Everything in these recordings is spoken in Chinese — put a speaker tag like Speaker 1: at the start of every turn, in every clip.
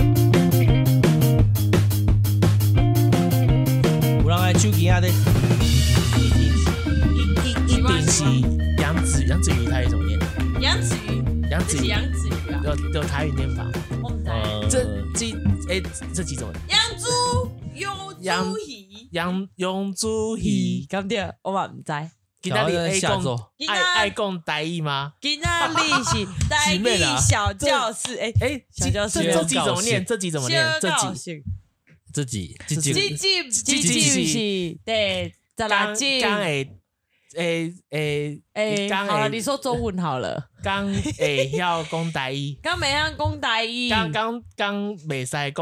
Speaker 1: 啊
Speaker 2: 杨子杨子瑜台语怎么念？
Speaker 3: 杨子瑜，
Speaker 2: 杨
Speaker 3: 这
Speaker 2: 子
Speaker 3: 是
Speaker 2: 瑜
Speaker 3: 杨子瑜啊，
Speaker 2: 有有台语念法吗？
Speaker 3: 我们台
Speaker 1: 呃
Speaker 2: 这这哎这几种？
Speaker 3: 杨猪有
Speaker 2: 杨
Speaker 3: 猪鱼，
Speaker 2: 杨永珠
Speaker 3: 鱼
Speaker 2: 喜，
Speaker 3: 干掉，我嘛唔知。
Speaker 2: 今天你
Speaker 1: 然后
Speaker 2: 爱
Speaker 1: 下周
Speaker 2: 共爱爱共台语吗？
Speaker 3: 今仔日是台
Speaker 2: 姊妹
Speaker 3: 语
Speaker 2: 啦
Speaker 3: 小教室，哎，
Speaker 2: 哎，
Speaker 3: 小
Speaker 2: 这
Speaker 3: 教
Speaker 2: 这
Speaker 3: 室
Speaker 2: 这几怎么念？这几怎么念？这
Speaker 3: 小教
Speaker 2: 几
Speaker 3: 室，
Speaker 1: 自己自
Speaker 2: 这
Speaker 1: 己
Speaker 3: 这集这
Speaker 2: 这
Speaker 3: 集
Speaker 2: 集
Speaker 3: 是第十
Speaker 2: 刚
Speaker 3: 六集，
Speaker 2: 刚诶诶诶
Speaker 3: 哎，
Speaker 2: 刚
Speaker 3: 好了，
Speaker 2: 诶
Speaker 3: 你说中文好了。
Speaker 2: 刚诶要讲台语，
Speaker 3: 刚没让讲台语，
Speaker 2: 刚刚刚未使讲，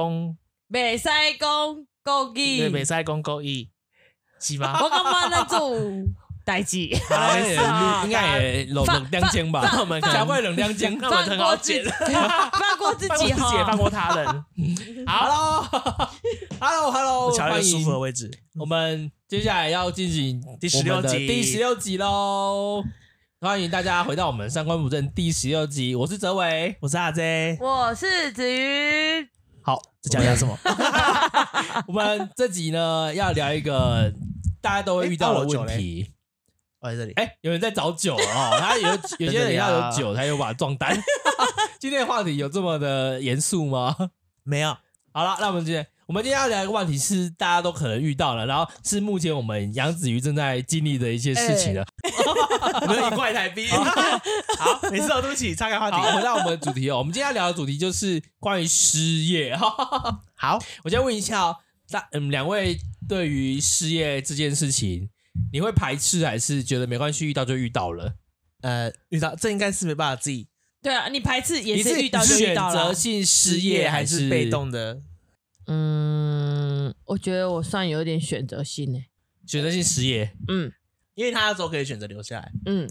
Speaker 3: 袂使讲国语，
Speaker 2: 未使讲国语，是吗？
Speaker 3: 我感觉咱做代志。
Speaker 2: 好
Speaker 1: 哎
Speaker 2: 没事啊
Speaker 1: 应该也冷
Speaker 3: 放
Speaker 1: 冷两斤吧，
Speaker 3: 放
Speaker 2: 那我们
Speaker 3: 放
Speaker 2: 赶
Speaker 1: 小
Speaker 2: 快
Speaker 1: 怪冷两斤。
Speaker 2: 那我们很好解了，
Speaker 3: 放过自
Speaker 2: 放过自
Speaker 3: 己
Speaker 2: 己也放
Speaker 3: 哈。
Speaker 2: 过他人。好，
Speaker 1: Hello，Hello，Hello，
Speaker 2: 我
Speaker 1: 欢迎。
Speaker 2: 位置。
Speaker 1: 我们接下来要进行
Speaker 2: 第
Speaker 1: 我们的
Speaker 2: 16集
Speaker 1: 第十六集喽。欢迎大家回到我们三观不正第十六集，我是哲 伟。
Speaker 2: 我是阿 J，
Speaker 3: 我是子瑜，
Speaker 2: 好，这讲讲什么？
Speaker 1: 我们这集呢要聊一个大家都会遇到的
Speaker 2: 哎倒我酒
Speaker 1: 问题。
Speaker 2: 哦我在这里。
Speaker 1: 哎、有人在找酒哦， 他有有些人
Speaker 3: 啊
Speaker 1: 要有酒才有把撞单。 今天的话题有这么的严肃吗？
Speaker 2: 没有，
Speaker 1: 好了，那我们今天我们今天要聊一个问题是大家都可能遇到了，然后是目前我们杨子瑜正在经历的一些事情了。啊
Speaker 2: 没有一怪台币。 好，没事哦，对不起，岔开话
Speaker 3: 哎
Speaker 1: 好，回到我们的主题哦，我们今天要聊的主题就是关于失业。我
Speaker 2: 好，
Speaker 1: 先问一下哦，大嗯两位对于失业这件事情，你会排斥还是觉得没关系，遇到就遇到了？
Speaker 2: 呃，遇到这应该是没办法自己
Speaker 3: 对啊，你排斥也
Speaker 1: 你
Speaker 3: 是遇到就遇
Speaker 1: 选
Speaker 3: 到
Speaker 1: 择
Speaker 3: 了。啊
Speaker 1: 性失
Speaker 2: 失
Speaker 1: 业
Speaker 2: 业
Speaker 1: 还
Speaker 2: 还
Speaker 1: 是
Speaker 2: 是被？动的，
Speaker 3: 嗯，我觉得我算有点选择性诶、
Speaker 1: 选择性失业。
Speaker 3: 嗯
Speaker 2: 因为他那时候可以选择留下来。
Speaker 3: 嗯，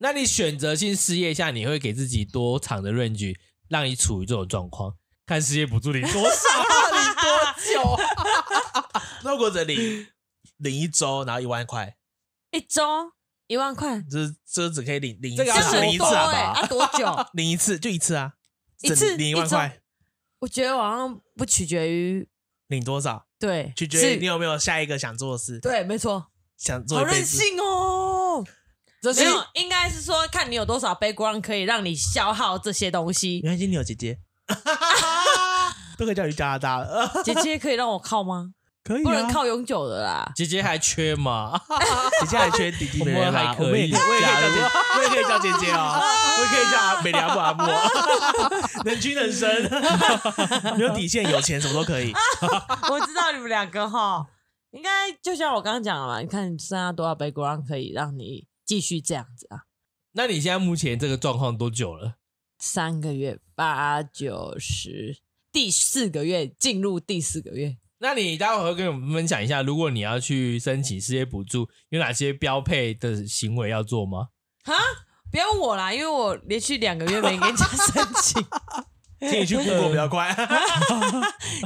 Speaker 1: 那你选择性失业下，你会给自己多长的 range，让你处于这种状况？看失业补 助领多少，领多久？
Speaker 2: 那或者领领一周，然后一万块，
Speaker 3: 一周一万块，
Speaker 2: 就是这只可以领领一
Speaker 1: 这个要
Speaker 2: 次，
Speaker 1: 想
Speaker 2: 领
Speaker 3: 很
Speaker 2: 一
Speaker 3: 多
Speaker 2: 次
Speaker 3: 诶、
Speaker 2: 啊，
Speaker 3: 欸，啊多久？
Speaker 2: 领一次就一次啊，
Speaker 3: 一次
Speaker 2: 整领领一万块，
Speaker 3: 我觉得我好像不取决于
Speaker 2: 领多少？
Speaker 3: 对，
Speaker 2: 取决于
Speaker 3: 是
Speaker 2: 你有没有下一个想做的事，
Speaker 3: 对，没错，
Speaker 2: 想做
Speaker 3: 好
Speaker 2: 一辈
Speaker 3: 任
Speaker 2: 子。
Speaker 3: 性哦。
Speaker 1: 这
Speaker 3: 没
Speaker 1: 是
Speaker 3: 有，应该是说看你有多少杯光可以让你消耗这些东 西。
Speaker 2: 没关系，你有姐姐，都可以叫你去加拿大了，
Speaker 3: 姐姐可以让我靠吗？
Speaker 2: 可以
Speaker 3: 不能
Speaker 2: 啊。
Speaker 3: 靠永久的啦。
Speaker 1: 姐姐还缺吗？
Speaker 2: 姐姐还缺弟弟妹妹
Speaker 1: 我们还
Speaker 2: 吗？
Speaker 1: 可以
Speaker 2: 我们也可以，我也可以叫姐，我也可以叫姐姐 哦，我也可以叫阿美阿布阿布哦， 能屈能伸， 没有底线，有钱什么都 可以。
Speaker 3: 我知道你们两个哈，应该就像我刚刚讲了嘛，你看你剩下多少杯果让可以让你继续这样子啊？
Speaker 1: 那你现在目前这个状况多久了？
Speaker 3: 三个月、八九十，第四个月进入第四个月，
Speaker 1: 那你待会儿会跟我们分享一下，如果你要去申请失业补助，有哪些标配的行为要做吗？
Speaker 3: 哈，不要我啦，因为我连续两个月没跟人家申 请，
Speaker 2: 请你去 Google 比较快。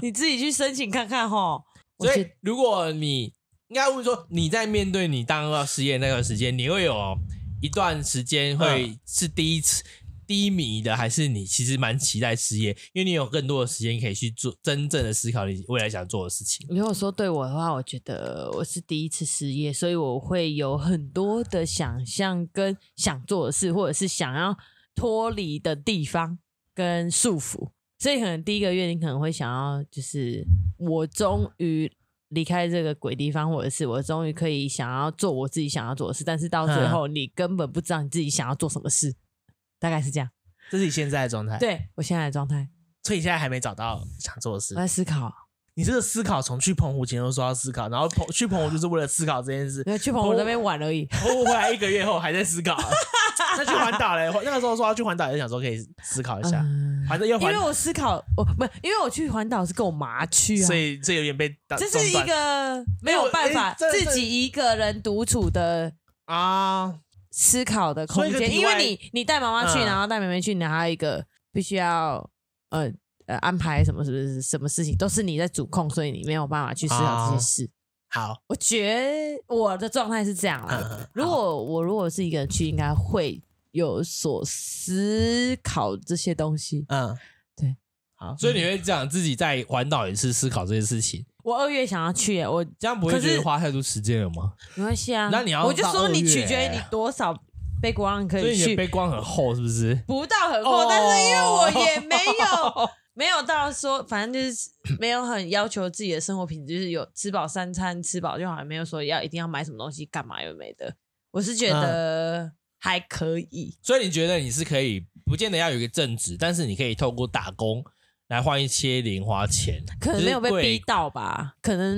Speaker 3: 你自己去申请看看哈。我
Speaker 1: 所
Speaker 3: 觉
Speaker 1: 以
Speaker 3: 得，
Speaker 1: 如果你应该问说，你在面对你当要失业那段时间，你会有一段时间
Speaker 3: 嗯
Speaker 1: 会是第一次低迷的，还是你其实蛮期待失业，因为你有更多的时间可以去做真正的思考你未来想做的事情。
Speaker 3: 如果说对我的话，我觉得我是第一次失业，所以我会有很多的想象跟想做的事，或者是想要脱离的地方跟束缚。所以可能第一个月你可能会想要，就是我终于离开这个鬼地方，或者是我终于可以想要做我自己想要做的事，但是到
Speaker 2: 嗯
Speaker 3: 最后你根本不知道你自己想要做什么事，大概是这样。
Speaker 2: 这是你现在的状态，，
Speaker 3: 对我现在的状态，
Speaker 2: 所以你现在还没找到想做的事
Speaker 3: 我。
Speaker 1: 哎
Speaker 3: 在思考，
Speaker 2: 你这个思考从去澎湖前就说要思考，然后澎去澎湖就是为了思考这件 事，
Speaker 3: 没有去朋友那边玩而已。
Speaker 2: 澎哦湖回来一个月后还在 思考。那去环岛嘞，那个时候说要去环岛，也想说可以思考一下，
Speaker 3: 嗯
Speaker 2: 反正又
Speaker 3: 因
Speaker 2: 环
Speaker 3: 为，我思考，我不，因为我去环岛是跟我妈去啊，
Speaker 2: 所以这有点被打
Speaker 3: 这是一
Speaker 2: 中断
Speaker 3: 个没有办法、
Speaker 2: 哎这这
Speaker 3: 自己一个人独处的
Speaker 2: 啊，
Speaker 3: 思考的空
Speaker 2: 所以一
Speaker 3: 间，
Speaker 2: 个
Speaker 3: 因
Speaker 2: 题外
Speaker 3: 为你你带妈妈去，
Speaker 2: 嗯
Speaker 3: 然后带妹妹去，你还有一个必须要呃呃安排什么什么什么事情，都是你在主控，所以你没有办法去思考这些事。
Speaker 2: 啊好，
Speaker 3: 我觉得我的状态是这样啦，
Speaker 2: 嗯
Speaker 3: 如果我如果是一个人去，应该会有所思考这些东西。
Speaker 2: 嗯，
Speaker 3: 对，
Speaker 2: 好，
Speaker 1: 所以你会这样自己在环岛也是思考这件事情，
Speaker 3: 我二月想要去、耶，我
Speaker 1: 这样不会
Speaker 3: 可是
Speaker 1: 觉得花太多时间了吗？
Speaker 3: 没关系啊。
Speaker 1: 那你要
Speaker 3: 我就
Speaker 1: 到
Speaker 3: 说
Speaker 1: 二
Speaker 3: 你
Speaker 1: 月
Speaker 3: 取决于你多少背光可
Speaker 1: 所以你的
Speaker 3: 去，
Speaker 1: 背光很厚，是不是？
Speaker 3: 不到很厚，
Speaker 1: 哦
Speaker 3: 但是因为我也没 有没有到说，反正就是没有很要求自己的生活品质，就是有吃饱三餐吃饱就好，没有说要一定要买什么东西干嘛有没的。我是觉
Speaker 1: 嗯
Speaker 3: 得还可以，
Speaker 1: 所以你觉得你是可以，不见得要有一个正职，但是你可以透过打工来换一些零花钱，
Speaker 3: 可能没有被
Speaker 1: 就是贵
Speaker 3: 逼到吧，可能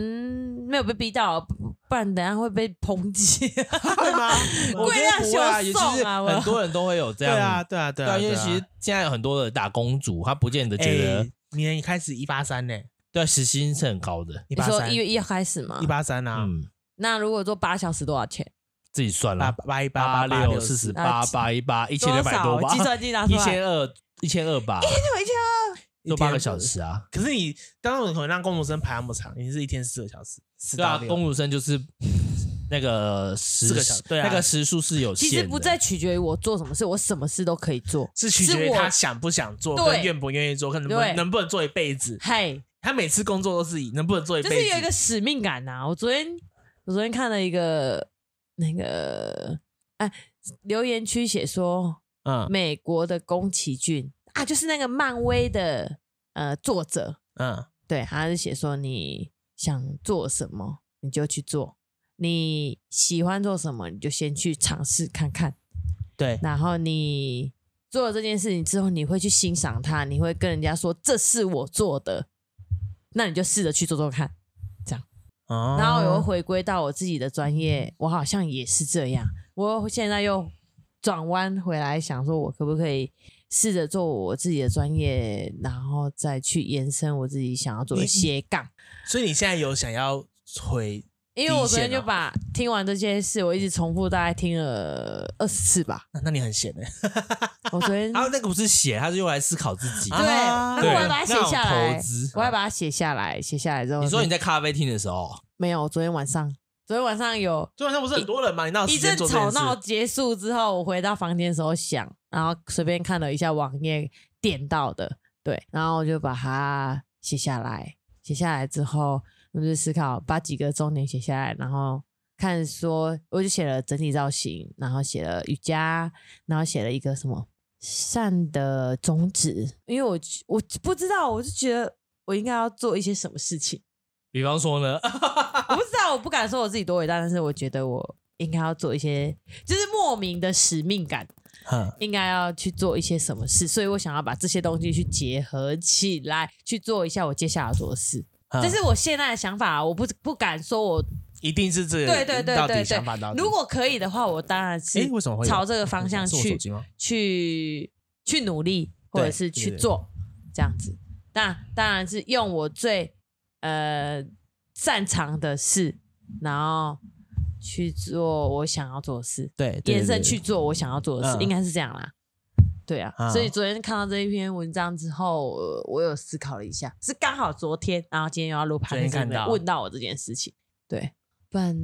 Speaker 3: 没有被逼到，不不然等一下会被抨击。
Speaker 2: 会 吗？
Speaker 1: 我觉得不会啊，
Speaker 3: 贵
Speaker 1: 也
Speaker 3: 量
Speaker 1: 就是
Speaker 3: 修送啊我
Speaker 1: 很多人都会有这样，
Speaker 2: 对啊，对啊，对
Speaker 1: 对
Speaker 2: 啊，
Speaker 1: 啊，因为
Speaker 2: 对啊
Speaker 1: 其实现在有很多的打工族，他不见得觉得、
Speaker 2: 哎，明年开始一八三呢，
Speaker 1: 对啊时薪是很高的，
Speaker 2: 一
Speaker 3: 你
Speaker 2: 八
Speaker 3: 说
Speaker 2: 三
Speaker 3: 一，月一号开始吗
Speaker 2: 一？八三啊，
Speaker 1: 嗯，
Speaker 3: 那如果做八小时多少钱？
Speaker 1: 自己算
Speaker 2: 八
Speaker 1: 了，
Speaker 2: 八一
Speaker 1: 八
Speaker 2: 八八
Speaker 1: 六四十八八一八一千
Speaker 3: 多
Speaker 1: 两百多
Speaker 3: 少？
Speaker 1: 吧
Speaker 3: 计，算机拿出
Speaker 1: 一
Speaker 3: 来。
Speaker 1: 千二一千二吧，
Speaker 3: 我一千二，
Speaker 1: 做八个小。时啊，
Speaker 2: 可是你当然可能让工读生排那么长，你是一天四个小时，四
Speaker 1: 对啊
Speaker 2: 到，六
Speaker 1: 公主生就是那个时
Speaker 2: 四个小时对啊
Speaker 1: 那个时数是有限
Speaker 3: 其
Speaker 1: 的，
Speaker 3: 实不再取决于我做什么事，我什么事都可以做。
Speaker 2: 是取决于
Speaker 3: 是我
Speaker 2: 他想不想做，
Speaker 3: 对
Speaker 2: 跟愿不愿意做，跟能不
Speaker 3: 对
Speaker 2: 能能不能做一辈子。
Speaker 3: 嘿，
Speaker 2: 他每次工作都是以能不能做一
Speaker 3: 就
Speaker 2: 辈
Speaker 3: 是有一
Speaker 2: 子
Speaker 3: 个。使命感呐、我昨天我昨天看了一个那个哎、留言区写说，
Speaker 2: 嗯
Speaker 3: 美国的宫崎骏啊，就是那个漫威的呃作者，
Speaker 2: 嗯，
Speaker 3: 对，他是写说你想做什么你就去做，你喜欢做什么你就先去尝试看看。
Speaker 2: 对，
Speaker 3: 然后你做了这件事情之后，你会去欣赏它，你会跟人家说这是我做的，那你就试着去做做看。
Speaker 2: 哦
Speaker 3: 然后又回归到我自己的专业，我好像也是这样。我现在又转弯回来想说，我可不可以试着做我自己的专业，然后再去延伸我自己想要做的
Speaker 2: 你
Speaker 3: 斜杠。
Speaker 2: 所以你现在有想要回
Speaker 3: 因为我昨天
Speaker 2: 第一线
Speaker 3: 就
Speaker 2: 啊
Speaker 3: 把听完这些事，我一直重复，大概听了二十次吧。
Speaker 2: 那那你很闲
Speaker 3: 欸
Speaker 2: 哎、
Speaker 3: 我昨天
Speaker 1: 啊，那个不是写，它是用来思考自己。
Speaker 2: 啊
Speaker 3: 对，
Speaker 2: 啊
Speaker 3: 然后我还
Speaker 1: 对
Speaker 3: 把它写
Speaker 1: 那种
Speaker 3: 下来
Speaker 1: 投资，
Speaker 3: 我还把它写下来，写下来之后，
Speaker 1: 你说你在咖啡厅的时候，
Speaker 3: 没有？昨天晚上，昨天晚上有
Speaker 2: 昨晚上不是很多人嘛，你啊那有
Speaker 3: 一
Speaker 2: 时
Speaker 3: 阵
Speaker 2: 间做这
Speaker 3: 吵
Speaker 2: 件事
Speaker 3: 闹结束之后，我回到房间的时候想，然后随便看了一下网页，点到的，对，然后我就把它写下来，写下来之后，我就思考把几个重点写下来，然后。看说，我就写了整体造型，然后写了瑜伽，然后写了一个什么善的宗旨，因为我我不知道，我就觉得我应该要做一些什么事情，
Speaker 1: 比方说呢，
Speaker 3: 啊
Speaker 1: 啊
Speaker 3: 我不知道，我不敢说我自己多伟大，但是我觉得我应该要做一些，就是莫名的使命感，
Speaker 2: 嗯
Speaker 3: 应该要去做一些什么事，所以我想要把这些东西去结合起来，去做一下我接下来要做的事。
Speaker 2: 嗯
Speaker 3: 这是我现在的想法，啊我不不敢说我
Speaker 2: 一定是这个
Speaker 3: 对对对
Speaker 2: 到底
Speaker 3: 对
Speaker 2: 想法到
Speaker 3: 对。
Speaker 2: 底。
Speaker 3: 如果可以的话，我当然是
Speaker 2: 哎为什么会有
Speaker 3: 朝这个方向
Speaker 2: 是我手
Speaker 3: 去
Speaker 2: 机吗
Speaker 3: 去去努力，或者
Speaker 2: 对
Speaker 3: 是去
Speaker 2: 对对
Speaker 3: 做这样子。那当然是用我最呃擅长的事，然后去做我想要做的事，
Speaker 2: 对
Speaker 3: 延伸去做我想要做的事，
Speaker 2: 嗯
Speaker 3: 应该是这样啦。对啊，
Speaker 2: 啊
Speaker 3: 所以昨天看到这一篇文章之后，呃我有思考了一下，是刚好昨天，然后今天又要录
Speaker 2: 昨
Speaker 3: 盘，
Speaker 2: 天
Speaker 3: 所以
Speaker 2: 看
Speaker 3: 你们
Speaker 2: 到
Speaker 3: 问到我这件事情，对，不然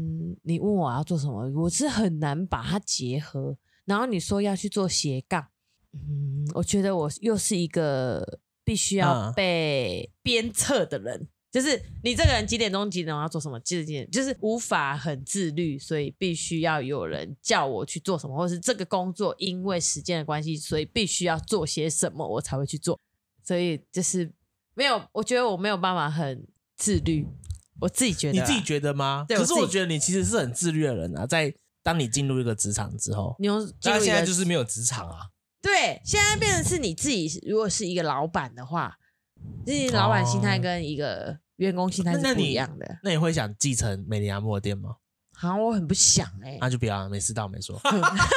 Speaker 3: 你问我要做什么，我是很难把它结合。然后你说要去做斜杠，嗯，我觉得我又是一个必须要
Speaker 2: 嗯
Speaker 3: 被鞭策的人，就是你这个人几点钟几点钟要做什么，几点几点，就是无法很自律，所以必须要有人叫我去做什么，或是这个工作因为时间的关系，所以必须要做些什么，我才会去做。所以就是没有，我觉得我没有办法很自律，我自己觉得
Speaker 2: 你
Speaker 3: 啦，
Speaker 2: 自己觉得吗？
Speaker 3: 啊对
Speaker 2: 可是
Speaker 3: 我自己
Speaker 2: 我觉得你其实是很自律的人啊，在当你进入一个职场之后，
Speaker 3: 你用
Speaker 1: 但
Speaker 3: 进入一
Speaker 1: 现在
Speaker 3: 个
Speaker 1: 就是没有职场啊，
Speaker 3: 对，现在变成是你自己，如果是一个老板的话，就是老板心态
Speaker 2: 哦
Speaker 3: 跟一个员工心态
Speaker 2: 那
Speaker 3: 是
Speaker 2: 那
Speaker 3: 不
Speaker 2: 你
Speaker 3: 一样的。
Speaker 2: 那你会想继承美利亚莫店吗？
Speaker 3: 好像我很不想哎、
Speaker 2: 那就不要啊，没事当我没 说。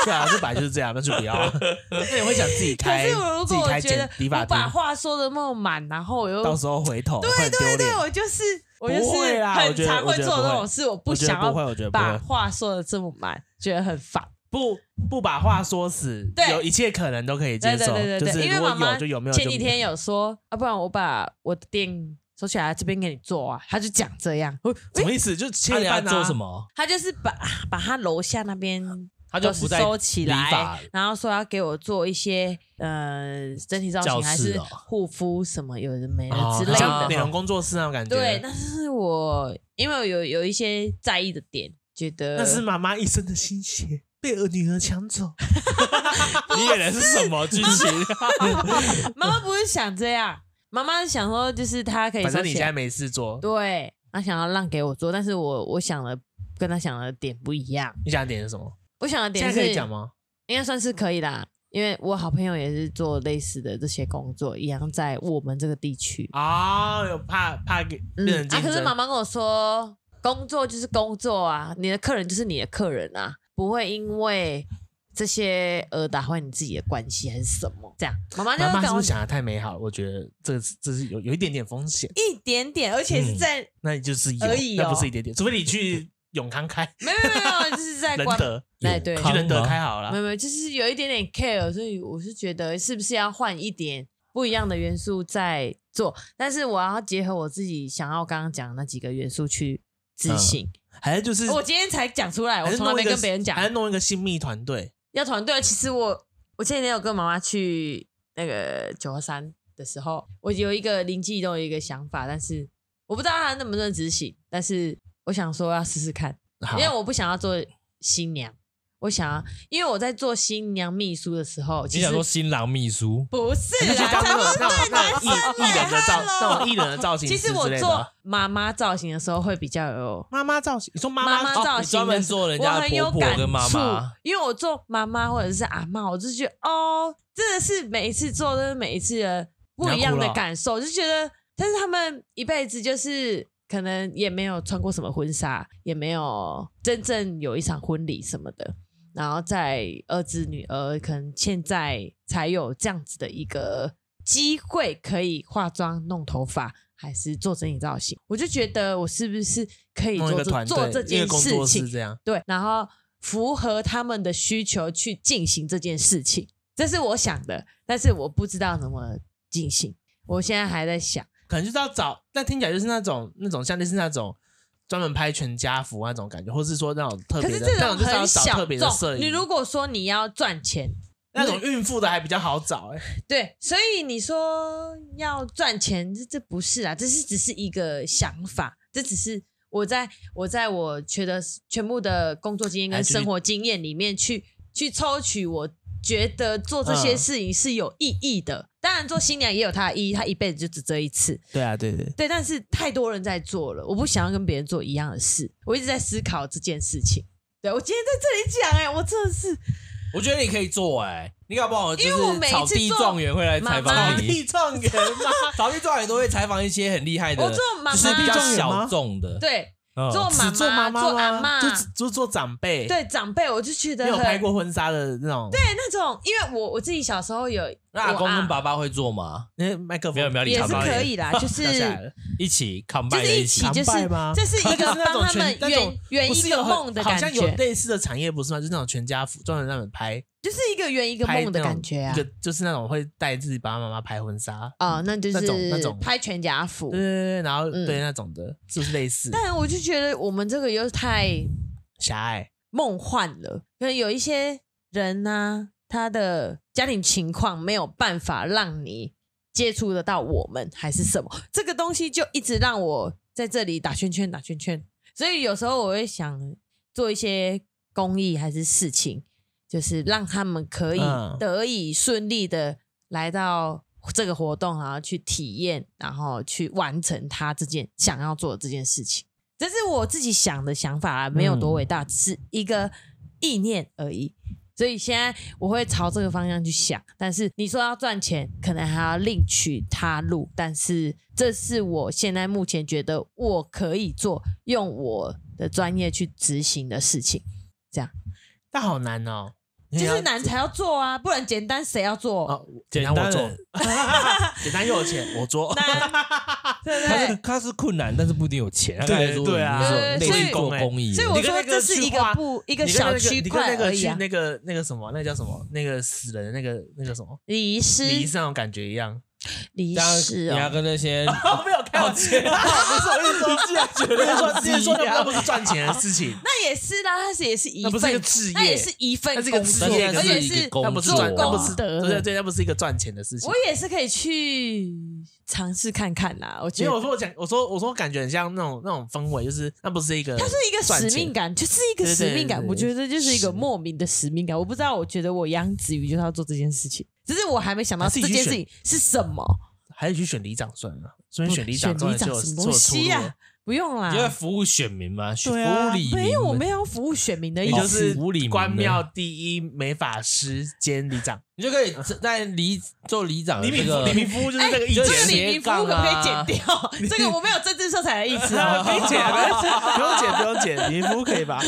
Speaker 2: 对啊，这本来就是这样，那就不要啊。那你会想自己
Speaker 3: 可
Speaker 2: 开，
Speaker 3: 是我如
Speaker 2: 自
Speaker 3: 果
Speaker 2: 己
Speaker 3: 我
Speaker 2: 开
Speaker 3: 觉
Speaker 2: 剪
Speaker 3: 得
Speaker 2: 理发
Speaker 3: 我
Speaker 2: 厅，
Speaker 3: 把话说的那么满，然后我又
Speaker 2: 到时候回头会
Speaker 3: 对
Speaker 2: 很丢
Speaker 3: 对
Speaker 2: 脸
Speaker 3: 对，。我就是我就
Speaker 2: 不会
Speaker 3: 是
Speaker 2: 啦我
Speaker 3: 很
Speaker 2: 觉得
Speaker 3: 常
Speaker 2: 我
Speaker 3: 会
Speaker 2: 觉得
Speaker 3: 做
Speaker 2: 不
Speaker 3: 这
Speaker 2: 会
Speaker 3: 种事，我不
Speaker 2: 我觉得
Speaker 3: 想
Speaker 2: 不会，
Speaker 3: 要
Speaker 2: 我觉得不
Speaker 3: 把
Speaker 2: 会。
Speaker 3: 话说的这么满，觉得很烦。
Speaker 2: 不不把话说死，
Speaker 3: 对
Speaker 2: 有一切可能都可以接
Speaker 3: 对对
Speaker 2: 受，
Speaker 3: 对对
Speaker 2: 就
Speaker 3: 对，
Speaker 2: 是
Speaker 3: 因为
Speaker 2: 如
Speaker 3: 妈
Speaker 2: 果
Speaker 3: 妈
Speaker 2: 有就有，没有就
Speaker 3: 前几天有说啊，不然我把我的店收起来，这边给你做啊，他就讲这样，我
Speaker 2: 什么意思？就切
Speaker 1: 那
Speaker 2: 一
Speaker 1: 你要
Speaker 2: 半啊
Speaker 1: 做什？么？
Speaker 3: 他就是把把他楼下那边
Speaker 1: 他就
Speaker 3: 都是
Speaker 1: 不再
Speaker 3: 收起
Speaker 1: 理发
Speaker 3: 来
Speaker 1: 了，
Speaker 3: 然后说要给我做一些呃整体造型
Speaker 1: 教室
Speaker 3: 还是
Speaker 1: 哦
Speaker 3: 护肤什么有的没的
Speaker 2: 哦
Speaker 3: 之类
Speaker 2: 像
Speaker 3: 的。
Speaker 2: 美容工作室那种感觉。
Speaker 3: 对，但是我因为我有有一些在意的点，觉得
Speaker 2: 那是妈妈一生的心血。被儿女儿抢 走，
Speaker 1: 你演的是什么剧情？
Speaker 3: 妈妈不是想这样，妈妈是想说就是她可以 收
Speaker 2: 反
Speaker 3: 钱，
Speaker 2: 正你现在没事做，
Speaker 3: 对，她想要让给我做，但是我我想了跟她想的点不一样，
Speaker 2: 你想的点是什么？
Speaker 3: 我想的
Speaker 2: 现
Speaker 3: 点
Speaker 2: 在
Speaker 3: 是
Speaker 2: 可以讲吗？
Speaker 3: 应该算是可以啦。因为我好朋友也是做类似的这些工作，一样在我们这个地区。
Speaker 2: 啊，有怕怕给变成
Speaker 3: 嗯，啊，
Speaker 2: 竞
Speaker 3: 可是
Speaker 2: 争
Speaker 3: 妈妈跟我说，工作就是工作啊，你的客人就是你的客人啊，不会因为这些而打坏你自己的关系还是什么。这样，妈妈就
Speaker 2: 妈妈
Speaker 3: 跟
Speaker 2: 是不
Speaker 3: 我
Speaker 2: 是想的太美好了？我觉得这是这是有有一点点风险，
Speaker 3: 一点点，而且是在、
Speaker 2: 那你就是有，
Speaker 3: 而已哦
Speaker 2: 那不是一点点，除非你去永康开
Speaker 3: 没有没有没有，就是在
Speaker 2: 仁
Speaker 3: 关
Speaker 2: 德，
Speaker 3: 哎对，
Speaker 2: 去仁德开好
Speaker 3: 没
Speaker 2: 了。
Speaker 3: 有没有，就是有一点点 care，所以我是觉得是不是要换一点不一样的元素在做，但是我要结合我自己想要刚刚讲的那几个元素去执行。哦
Speaker 2: 还是就是
Speaker 3: 我今天才讲出来，
Speaker 2: 嗯还
Speaker 3: 我
Speaker 2: 是
Speaker 3: 从来
Speaker 2: 弄
Speaker 3: 没
Speaker 2: 一个
Speaker 3: 跟别人讲
Speaker 2: 还。是弄一个新密团队，
Speaker 3: 要团队。其实我我前几天有跟妈妈去那个九华山的时候，我有一个灵机一动的一个想法，但是我不知道她能不能执行。但是我想说要试试看，
Speaker 2: 好
Speaker 3: 因为我不想要做新娘，我想要，因为我在做新娘秘书的时候，
Speaker 1: 你
Speaker 3: 其实
Speaker 1: 想说新郎秘书？
Speaker 3: 不是
Speaker 2: 你就
Speaker 3: 啦，
Speaker 2: 当那
Speaker 3: 差不
Speaker 2: 种那
Speaker 3: 多
Speaker 2: 种那种艺艺人的造那种艺人的造型
Speaker 3: 其
Speaker 2: 师之
Speaker 3: 实我
Speaker 2: 类的啊
Speaker 3: 做妈妈造型的时候会比较有
Speaker 2: 妈妈造型，你说妈
Speaker 3: 妈
Speaker 2: 妈
Speaker 3: 妈造
Speaker 1: 你专
Speaker 3: 型
Speaker 1: 门
Speaker 3: 的时候，
Speaker 1: 做人
Speaker 3: 我
Speaker 1: 家的
Speaker 3: 很有
Speaker 1: 婆婆
Speaker 3: 感
Speaker 1: 跟妈
Speaker 3: 触
Speaker 1: 妈，，
Speaker 3: 因为我做妈妈或者是阿妈，我就觉得哦，真的是每一次做都是每一次的不一样的感受，就觉得，但是他们一辈子就是可能也没有穿过什么婚纱，也没有真正有一场婚礼什么的，然后在儿子女儿可能现在才有这样子的一个机会，可以化妆、弄头发，还是做整理造型。我就觉得我是不是可以
Speaker 2: 弄一
Speaker 3: 做
Speaker 2: 个
Speaker 3: 这
Speaker 2: 团
Speaker 3: 做这
Speaker 2: 队，一个
Speaker 3: 件
Speaker 2: 工
Speaker 3: 事
Speaker 2: 作
Speaker 3: 情
Speaker 2: 室？这样。
Speaker 3: 对，然后符合他们的需求去进行这件事情，这是我想的，但是我不知道怎么进行，我现在还在想。
Speaker 2: 可能就是要找，但听起来就是那种那种像类似那种专门拍全家福啊那种感觉，或是说那种特
Speaker 3: 可
Speaker 2: 别
Speaker 3: 是
Speaker 2: 的
Speaker 3: 这，
Speaker 2: 那种就是要
Speaker 3: 很
Speaker 2: 找
Speaker 3: 小
Speaker 2: 特别的摄
Speaker 3: 众，
Speaker 2: 影。
Speaker 3: 你如果说你要赚钱，
Speaker 2: 那种孕妇的还比较好找、欸，
Speaker 3: 对，所以你说要赚钱，这这不是啊，这是只是一个想法，这只是我在我在我觉得全部的工作经验
Speaker 2: 哎
Speaker 3: 跟
Speaker 2: 就是
Speaker 3: 生活经验里面去去抽取，我觉得做这些
Speaker 2: 嗯
Speaker 3: 事情是有意义的。当然，做新娘也有她的意义，她一辈子就只这一次。
Speaker 2: 对啊，对对，
Speaker 3: 对，但是太多人在做了，我不想要跟别人做一样的事，我一直在思考这件事情。对我今天在这里讲，哎，我真的是
Speaker 1: 我觉得你可以做哎，你搞不好就
Speaker 3: 因为我
Speaker 1: 是
Speaker 3: 每一次
Speaker 1: 草
Speaker 3: 做
Speaker 1: 地状元会来采
Speaker 3: 妈
Speaker 1: 访
Speaker 3: 妈
Speaker 1: 你，
Speaker 2: 地状元嘛，
Speaker 1: 草地状元都会采访一些很厉害的，
Speaker 3: 我做妈妈
Speaker 1: 就是比较
Speaker 2: 草地状元吗
Speaker 1: 小众的，
Speaker 3: 对
Speaker 1: 嗯
Speaker 3: 做啊妈妈
Speaker 2: 哦只做妈妈
Speaker 3: 做阿
Speaker 2: 吗
Speaker 3: 嬷
Speaker 2: 就只就做长辈，，
Speaker 3: 对长辈，我就觉得
Speaker 2: 哎没有
Speaker 3: 很
Speaker 2: 拍过婚纱的那种，
Speaker 3: 对那种，因为我我自己小时候有
Speaker 1: 那阿公跟
Speaker 3: 爸
Speaker 1: 爸爸会做吗？
Speaker 2: 那麦克风
Speaker 1: 没有没有
Speaker 3: 也是
Speaker 1: 爸爸
Speaker 3: 可以啦，就是
Speaker 2: 掉下来了，
Speaker 1: 一起 combine
Speaker 3: 就
Speaker 1: 在
Speaker 3: 是一
Speaker 1: 起
Speaker 3: 起，就是
Speaker 2: 长辈吗
Speaker 3: 这是一
Speaker 2: 就
Speaker 3: 个
Speaker 2: 是那种
Speaker 3: 帮他们
Speaker 2: 全那种
Speaker 3: 圆圆
Speaker 2: 不
Speaker 3: 一
Speaker 2: 是
Speaker 3: 个
Speaker 2: 有很
Speaker 3: 梦的
Speaker 2: 好
Speaker 3: 感
Speaker 2: 像有
Speaker 3: 觉，
Speaker 2: 类似的产业不是吗？就是那种全家福专门让你拍
Speaker 3: 就是一个圆一个
Speaker 2: 拍
Speaker 3: 梦的感觉啊
Speaker 2: 那种一。个就是那种会带自己爸爸妈妈拍婚纱，
Speaker 3: 啊、那就
Speaker 2: 那种那
Speaker 3: 是
Speaker 2: 种
Speaker 3: 拍全家福
Speaker 2: 对，对对，然后
Speaker 3: 嗯
Speaker 2: 对那种的，是不是类似
Speaker 3: 但我就觉得我们这个又太
Speaker 2: 狭隘？
Speaker 3: 梦幻了。可能有一些人呢、他的家庭情况没有办法让你接触得到我们，还是什么？这个东西就一直让我在这里打圈圈打圈圈。所以有时候我会想做一些公益还是事情，就是让他们可以
Speaker 2: 嗯
Speaker 3: 得以顺利的来到这个活动，然后去体验，然后去完成他这件想要做的这件事情。这是我自己想的想法啊，没有多伟大，
Speaker 2: 嗯
Speaker 3: 只是一个意念而已。所以现在我会朝这个方向去想，但是你说要赚钱，可能还要另取他路。但是这是我现在目前觉得我可以做，用我的专业去执行的事情，
Speaker 2: 但好难哦，
Speaker 3: 就是难才要做啊，不然简单谁要做？
Speaker 2: 哦，
Speaker 1: 简
Speaker 2: 简
Speaker 1: 单
Speaker 2: 单我做
Speaker 1: 的，
Speaker 2: 简单又有钱，我做。
Speaker 3: 对不
Speaker 1: 他是
Speaker 3: 对？
Speaker 1: 他是困难，但是不一定有钱。他
Speaker 2: 对
Speaker 1: 刚才说
Speaker 2: 对啊
Speaker 1: 你是
Speaker 3: 对
Speaker 1: 内
Speaker 3: 所以
Speaker 1: 地做公益的，
Speaker 3: 所以我
Speaker 2: 你跟
Speaker 3: 说
Speaker 2: 那个
Speaker 3: 这是一
Speaker 2: 去
Speaker 3: 个
Speaker 2: 画
Speaker 3: 不 一个
Speaker 2: 你跟那
Speaker 3: 小区
Speaker 2: 你跟
Speaker 3: 块
Speaker 2: 那个
Speaker 3: 而已
Speaker 2: 去
Speaker 3: 啊，
Speaker 2: 那个那个什么，那个叫什么？那个死人的那个那个什么，
Speaker 3: 离
Speaker 2: 离
Speaker 3: 失
Speaker 2: 是那种感觉一样。
Speaker 3: 离
Speaker 1: 这样
Speaker 3: 失
Speaker 1: 你要
Speaker 3: 哦，
Speaker 1: 跟那些
Speaker 2: 哦，没有开
Speaker 1: 道歉。
Speaker 2: 不是我跟你说，
Speaker 1: 竟然觉
Speaker 2: 我跟你 说，
Speaker 1: 自
Speaker 2: 之
Speaker 1: 己
Speaker 2: 前说那
Speaker 1: 呀
Speaker 2: 不是赚钱的事情，
Speaker 3: 那也是啦，它是也 是一
Speaker 2: 那
Speaker 3: 份，
Speaker 2: 不是一个置业
Speaker 3: 那也是一份
Speaker 2: 那
Speaker 3: 工
Speaker 2: 是一
Speaker 3: 作，
Speaker 2: 个置业
Speaker 3: 而且
Speaker 2: 那是
Speaker 1: 一个
Speaker 3: 是
Speaker 1: 工
Speaker 2: 那不是赚，
Speaker 3: 做
Speaker 2: 那不
Speaker 3: 功
Speaker 2: 是
Speaker 4: 德
Speaker 2: 啊对对对，那不是一个赚钱的事情
Speaker 3: 我。也是可以去尝试看看啦。我觉
Speaker 2: 因为
Speaker 3: 得
Speaker 2: 我说我讲，我说我说感觉很像那种那种氛围，就是那不是一个，
Speaker 3: 它是一个使命感，就是一个
Speaker 2: 对对
Speaker 3: 使命感。
Speaker 2: 对对
Speaker 3: 我觉得就是一
Speaker 2: 使
Speaker 3: 个
Speaker 2: 命
Speaker 3: 莫名的使命感。我不知道，我觉得我养子瑜就是要做这件事情，只是我还没想到
Speaker 2: 还是你
Speaker 3: 这
Speaker 2: 去
Speaker 3: 件事
Speaker 2: 选
Speaker 3: 情是什么。
Speaker 2: 还是去选里长算了，所以选里
Speaker 3: 选
Speaker 2: 长，
Speaker 3: 里长
Speaker 2: 做
Speaker 3: 什么东西
Speaker 2: 呀、
Speaker 3: 啊？不用啦
Speaker 1: 你，要服务选民吗？服
Speaker 2: 对啊
Speaker 1: 务里民
Speaker 3: 没有，我没有服务选民的意
Speaker 2: 你
Speaker 1: 哦
Speaker 2: 就
Speaker 3: 思。哎
Speaker 2: 是
Speaker 1: 服务里民
Speaker 2: 关庙第一美法师兼里长，
Speaker 1: 你就可以在里做里长的
Speaker 2: 李
Speaker 1: 呃这
Speaker 2: 敏夫
Speaker 1: 个
Speaker 2: 李敏夫就是这个意
Speaker 3: 这
Speaker 2: 见。
Speaker 1: 就
Speaker 3: 个
Speaker 1: 是
Speaker 3: 哎李明服务可不可以剪掉？ 这个我没有政治色彩的意思
Speaker 2: 啊
Speaker 3: 哦，
Speaker 2: 可以剪，不用剪，不用剪，李敏夫可以吧？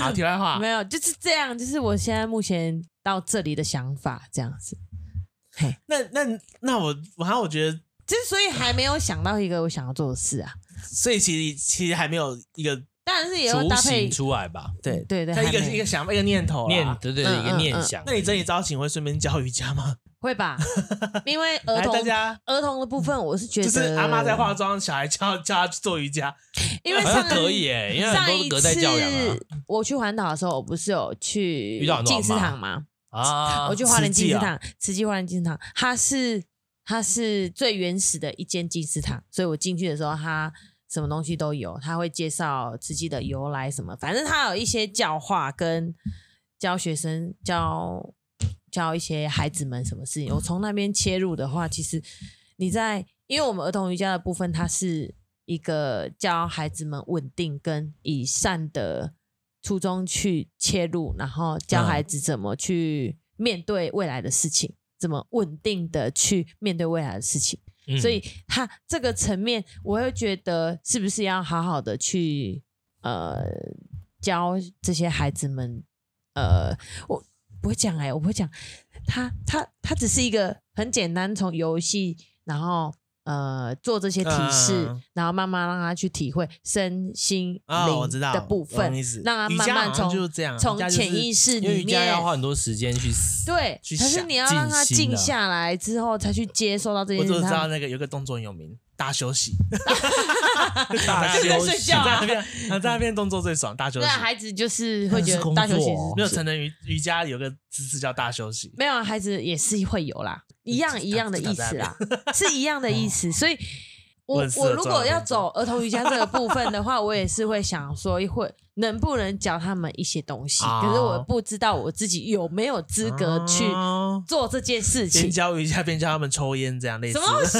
Speaker 2: 好，题外话
Speaker 3: 没，有，就是这样，就是我现在目前到这里的想法这样子，
Speaker 2: 那那那我，反正我觉得，
Speaker 3: 就是所以还没有想到一个我想要做的事啊，
Speaker 2: 所以其实其实还没有一个
Speaker 3: 当然是也要
Speaker 1: 雏
Speaker 3: 搭配
Speaker 1: 形，出来吧，
Speaker 2: 对
Speaker 3: 对对，
Speaker 2: 他一个
Speaker 3: 还没
Speaker 2: 一个想法一个念头啦
Speaker 1: 念对对
Speaker 3: 嗯
Speaker 1: 一个念
Speaker 3: 嗯
Speaker 1: 想
Speaker 2: 那。你整理招请会顺便教瑜伽吗？
Speaker 3: 会 吧，因为 儿
Speaker 2: 来，
Speaker 3: 童
Speaker 2: 大家
Speaker 3: 儿童的部分我是觉得，
Speaker 2: 就是阿妈在化妆，小孩教教他去做瑜伽，
Speaker 3: 因为
Speaker 1: 好像
Speaker 3: 上
Speaker 1: 可以诶，因为很
Speaker 3: 上
Speaker 1: 多是
Speaker 3: 一
Speaker 1: 隔代教养啊
Speaker 3: 次我去环岛的时候，我不是有去
Speaker 1: 遇到很多
Speaker 3: 进食
Speaker 1: 阿嬷
Speaker 3: 堂吗？
Speaker 1: 啊啊
Speaker 3: 我！去花莲
Speaker 2: 慈济
Speaker 3: 金丝
Speaker 2: 啊
Speaker 3: 堂，慈济花莲金丝堂，它是它是最原始的一间金丝堂，所以我进去的时候，它什么东西都有，它会介绍慈济的由来什么，反正它有一些教化跟教学生教教一些孩子们什么事情。我从那边切入的话，其实你在因为我们儿童瑜伽的部分，它是一个教孩子们稳定跟以善的初衷去切入，然后教
Speaker 1: 嗯
Speaker 3: 孩子怎么去面对未来的事情，怎么稳定的去面对未来的事情。
Speaker 1: 嗯
Speaker 3: 所以他这个层面，我会觉得是不是要好好的去呃教这些孩子们，呃，我不会讲哎、我不会讲，他他他只是一个很简单从游戏，然后呃做这些提示，
Speaker 2: 嗯
Speaker 3: 然后慢慢让他去体会身心
Speaker 2: 啊，我知
Speaker 3: 灵
Speaker 2: 道
Speaker 3: 的部
Speaker 2: 我懂
Speaker 3: 分，
Speaker 2: 意思
Speaker 3: 让他
Speaker 2: 瑜
Speaker 3: 慢
Speaker 2: 伽
Speaker 3: 慢
Speaker 2: 好像
Speaker 3: 从
Speaker 2: 就是这样，
Speaker 3: 从
Speaker 2: 瑜伽就是
Speaker 3: 潜意识
Speaker 1: 因为
Speaker 3: 里
Speaker 1: 瑜 伽
Speaker 3: 面
Speaker 1: 要。花很多时间去思
Speaker 3: 对，
Speaker 2: 去
Speaker 3: 可是
Speaker 2: 想
Speaker 3: 你要让他
Speaker 1: 静心
Speaker 3: 静
Speaker 1: 啊
Speaker 3: 下来之后，才去接受到这
Speaker 2: 我
Speaker 3: 件
Speaker 2: 只
Speaker 3: 事
Speaker 2: 知
Speaker 3: 情。
Speaker 2: 道
Speaker 3: 他
Speaker 2: 那个有一个动作很有名，大休 息，
Speaker 1: 大
Speaker 2: 大
Speaker 1: 休息
Speaker 2: 休
Speaker 3: 在睡
Speaker 2: 息，
Speaker 3: 觉
Speaker 2: 在
Speaker 3: 啊
Speaker 2: 那边，啊在那边动作最爽，大休息
Speaker 3: 对啊，。孩子就是会觉
Speaker 1: 那是工
Speaker 3: 得大休息
Speaker 1: 作哦
Speaker 2: 没有
Speaker 3: 是
Speaker 2: 成人瑜瑜伽有个姿势叫大休息，
Speaker 3: 没有啊孩子也是会有啦，一样
Speaker 2: 嗯
Speaker 3: 一样的意思啦，是一样的意思。所以我
Speaker 2: 哦问世的
Speaker 3: 我如果要
Speaker 2: 重
Speaker 3: 走儿童瑜伽这个部分的话，我也是会想说会能不能教他们一些东西，
Speaker 2: 啊
Speaker 3: 可是我不知道我自己有没有资格去
Speaker 2: 哦
Speaker 3: 做这件事情
Speaker 2: 边。教瑜伽边教他们抽烟，这样类似
Speaker 3: 什么东西？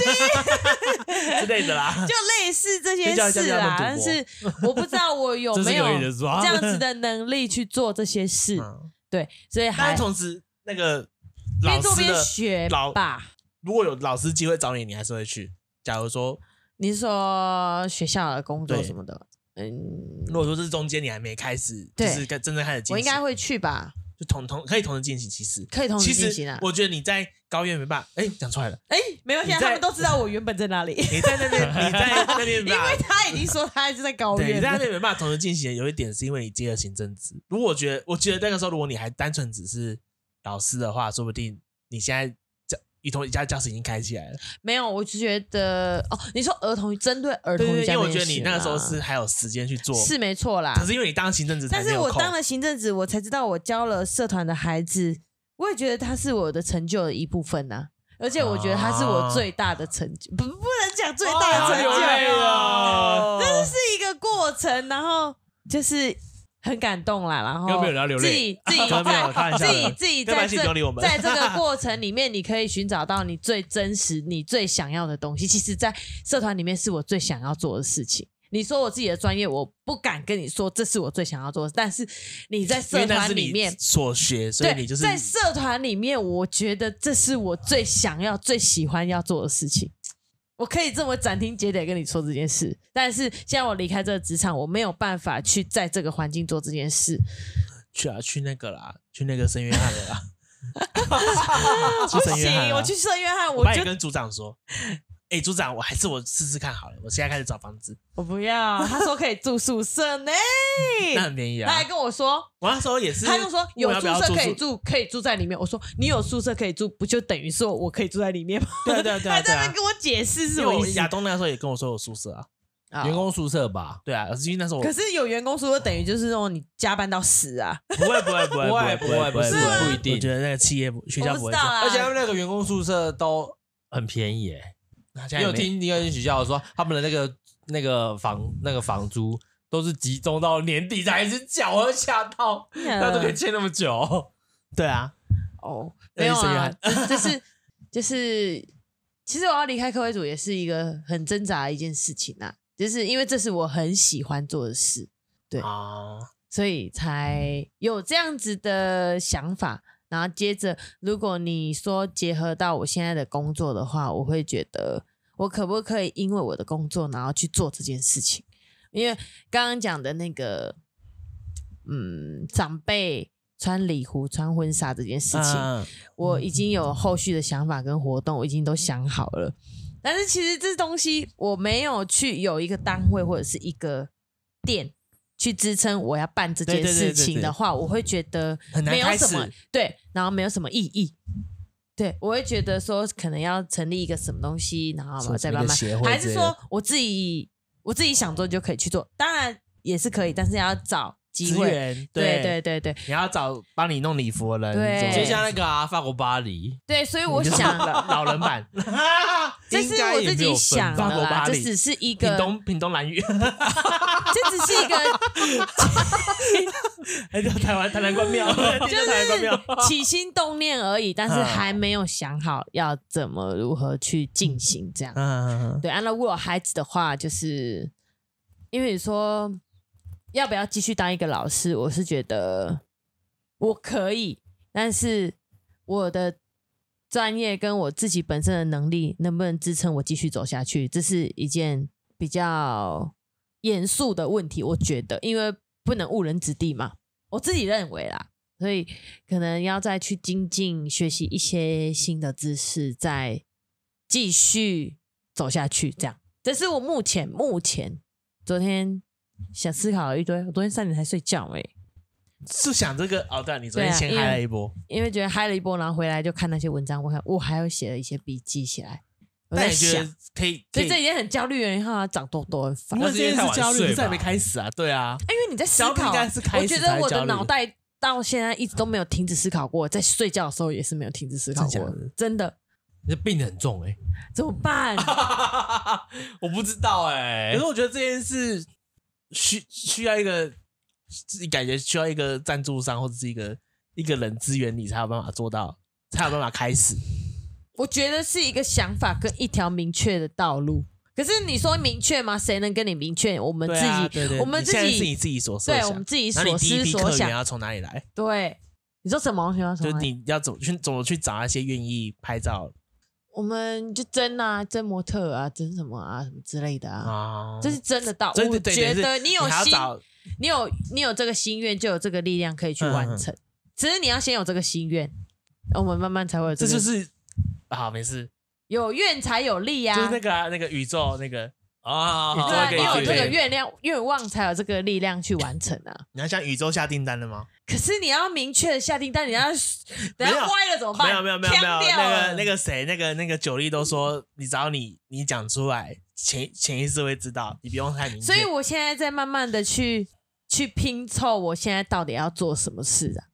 Speaker 2: 之类的啦。
Speaker 3: 就类似这些
Speaker 2: 就叫
Speaker 3: 事
Speaker 2: 叫他们，
Speaker 3: 啦但
Speaker 2: 赌
Speaker 3: 是 我不知道我有
Speaker 1: 这是
Speaker 3: 没
Speaker 1: 个
Speaker 3: 有
Speaker 1: 人的抓
Speaker 3: 这样子的能力去做这些事。
Speaker 2: 嗯
Speaker 3: 对，所以
Speaker 2: 但
Speaker 3: 还
Speaker 2: 是同时，那个老
Speaker 3: 边做
Speaker 2: 师
Speaker 3: 边
Speaker 2: 的，
Speaker 3: 学
Speaker 2: 老
Speaker 3: 吧。
Speaker 2: 如果有老师机会找你，你还是会去。假如说，
Speaker 3: 你是说学校的工作
Speaker 2: 对
Speaker 3: 什么的？嗯，
Speaker 2: 如果说这中间你还没开始，就
Speaker 3: 对
Speaker 2: 是该真正开始进行，
Speaker 3: 我应该会去吧，
Speaker 2: 就同同可以同时进行。其实，
Speaker 3: 可以同
Speaker 2: 其
Speaker 3: 时进
Speaker 2: 实
Speaker 3: 行啊。
Speaker 2: 我觉得你在高院没办法，哎，讲出来了，
Speaker 3: 哎，没关系啊，
Speaker 2: 你在
Speaker 3: 他们都知道我原本在 哪里，
Speaker 2: 你在那边，你在那边
Speaker 3: 因
Speaker 2: 没办
Speaker 3: 为
Speaker 2: 法。
Speaker 3: 他已经说他是在高
Speaker 2: 对，
Speaker 3: 院
Speaker 2: 你在那
Speaker 3: 了。
Speaker 2: 边没办法同时进行，有一点是因为你接了行政职。如果我觉得，我觉得那个时候，如果你还单纯只是老师的话，说不定你现在教一同一家教室已经开起来了。
Speaker 3: 没有，我就觉得哦，你说儿童针对儿
Speaker 2: 对
Speaker 3: 童
Speaker 2: 对，
Speaker 3: 瑜
Speaker 2: 对
Speaker 3: 伽
Speaker 2: 因为我
Speaker 3: 那
Speaker 2: 觉
Speaker 3: 件
Speaker 2: 得你
Speaker 3: 事
Speaker 2: 那个时候
Speaker 3: 嘛
Speaker 2: 是还有时间去做，
Speaker 3: 是没错啦，
Speaker 2: 可是因为你当行政职才
Speaker 3: 但
Speaker 2: 没
Speaker 3: 是
Speaker 2: 有空，
Speaker 3: 我当了行政职，我才知道我教了社团的孩子，我也觉得他是我的成就的一部分呐、而且我觉得他是我最大的成就，不不能讲最大的成就，
Speaker 2: 啊好
Speaker 3: 这
Speaker 2: 累哦
Speaker 3: 是一个过程，然后就是很感动啦，然后
Speaker 1: 要不要聊流
Speaker 3: 自
Speaker 1: 泪
Speaker 3: 己自己
Speaker 2: 没 有开玩笑
Speaker 3: 在自
Speaker 2: 的
Speaker 3: 己自己
Speaker 2: 没
Speaker 3: 在
Speaker 2: 关系
Speaker 3: 这
Speaker 2: 不用理我们
Speaker 3: 在这个过程里面，你可以寻找到你最真实、你最想要的东西。其实，在社团里面是我最想要做的事情。你说我自己的专业，我不敢跟你说这是我最想要做的，但是你在
Speaker 2: 因为
Speaker 3: 社
Speaker 2: 那是
Speaker 3: 团
Speaker 2: 你
Speaker 3: 里面。
Speaker 2: 所学，所以
Speaker 3: 对，
Speaker 2: 你就是
Speaker 3: 在社团里面，我觉得这是我最想要、最喜欢要做的事情。我可以这么斩钉截铁跟你说这件事，但是现在我离开这个职场，我没有办法去在这个环境做这件事。
Speaker 2: 去啊去那个啦，去那个圣约翰了啦。
Speaker 3: 不
Speaker 2: 去圣约翰
Speaker 3: 行，
Speaker 2: 啊
Speaker 3: 我去圣约翰，
Speaker 2: 我
Speaker 3: 我
Speaker 2: 爸
Speaker 3: 就
Speaker 2: 也跟组长说，哎、组长，我还是我试试看好了，我现在开始找房子，
Speaker 5: 我不要，他说可以住宿舍呢，
Speaker 2: 那很便宜啊
Speaker 5: 他。还跟我说，
Speaker 2: 我那时候也是，
Speaker 5: 他就说有
Speaker 2: 我要
Speaker 5: 宿
Speaker 2: 不要
Speaker 5: 舍可以
Speaker 2: 宿
Speaker 5: 住，可以住在里面。我说你有宿舍可以住，不就等于说我可以住在里面吗？
Speaker 2: 对啊对啊对啊
Speaker 5: 还在那
Speaker 2: 对啊
Speaker 5: 边跟我解释是什
Speaker 2: 因为
Speaker 5: 么
Speaker 2: 我
Speaker 5: 意思
Speaker 2: 亚？东那时候也跟我说有宿舍啊，
Speaker 5: 啊
Speaker 1: 员工宿舍吧？
Speaker 2: 对啊，而是因为那时候我
Speaker 5: 可是有员工宿舍等于就是那种你加班到死啊，
Speaker 2: 不会不会不会
Speaker 1: 不会
Speaker 2: 会会
Speaker 1: 不
Speaker 2: 不
Speaker 1: 会不会
Speaker 2: 会
Speaker 1: 不一定
Speaker 2: 我觉得那个企业不学校
Speaker 5: 我
Speaker 2: 不
Speaker 5: 不
Speaker 2: 会
Speaker 5: 知
Speaker 2: 这
Speaker 5: 道
Speaker 2: 样，
Speaker 3: 啊
Speaker 5: 啦。
Speaker 1: 而且他们那个员工宿舍都很便宜耶。
Speaker 2: 那
Speaker 1: 你
Speaker 2: 现在也
Speaker 1: 有
Speaker 2: 没
Speaker 1: 听一个学校说他们的那个那个房那个房租都是集中到年底才一直缴，我吓到，那都可以欠那么久。
Speaker 2: 对啊，
Speaker 3: 啊哦，
Speaker 2: 那
Speaker 3: 没有
Speaker 2: 意思
Speaker 3: 啊
Speaker 2: 也，
Speaker 3: 这这是就是，其实我要离开科威组也是一个很挣扎的一件事情啊，就是因为这是我很喜欢做的事，对
Speaker 2: 啊，
Speaker 3: 所以才有这样子的想法。然后接着，如果你说结合到我现在的工作的话，我会觉得我可不可以因为我的工作然后去做这件事情？因为刚刚讲的那个，嗯，长辈穿礼服、穿婚纱这件事情，
Speaker 2: 嗯
Speaker 3: 我已经有后续的想法跟活动，我已经都想好了。但是其实这东西我没有去有一个单位或者是一个店去支撑我要办这件
Speaker 2: 对对对
Speaker 3: 事情的话，我会觉得
Speaker 2: 很难
Speaker 3: 没有
Speaker 2: 开
Speaker 3: 什么
Speaker 2: 始
Speaker 3: 对，然后没有什么意义。对，我会觉得说可能要成立一个什么东西，然后
Speaker 2: 什么
Speaker 3: 再慢慢
Speaker 2: 协会，
Speaker 3: 还是说我自己我自己想做就可以去做，当然也是可以，但是要找机
Speaker 2: 资
Speaker 3: 会。
Speaker 2: 源？
Speaker 3: 对对对对
Speaker 2: 你要找帮你弄礼服的人，
Speaker 3: 对
Speaker 2: 怎么
Speaker 1: 接下那个啊，法国巴黎，
Speaker 3: 对，所以我
Speaker 2: 你就是
Speaker 3: 想，
Speaker 2: 老 老人版，
Speaker 3: 这是我自己想
Speaker 2: 法
Speaker 3: 的
Speaker 2: 国巴
Speaker 3: 啦，这
Speaker 2: 黎
Speaker 3: 只是一
Speaker 2: 屏
Speaker 3: 个，
Speaker 2: 东屏东蓝屿，
Speaker 3: 这只是一个，
Speaker 2: 还叫台湾台南关 庙，就台南关 庙。
Speaker 3: 就是起心动念而已，但是还没有想好要怎么如何去进行这样。
Speaker 2: 嗯，
Speaker 3: 对，按照我有孩子的话，就是因为你说要不要继续当一个老师，我是觉得我可以，但是我的专业跟我自己本身的能力能不能支撑我继续走下去，这是一件比较严肃的问题，我觉得，因为不能误人子弟嘛，我自己认为啦。所以可能要再去精进学习一些新的知识，再继续走下去，这样。这是我目前目前昨天想思考了一堆，我昨天三点才睡觉哎、
Speaker 2: 就想这个哦，对啊，你昨天
Speaker 3: 对啊
Speaker 2: 先
Speaker 3: 因为
Speaker 2: 嗨了一波，
Speaker 3: 因为觉得嗨了一波，然后回来就看那些文章，我看我还有写了一些笔记起来，我
Speaker 2: 但
Speaker 3: 在
Speaker 2: 你觉
Speaker 3: 想
Speaker 2: 得，可以？可
Speaker 3: 所
Speaker 2: 以
Speaker 3: 以这已经很焦虑了，你看他长痘痘很烦，
Speaker 2: 因
Speaker 3: 因
Speaker 2: 为
Speaker 3: 为
Speaker 2: 这件事焦虑，
Speaker 1: 那是因为太晚睡吧
Speaker 2: 可是还没开始啊，对啊，
Speaker 3: 你在思
Speaker 2: 焦虑
Speaker 3: 考
Speaker 2: 应该
Speaker 3: 啊，
Speaker 2: 是开
Speaker 3: 我
Speaker 2: 始
Speaker 3: 觉
Speaker 2: 才
Speaker 3: 得
Speaker 2: 会
Speaker 3: 我
Speaker 2: 焦
Speaker 3: 的
Speaker 2: 虑
Speaker 3: 脑袋到现在一直都没有停止思考过，在睡觉的时候也是没有停止思考
Speaker 2: 真假
Speaker 3: 过
Speaker 2: 的，
Speaker 3: 真的
Speaker 1: 这病得很重哎。
Speaker 3: 怎么办？
Speaker 1: 我不知道哎
Speaker 2: 可是，我觉得这件事需需要一个，自己感觉需要一个赞助商或者是一个一个人支援你才有办法做到，才有办法开始。
Speaker 3: 我觉得是一个想法跟一条明确的道路。可是你说明确吗？谁能跟你明确？我们自
Speaker 2: 对
Speaker 3: 己，
Speaker 2: 啊，对对，
Speaker 3: 我们
Speaker 2: 你
Speaker 3: 自
Speaker 2: 现在是你
Speaker 3: 己，
Speaker 2: 自己啊所设
Speaker 3: 对
Speaker 2: 想，
Speaker 3: 我们自己
Speaker 2: 那你
Speaker 3: 所
Speaker 2: 第一
Speaker 3: 思
Speaker 2: 批
Speaker 3: 所
Speaker 2: 客源
Speaker 3: 想。
Speaker 2: 要从哪里来？
Speaker 3: 对，你说什么？你说什
Speaker 2: 就
Speaker 3: 么
Speaker 2: 是？你要怎么去怎么去找那些愿意拍照
Speaker 3: 我们就争啊，争模特啊，争什么啊，什么之类的啊，
Speaker 2: 啊？
Speaker 3: 这是真的道。
Speaker 2: 所以
Speaker 3: 我
Speaker 2: 对
Speaker 3: 觉
Speaker 2: 对
Speaker 3: 得
Speaker 2: 对
Speaker 3: 你
Speaker 2: 你
Speaker 3: 有
Speaker 2: 还要
Speaker 3: 心，
Speaker 2: 找
Speaker 3: 你有你有这个心愿，就有这个力量可以去
Speaker 2: 嗯嗯
Speaker 3: 完成。只是你要先有这个心愿，我们慢慢才会有
Speaker 2: 这
Speaker 3: 这个。
Speaker 2: 就是啊，没事，
Speaker 3: 有愿才有力呀、
Speaker 2: 就是
Speaker 3: 啊
Speaker 2: 那。个啊那个宇宙那个，
Speaker 1: 啊，
Speaker 2: 你
Speaker 3: 对
Speaker 2: 做
Speaker 3: 啊，
Speaker 2: 一
Speaker 3: 你
Speaker 2: 个
Speaker 3: 有
Speaker 2: 预
Speaker 3: 这个
Speaker 2: 备
Speaker 3: 愿量愿望，才有这个力量去完成啊。
Speaker 2: 你要向宇宙下订单了吗？
Speaker 3: 可是你要明确的下定，但你要
Speaker 2: 没
Speaker 3: 等
Speaker 2: 有
Speaker 3: 下歪了怎么办？
Speaker 2: 没有没有没有没有，
Speaker 3: 呛
Speaker 2: 那
Speaker 3: 掉
Speaker 2: 个
Speaker 3: 了
Speaker 2: 那个谁，那个那个九力都说，你只要你你讲出来，潜潜意识会知道，你不用太明确。
Speaker 3: 所以我现在在慢慢的去去拼凑，我现在到底要做什么事啊？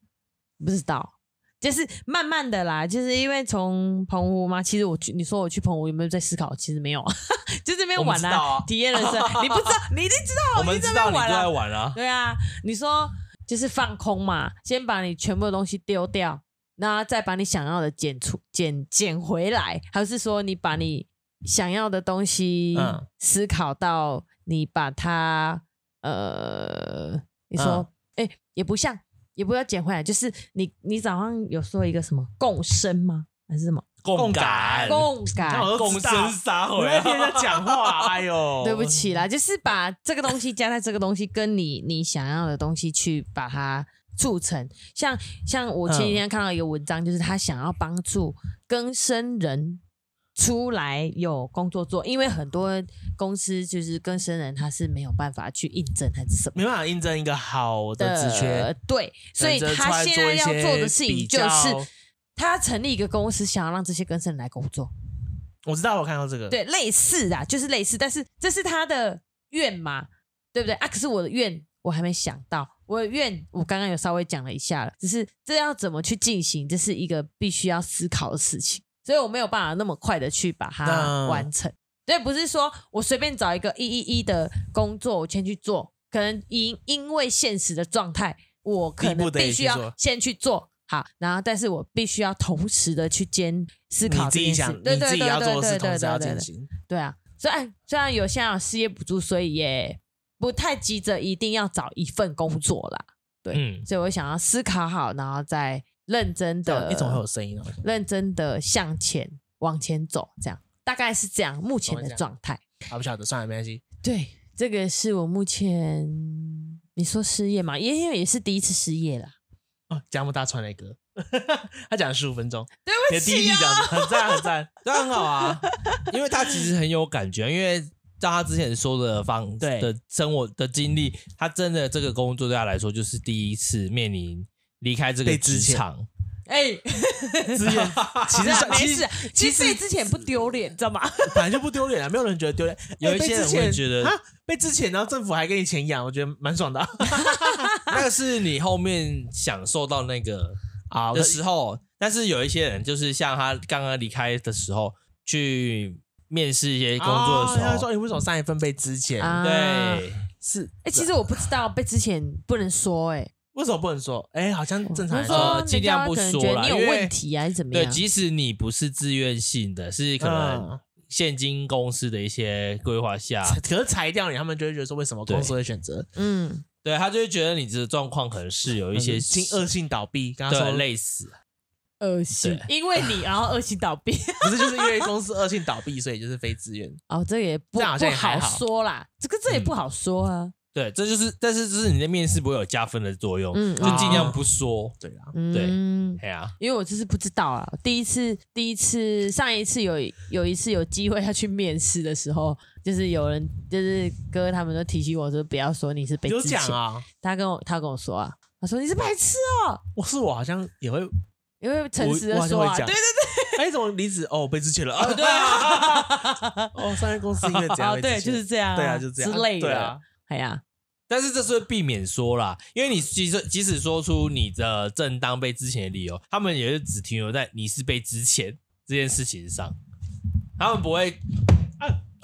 Speaker 3: 不知道，就是慢慢的啦，就是因为从澎湖嘛，其实我去，你说我去澎湖有没有在思考？其实没有， 就这边
Speaker 1: 我们
Speaker 3: 玩
Speaker 1: 知
Speaker 3: 啦、
Speaker 1: 道啊
Speaker 3: 体验人生。你不知道，你一定知道，
Speaker 1: 我们
Speaker 3: 已经
Speaker 1: 知
Speaker 3: 在
Speaker 1: 道
Speaker 3: 那
Speaker 1: 你
Speaker 3: 边
Speaker 1: 都
Speaker 3: 玩
Speaker 1: 在
Speaker 3: 了。
Speaker 1: 玩啊，
Speaker 3: 对啊，你说就是放空嘛，先把你全部的东西丢掉，那再把你想要的捡出捡捡回来，还是说你把你想要的东西
Speaker 2: 嗯
Speaker 3: 思考到你把它、呃，你说
Speaker 2: 嗯
Speaker 3: 哎、诶也不像，也不要捡回来，就是你你早上有说一个什么共生吗？还是什么
Speaker 2: 共感嗯
Speaker 3: 共
Speaker 2: 那
Speaker 3: 感？
Speaker 2: 我都
Speaker 1: 共
Speaker 2: 知道
Speaker 1: 生杀
Speaker 2: 我
Speaker 1: 回
Speaker 2: 在
Speaker 1: 来，
Speaker 2: 听人家讲话，哎呦，
Speaker 3: 对不，起啦，就是把这个东西加在这个东西，跟你你想要的东西去把它促成。像像我前几天看到一个文章，就是他想要帮助更生人出来有工作做，因为很多公司就是跟生人他是没有办法去应征还是什么。
Speaker 2: 没办法印证一个好的
Speaker 3: 的
Speaker 2: 职缺，
Speaker 3: 对，所以
Speaker 2: 只能
Speaker 3: 他现在要
Speaker 2: 出来
Speaker 3: 做
Speaker 2: 一些
Speaker 3: 的事
Speaker 2: 比
Speaker 3: 情就
Speaker 2: 较
Speaker 3: 是，他成立一个公司，想要让这些跟生人来工作，
Speaker 2: 我知道我看到这个，
Speaker 3: 对，类似啊，就是类似，但是这是他的愿嘛，对不对啊？可是我的愿我还没想到，我的愿我刚刚有稍微讲了一下了，只是这要怎么去进行，这是一个必须要思考的事情，所以我没有办法那么快的去把它
Speaker 2: 那
Speaker 3: 完成。对，不是说我随便找一个一一一的工作我先去做，可能因因为现实的状态，我可
Speaker 2: 逼
Speaker 3: 能
Speaker 2: 不得已
Speaker 3: 必须
Speaker 2: 去
Speaker 3: 要
Speaker 2: 做
Speaker 3: 先去做。好，然后但是我必须要同时的去兼思考
Speaker 2: 你自
Speaker 3: 这
Speaker 2: 己
Speaker 3: 件事
Speaker 2: 想，，
Speaker 3: 对
Speaker 2: 你
Speaker 3: 对
Speaker 2: 自己
Speaker 3: 对
Speaker 2: 要
Speaker 3: 对
Speaker 2: 做的事，
Speaker 3: 对
Speaker 2: 同
Speaker 3: 对
Speaker 2: 时要
Speaker 3: 对对
Speaker 2: 进行。
Speaker 3: 对啊，虽然虽然有现在有失业补助，所以也不太急着一定要找一份工作啦。对，
Speaker 1: 嗯
Speaker 3: 所以我想要思考好，然后再认真
Speaker 2: 对，啊
Speaker 3: 的
Speaker 2: 你怎么会有声音呢？哦
Speaker 3: 认真的向前往前走，这样大概是这样目前
Speaker 2: 怎么会这
Speaker 3: 的
Speaker 2: 样
Speaker 3: 状态。
Speaker 2: 啊，不晓得，算了，没关系。
Speaker 3: 对，这个是我目前你说失业嘛，也因为也是第一次失业啦。
Speaker 2: 哦，加木大川的歌， 他讲了十五分钟，
Speaker 3: 对
Speaker 2: 你
Speaker 3: 不
Speaker 2: 的第一
Speaker 3: 起
Speaker 2: 句
Speaker 3: 啊，
Speaker 2: 讲得很赞很赞，
Speaker 1: 这很好啊，因为他其实很有感觉，因为照他之前说的方
Speaker 2: 对
Speaker 1: 的生活的经历，他真的这个工作对他来说就是第一次面临离开这个
Speaker 2: 被之
Speaker 1: 职
Speaker 2: 前
Speaker 1: 场，
Speaker 3: 哎，
Speaker 2: 之 前其实
Speaker 3: 对啊
Speaker 2: 算
Speaker 3: 没
Speaker 2: 其实
Speaker 3: 事，其实被之前不丢脸，你知道吗？
Speaker 2: 本来就不丢脸啊，没有人觉得丢 脸。
Speaker 1: 有
Speaker 2: 哎
Speaker 1: 一
Speaker 2: 被
Speaker 1: 些人
Speaker 2: 之前
Speaker 1: 会觉得
Speaker 2: 啊，被之前，然后政府还给你钱养，我觉得蛮爽 的啊
Speaker 1: 那个是你后面享受到那个
Speaker 2: 啊。
Speaker 1: 的时候，但是有一些人就是像他刚刚离开的时候去面试一些工作的时
Speaker 2: 哦啊他
Speaker 1: 候，
Speaker 2: 说你为什么上一份被之前
Speaker 3: 啊
Speaker 1: 对，
Speaker 2: 是
Speaker 3: 哎、其实我不知道被之前不能说、哎，
Speaker 2: 为什么不能说？哎，好像正常来
Speaker 3: 我是
Speaker 2: 说，
Speaker 3: 说
Speaker 1: 尽量不说啦
Speaker 3: 人家可能觉得你有问题啊，还是怎么
Speaker 1: 对，
Speaker 3: 样？
Speaker 1: 即使你不是自愿性的，是可能
Speaker 2: 嗯，
Speaker 1: 现今公司的一些规划下，
Speaker 2: 啊可是裁掉你，他们就会觉得说为什么公司会选择
Speaker 3: 嗯，
Speaker 1: 对他就会觉得你这个状况可能是有
Speaker 2: 有
Speaker 1: 一些
Speaker 2: 经嗯恶性倒闭，刚刚
Speaker 1: 对
Speaker 2: 说
Speaker 1: 类似，
Speaker 3: 恶心，因为你然后恶心倒闭。
Speaker 2: 不是就是因为公司恶性倒闭，所以就是非自愿。
Speaker 3: 哦，这个也不
Speaker 2: 这样好像
Speaker 3: 不
Speaker 2: 也还
Speaker 3: 好
Speaker 2: 好嗯
Speaker 3: 说啦，这个这也不好说啊。
Speaker 1: 对，这就是，但是就是你的面试不会有加分的作用，
Speaker 3: 嗯
Speaker 1: 就尽
Speaker 2: 哦
Speaker 1: 量不说，
Speaker 2: 对啊，
Speaker 1: 对
Speaker 3: 嗯，
Speaker 1: 哎呀、
Speaker 3: 因为我就是不知道啊，第一次第一次上一次有有一次有机会要去面试的时候，就是有人就是哥他们都提醒我说不要说你是被
Speaker 2: 有
Speaker 3: 之
Speaker 2: 讲
Speaker 3: 前，
Speaker 2: 啊，
Speaker 3: 他跟我他跟我说啊，他说你是白痴哦，
Speaker 2: 我是我好像也会，
Speaker 3: 因为诚实
Speaker 2: 我
Speaker 3: 的
Speaker 2: 我
Speaker 3: 说
Speaker 2: 好像会
Speaker 3: 啊，
Speaker 2: 讲，
Speaker 3: 对对
Speaker 2: 哎，你怎么离职？哦，被之前了。哦，对啊， 哦，上一公司因为 这样
Speaker 3: 啊，
Speaker 2: 被
Speaker 3: 对，
Speaker 2: 之前
Speaker 3: 就是这样啊，
Speaker 2: 对啊，就这样
Speaker 3: 之类
Speaker 2: 对
Speaker 3: 的
Speaker 2: 啊，，
Speaker 3: 哎呀，
Speaker 1: 但是这是会避免说啦，因为你即使即使说出你的正当被之前的理由，他们也是只停留在你是被之前这件事情上，他们不会，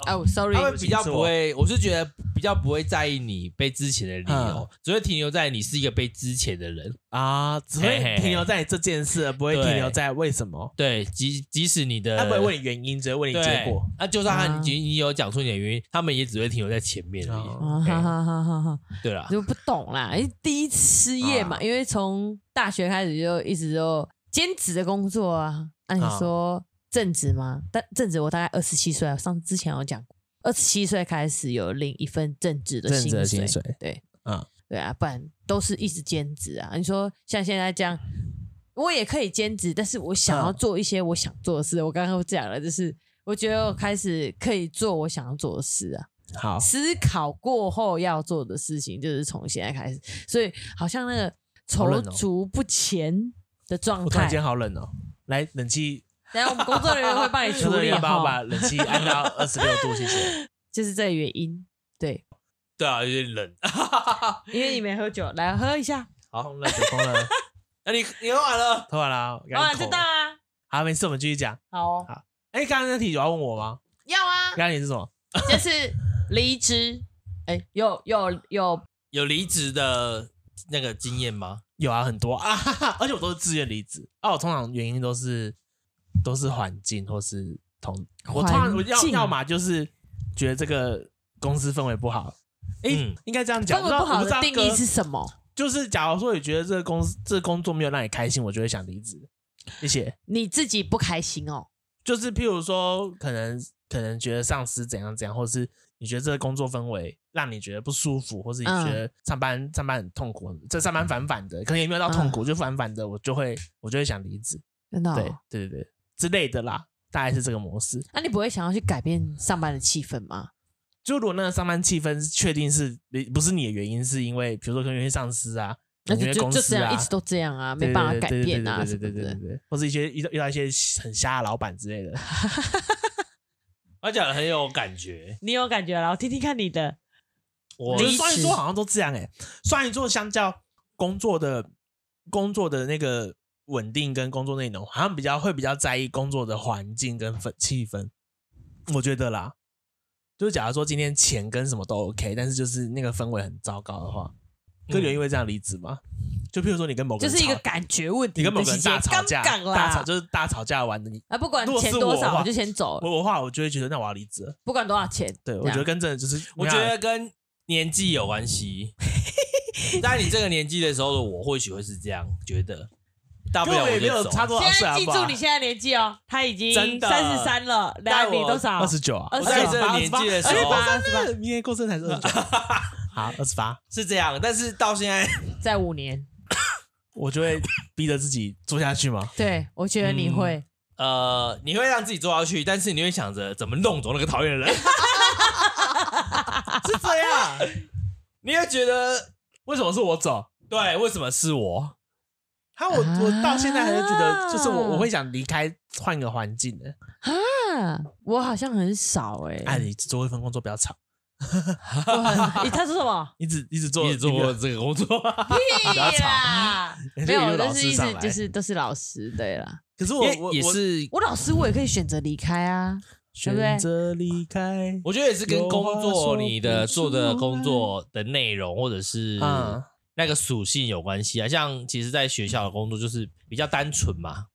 Speaker 3: 哦，sorry，
Speaker 1: 他们比较不会，我是觉得比较不会在意你被之前的理由，
Speaker 2: 嗯
Speaker 1: 只会停留在你是一个被之前的人。
Speaker 2: 啊，只
Speaker 1: 嘿嘿
Speaker 2: 会
Speaker 1: 嘿
Speaker 2: 停留在这件事，而不会
Speaker 1: 对
Speaker 2: 停留在为什么。
Speaker 1: 对，即即使你的
Speaker 2: 他不会问你原因，只会问你
Speaker 1: 对
Speaker 2: 结果。，
Speaker 1: 那、就算他
Speaker 3: 啊
Speaker 1: 你你有讲出你的原因，他们也只会停留在前面而已。
Speaker 2: 哦
Speaker 3: 啊，哈哈哈哈哈，
Speaker 1: 对啦，
Speaker 3: 就不懂啦，因为第一次失业嘛，
Speaker 2: 啊
Speaker 3: 因为从大学开始就一直就兼职的工作啊，按、
Speaker 2: 啊
Speaker 3: 你说正职吗？但正职我大概二十七岁啊，上次之前有讲过，二十七岁开始有领一份正职的
Speaker 2: 正职
Speaker 3: 薪
Speaker 2: 的
Speaker 3: 水，
Speaker 2: 薪水
Speaker 3: 对，
Speaker 2: 啊
Speaker 3: 对啊，不然都是一直兼职啊。你说像现在这样，我也可以兼职，但是我想要
Speaker 2: 啊
Speaker 3: 做一些我想做的事。我刚刚讲了，就是我觉得我开始可以做我想要做的事啊。
Speaker 2: 好，
Speaker 3: 思考过后要做的事情，就是从现在开始。所以好像那个
Speaker 2: 好冷
Speaker 3: 踌
Speaker 2: 哦
Speaker 3: 躇不前的状
Speaker 2: 我突然
Speaker 3: 态。
Speaker 2: 间好冷哦，来冷气，
Speaker 3: 等一下我们工作人员会 帮你处
Speaker 2: 工作人
Speaker 3: 理哦
Speaker 2: 员帮我把
Speaker 3: 哈，
Speaker 2: 冷气按 到二十六度，谢谢。
Speaker 3: 就是这个原因。对，
Speaker 1: 对啊，有点冷。
Speaker 3: 因为你没喝酒，来喝一下，
Speaker 2: 好，疯了，解封了，
Speaker 1: 那、你你喝完了？
Speaker 2: 喝完了啊，
Speaker 3: 哇，
Speaker 2: 口
Speaker 3: 知道啊，
Speaker 2: 好，没事，我们继续讲。
Speaker 3: 好哦，
Speaker 2: 哎，刚刚那题有要问我吗？
Speaker 3: 要啊
Speaker 2: 刚，刚你是什么？
Speaker 3: 就是离职，哎，有有有，
Speaker 1: 有离职的那个经验吗？
Speaker 2: 有啊，很多啊，哈哈而且我都是自愿离职啊。我通常原因都是都是环境或是同我通常我
Speaker 3: 环
Speaker 2: 要
Speaker 3: 境
Speaker 2: 要么就是觉得这个公司氛围不好，哎、
Speaker 1: 嗯
Speaker 2: 应该这样讲。
Speaker 3: 氛
Speaker 2: 我不
Speaker 3: 围
Speaker 2: 知道
Speaker 3: 不
Speaker 2: 我
Speaker 3: 好
Speaker 2: 不知
Speaker 3: 的
Speaker 2: 道
Speaker 3: 定
Speaker 2: 哥
Speaker 3: 义是什么？
Speaker 2: 就是假如说你觉得这个公司这个工作没有让你开心，我就会想离职。谢谢。
Speaker 3: 你自己不开心哦，
Speaker 2: 就是譬如说，可能可能觉得上司怎样怎样，或是你觉得这个工作氛围让你觉得不舒服，或是你
Speaker 3: 嗯
Speaker 2: 觉得上班、上班很痛苦，这上班反反的，可能也没有到痛苦，就反反的，我就会我就会想离职。
Speaker 3: 真的哦
Speaker 2: 对对对对之类的啦。大概是这个模式。
Speaker 3: 那、你不会想要去改变上班的气氛吗？
Speaker 2: 就如果那个上班气氛是确定是你不是你的原因，是因为比如说可能因为上司啊，
Speaker 3: 那
Speaker 2: 因
Speaker 3: 就
Speaker 2: 为
Speaker 3: 就
Speaker 2: 公
Speaker 3: 就
Speaker 2: 司
Speaker 3: 这样，
Speaker 2: 啊
Speaker 3: 一，直都这样啊，
Speaker 2: 对
Speaker 3: 没办法改变啊，
Speaker 2: 对
Speaker 3: 什
Speaker 2: 对
Speaker 3: 么
Speaker 2: 对对对对
Speaker 3: 的。
Speaker 2: 对对对，或是一些遇到遇到一些很瞎的老板之类的。
Speaker 1: 他讲的很有感觉。
Speaker 3: 你有感觉了？我听听看你的。
Speaker 2: 我
Speaker 1: 我
Speaker 2: 觉得
Speaker 3: 离
Speaker 2: 双鱼
Speaker 3: 职
Speaker 2: 座好像都这样哎、欸，双鱼座相较工作的工作的那个稳定跟工作内容，好像比较会比较在意工作的环境跟氛气氛，我觉得啦。就是假如说今天钱跟什么都 OK，但是就是那个氛围很糟糕的话，会
Speaker 1: 嗯
Speaker 2: 有因为这样离职吗？嗯就譬如说你跟某个
Speaker 3: 就
Speaker 2: 人
Speaker 3: 是一个
Speaker 2: 吵
Speaker 3: 感觉问题，
Speaker 2: 你跟某个
Speaker 3: 直
Speaker 2: 人
Speaker 3: 接
Speaker 2: 大吵架，
Speaker 3: 杠杠啦
Speaker 2: 大吵就是大吵架完的你，
Speaker 3: 啊，不管
Speaker 2: 如果
Speaker 3: 钱
Speaker 2: 是
Speaker 3: 多
Speaker 2: 我的
Speaker 3: 少，
Speaker 2: 话
Speaker 3: 我就先走了，
Speaker 2: 我的话我就会觉得那我要离职了。
Speaker 3: 不管多少钱。
Speaker 2: 对，
Speaker 3: 这
Speaker 2: 我
Speaker 3: 样
Speaker 2: 觉得跟真的就是，
Speaker 1: 我觉得跟年纪有关 系。在你这个年纪的时候的我，或许会是这样觉得，大不
Speaker 2: 跟
Speaker 1: 了
Speaker 2: 我也
Speaker 1: 我
Speaker 2: 没
Speaker 1: 就
Speaker 2: 有
Speaker 1: 走。
Speaker 2: 差多少
Speaker 3: 现
Speaker 2: 岁
Speaker 3: 在
Speaker 2: 好
Speaker 3: 记
Speaker 2: 不好
Speaker 3: 住你现在年纪哦，他已经
Speaker 1: 真的
Speaker 3: 三十三了，那
Speaker 1: 但
Speaker 3: 你
Speaker 1: 我
Speaker 3: 多少？
Speaker 2: 二十九啊，
Speaker 3: 二
Speaker 1: 我
Speaker 3: 十
Speaker 1: 在
Speaker 3: 九
Speaker 1: 这个年纪的时
Speaker 3: 二十
Speaker 1: 候
Speaker 3: 八，二十八，
Speaker 2: 明年过生才是二十 九，好，二十八，
Speaker 1: 是这样，但是到现在
Speaker 3: 在五年。
Speaker 2: 我就会逼着自己做下去嘛。
Speaker 3: 对，我觉得你会。
Speaker 1: 呃，你会让自己做下去，但是你会想着怎么弄走那个讨厌 的人，是这样。你会觉得
Speaker 2: 为什么是我走？
Speaker 1: 对，为什么是我？
Speaker 2: 他我我到现在还是觉得，
Speaker 3: 啊
Speaker 2: 就是我我会想离开，换个环境的。
Speaker 3: 啊， 我好像很少哎、
Speaker 2: 哎，你只做一份工作不要吵，
Speaker 3: 我 很欸你他说什么？
Speaker 2: 你只一直做
Speaker 1: 一直做
Speaker 2: 一
Speaker 1: 过
Speaker 2: 个
Speaker 1: 这个工作，
Speaker 2: 不要吵。
Speaker 3: 啦，
Speaker 2: 你
Speaker 3: 没
Speaker 2: 就一路
Speaker 3: 有，
Speaker 2: 老
Speaker 3: 但
Speaker 2: 师
Speaker 3: 是意
Speaker 2: 上
Speaker 3: 思
Speaker 2: 来
Speaker 3: 就是都是老师，对啦。
Speaker 2: 可是我我
Speaker 1: 也也
Speaker 2: 我
Speaker 1: 是，
Speaker 3: 我老师我也可以选择离开啊，对不对
Speaker 2: 选择离开。
Speaker 1: 我觉得也是跟工
Speaker 2: 有话说
Speaker 1: 作
Speaker 2: 不
Speaker 1: 你的做
Speaker 2: 出来
Speaker 1: 的工作的内容或者是
Speaker 2: 嗯
Speaker 1: 那个属性有关系啊。像其实，在学校的工作就是比较单纯嘛，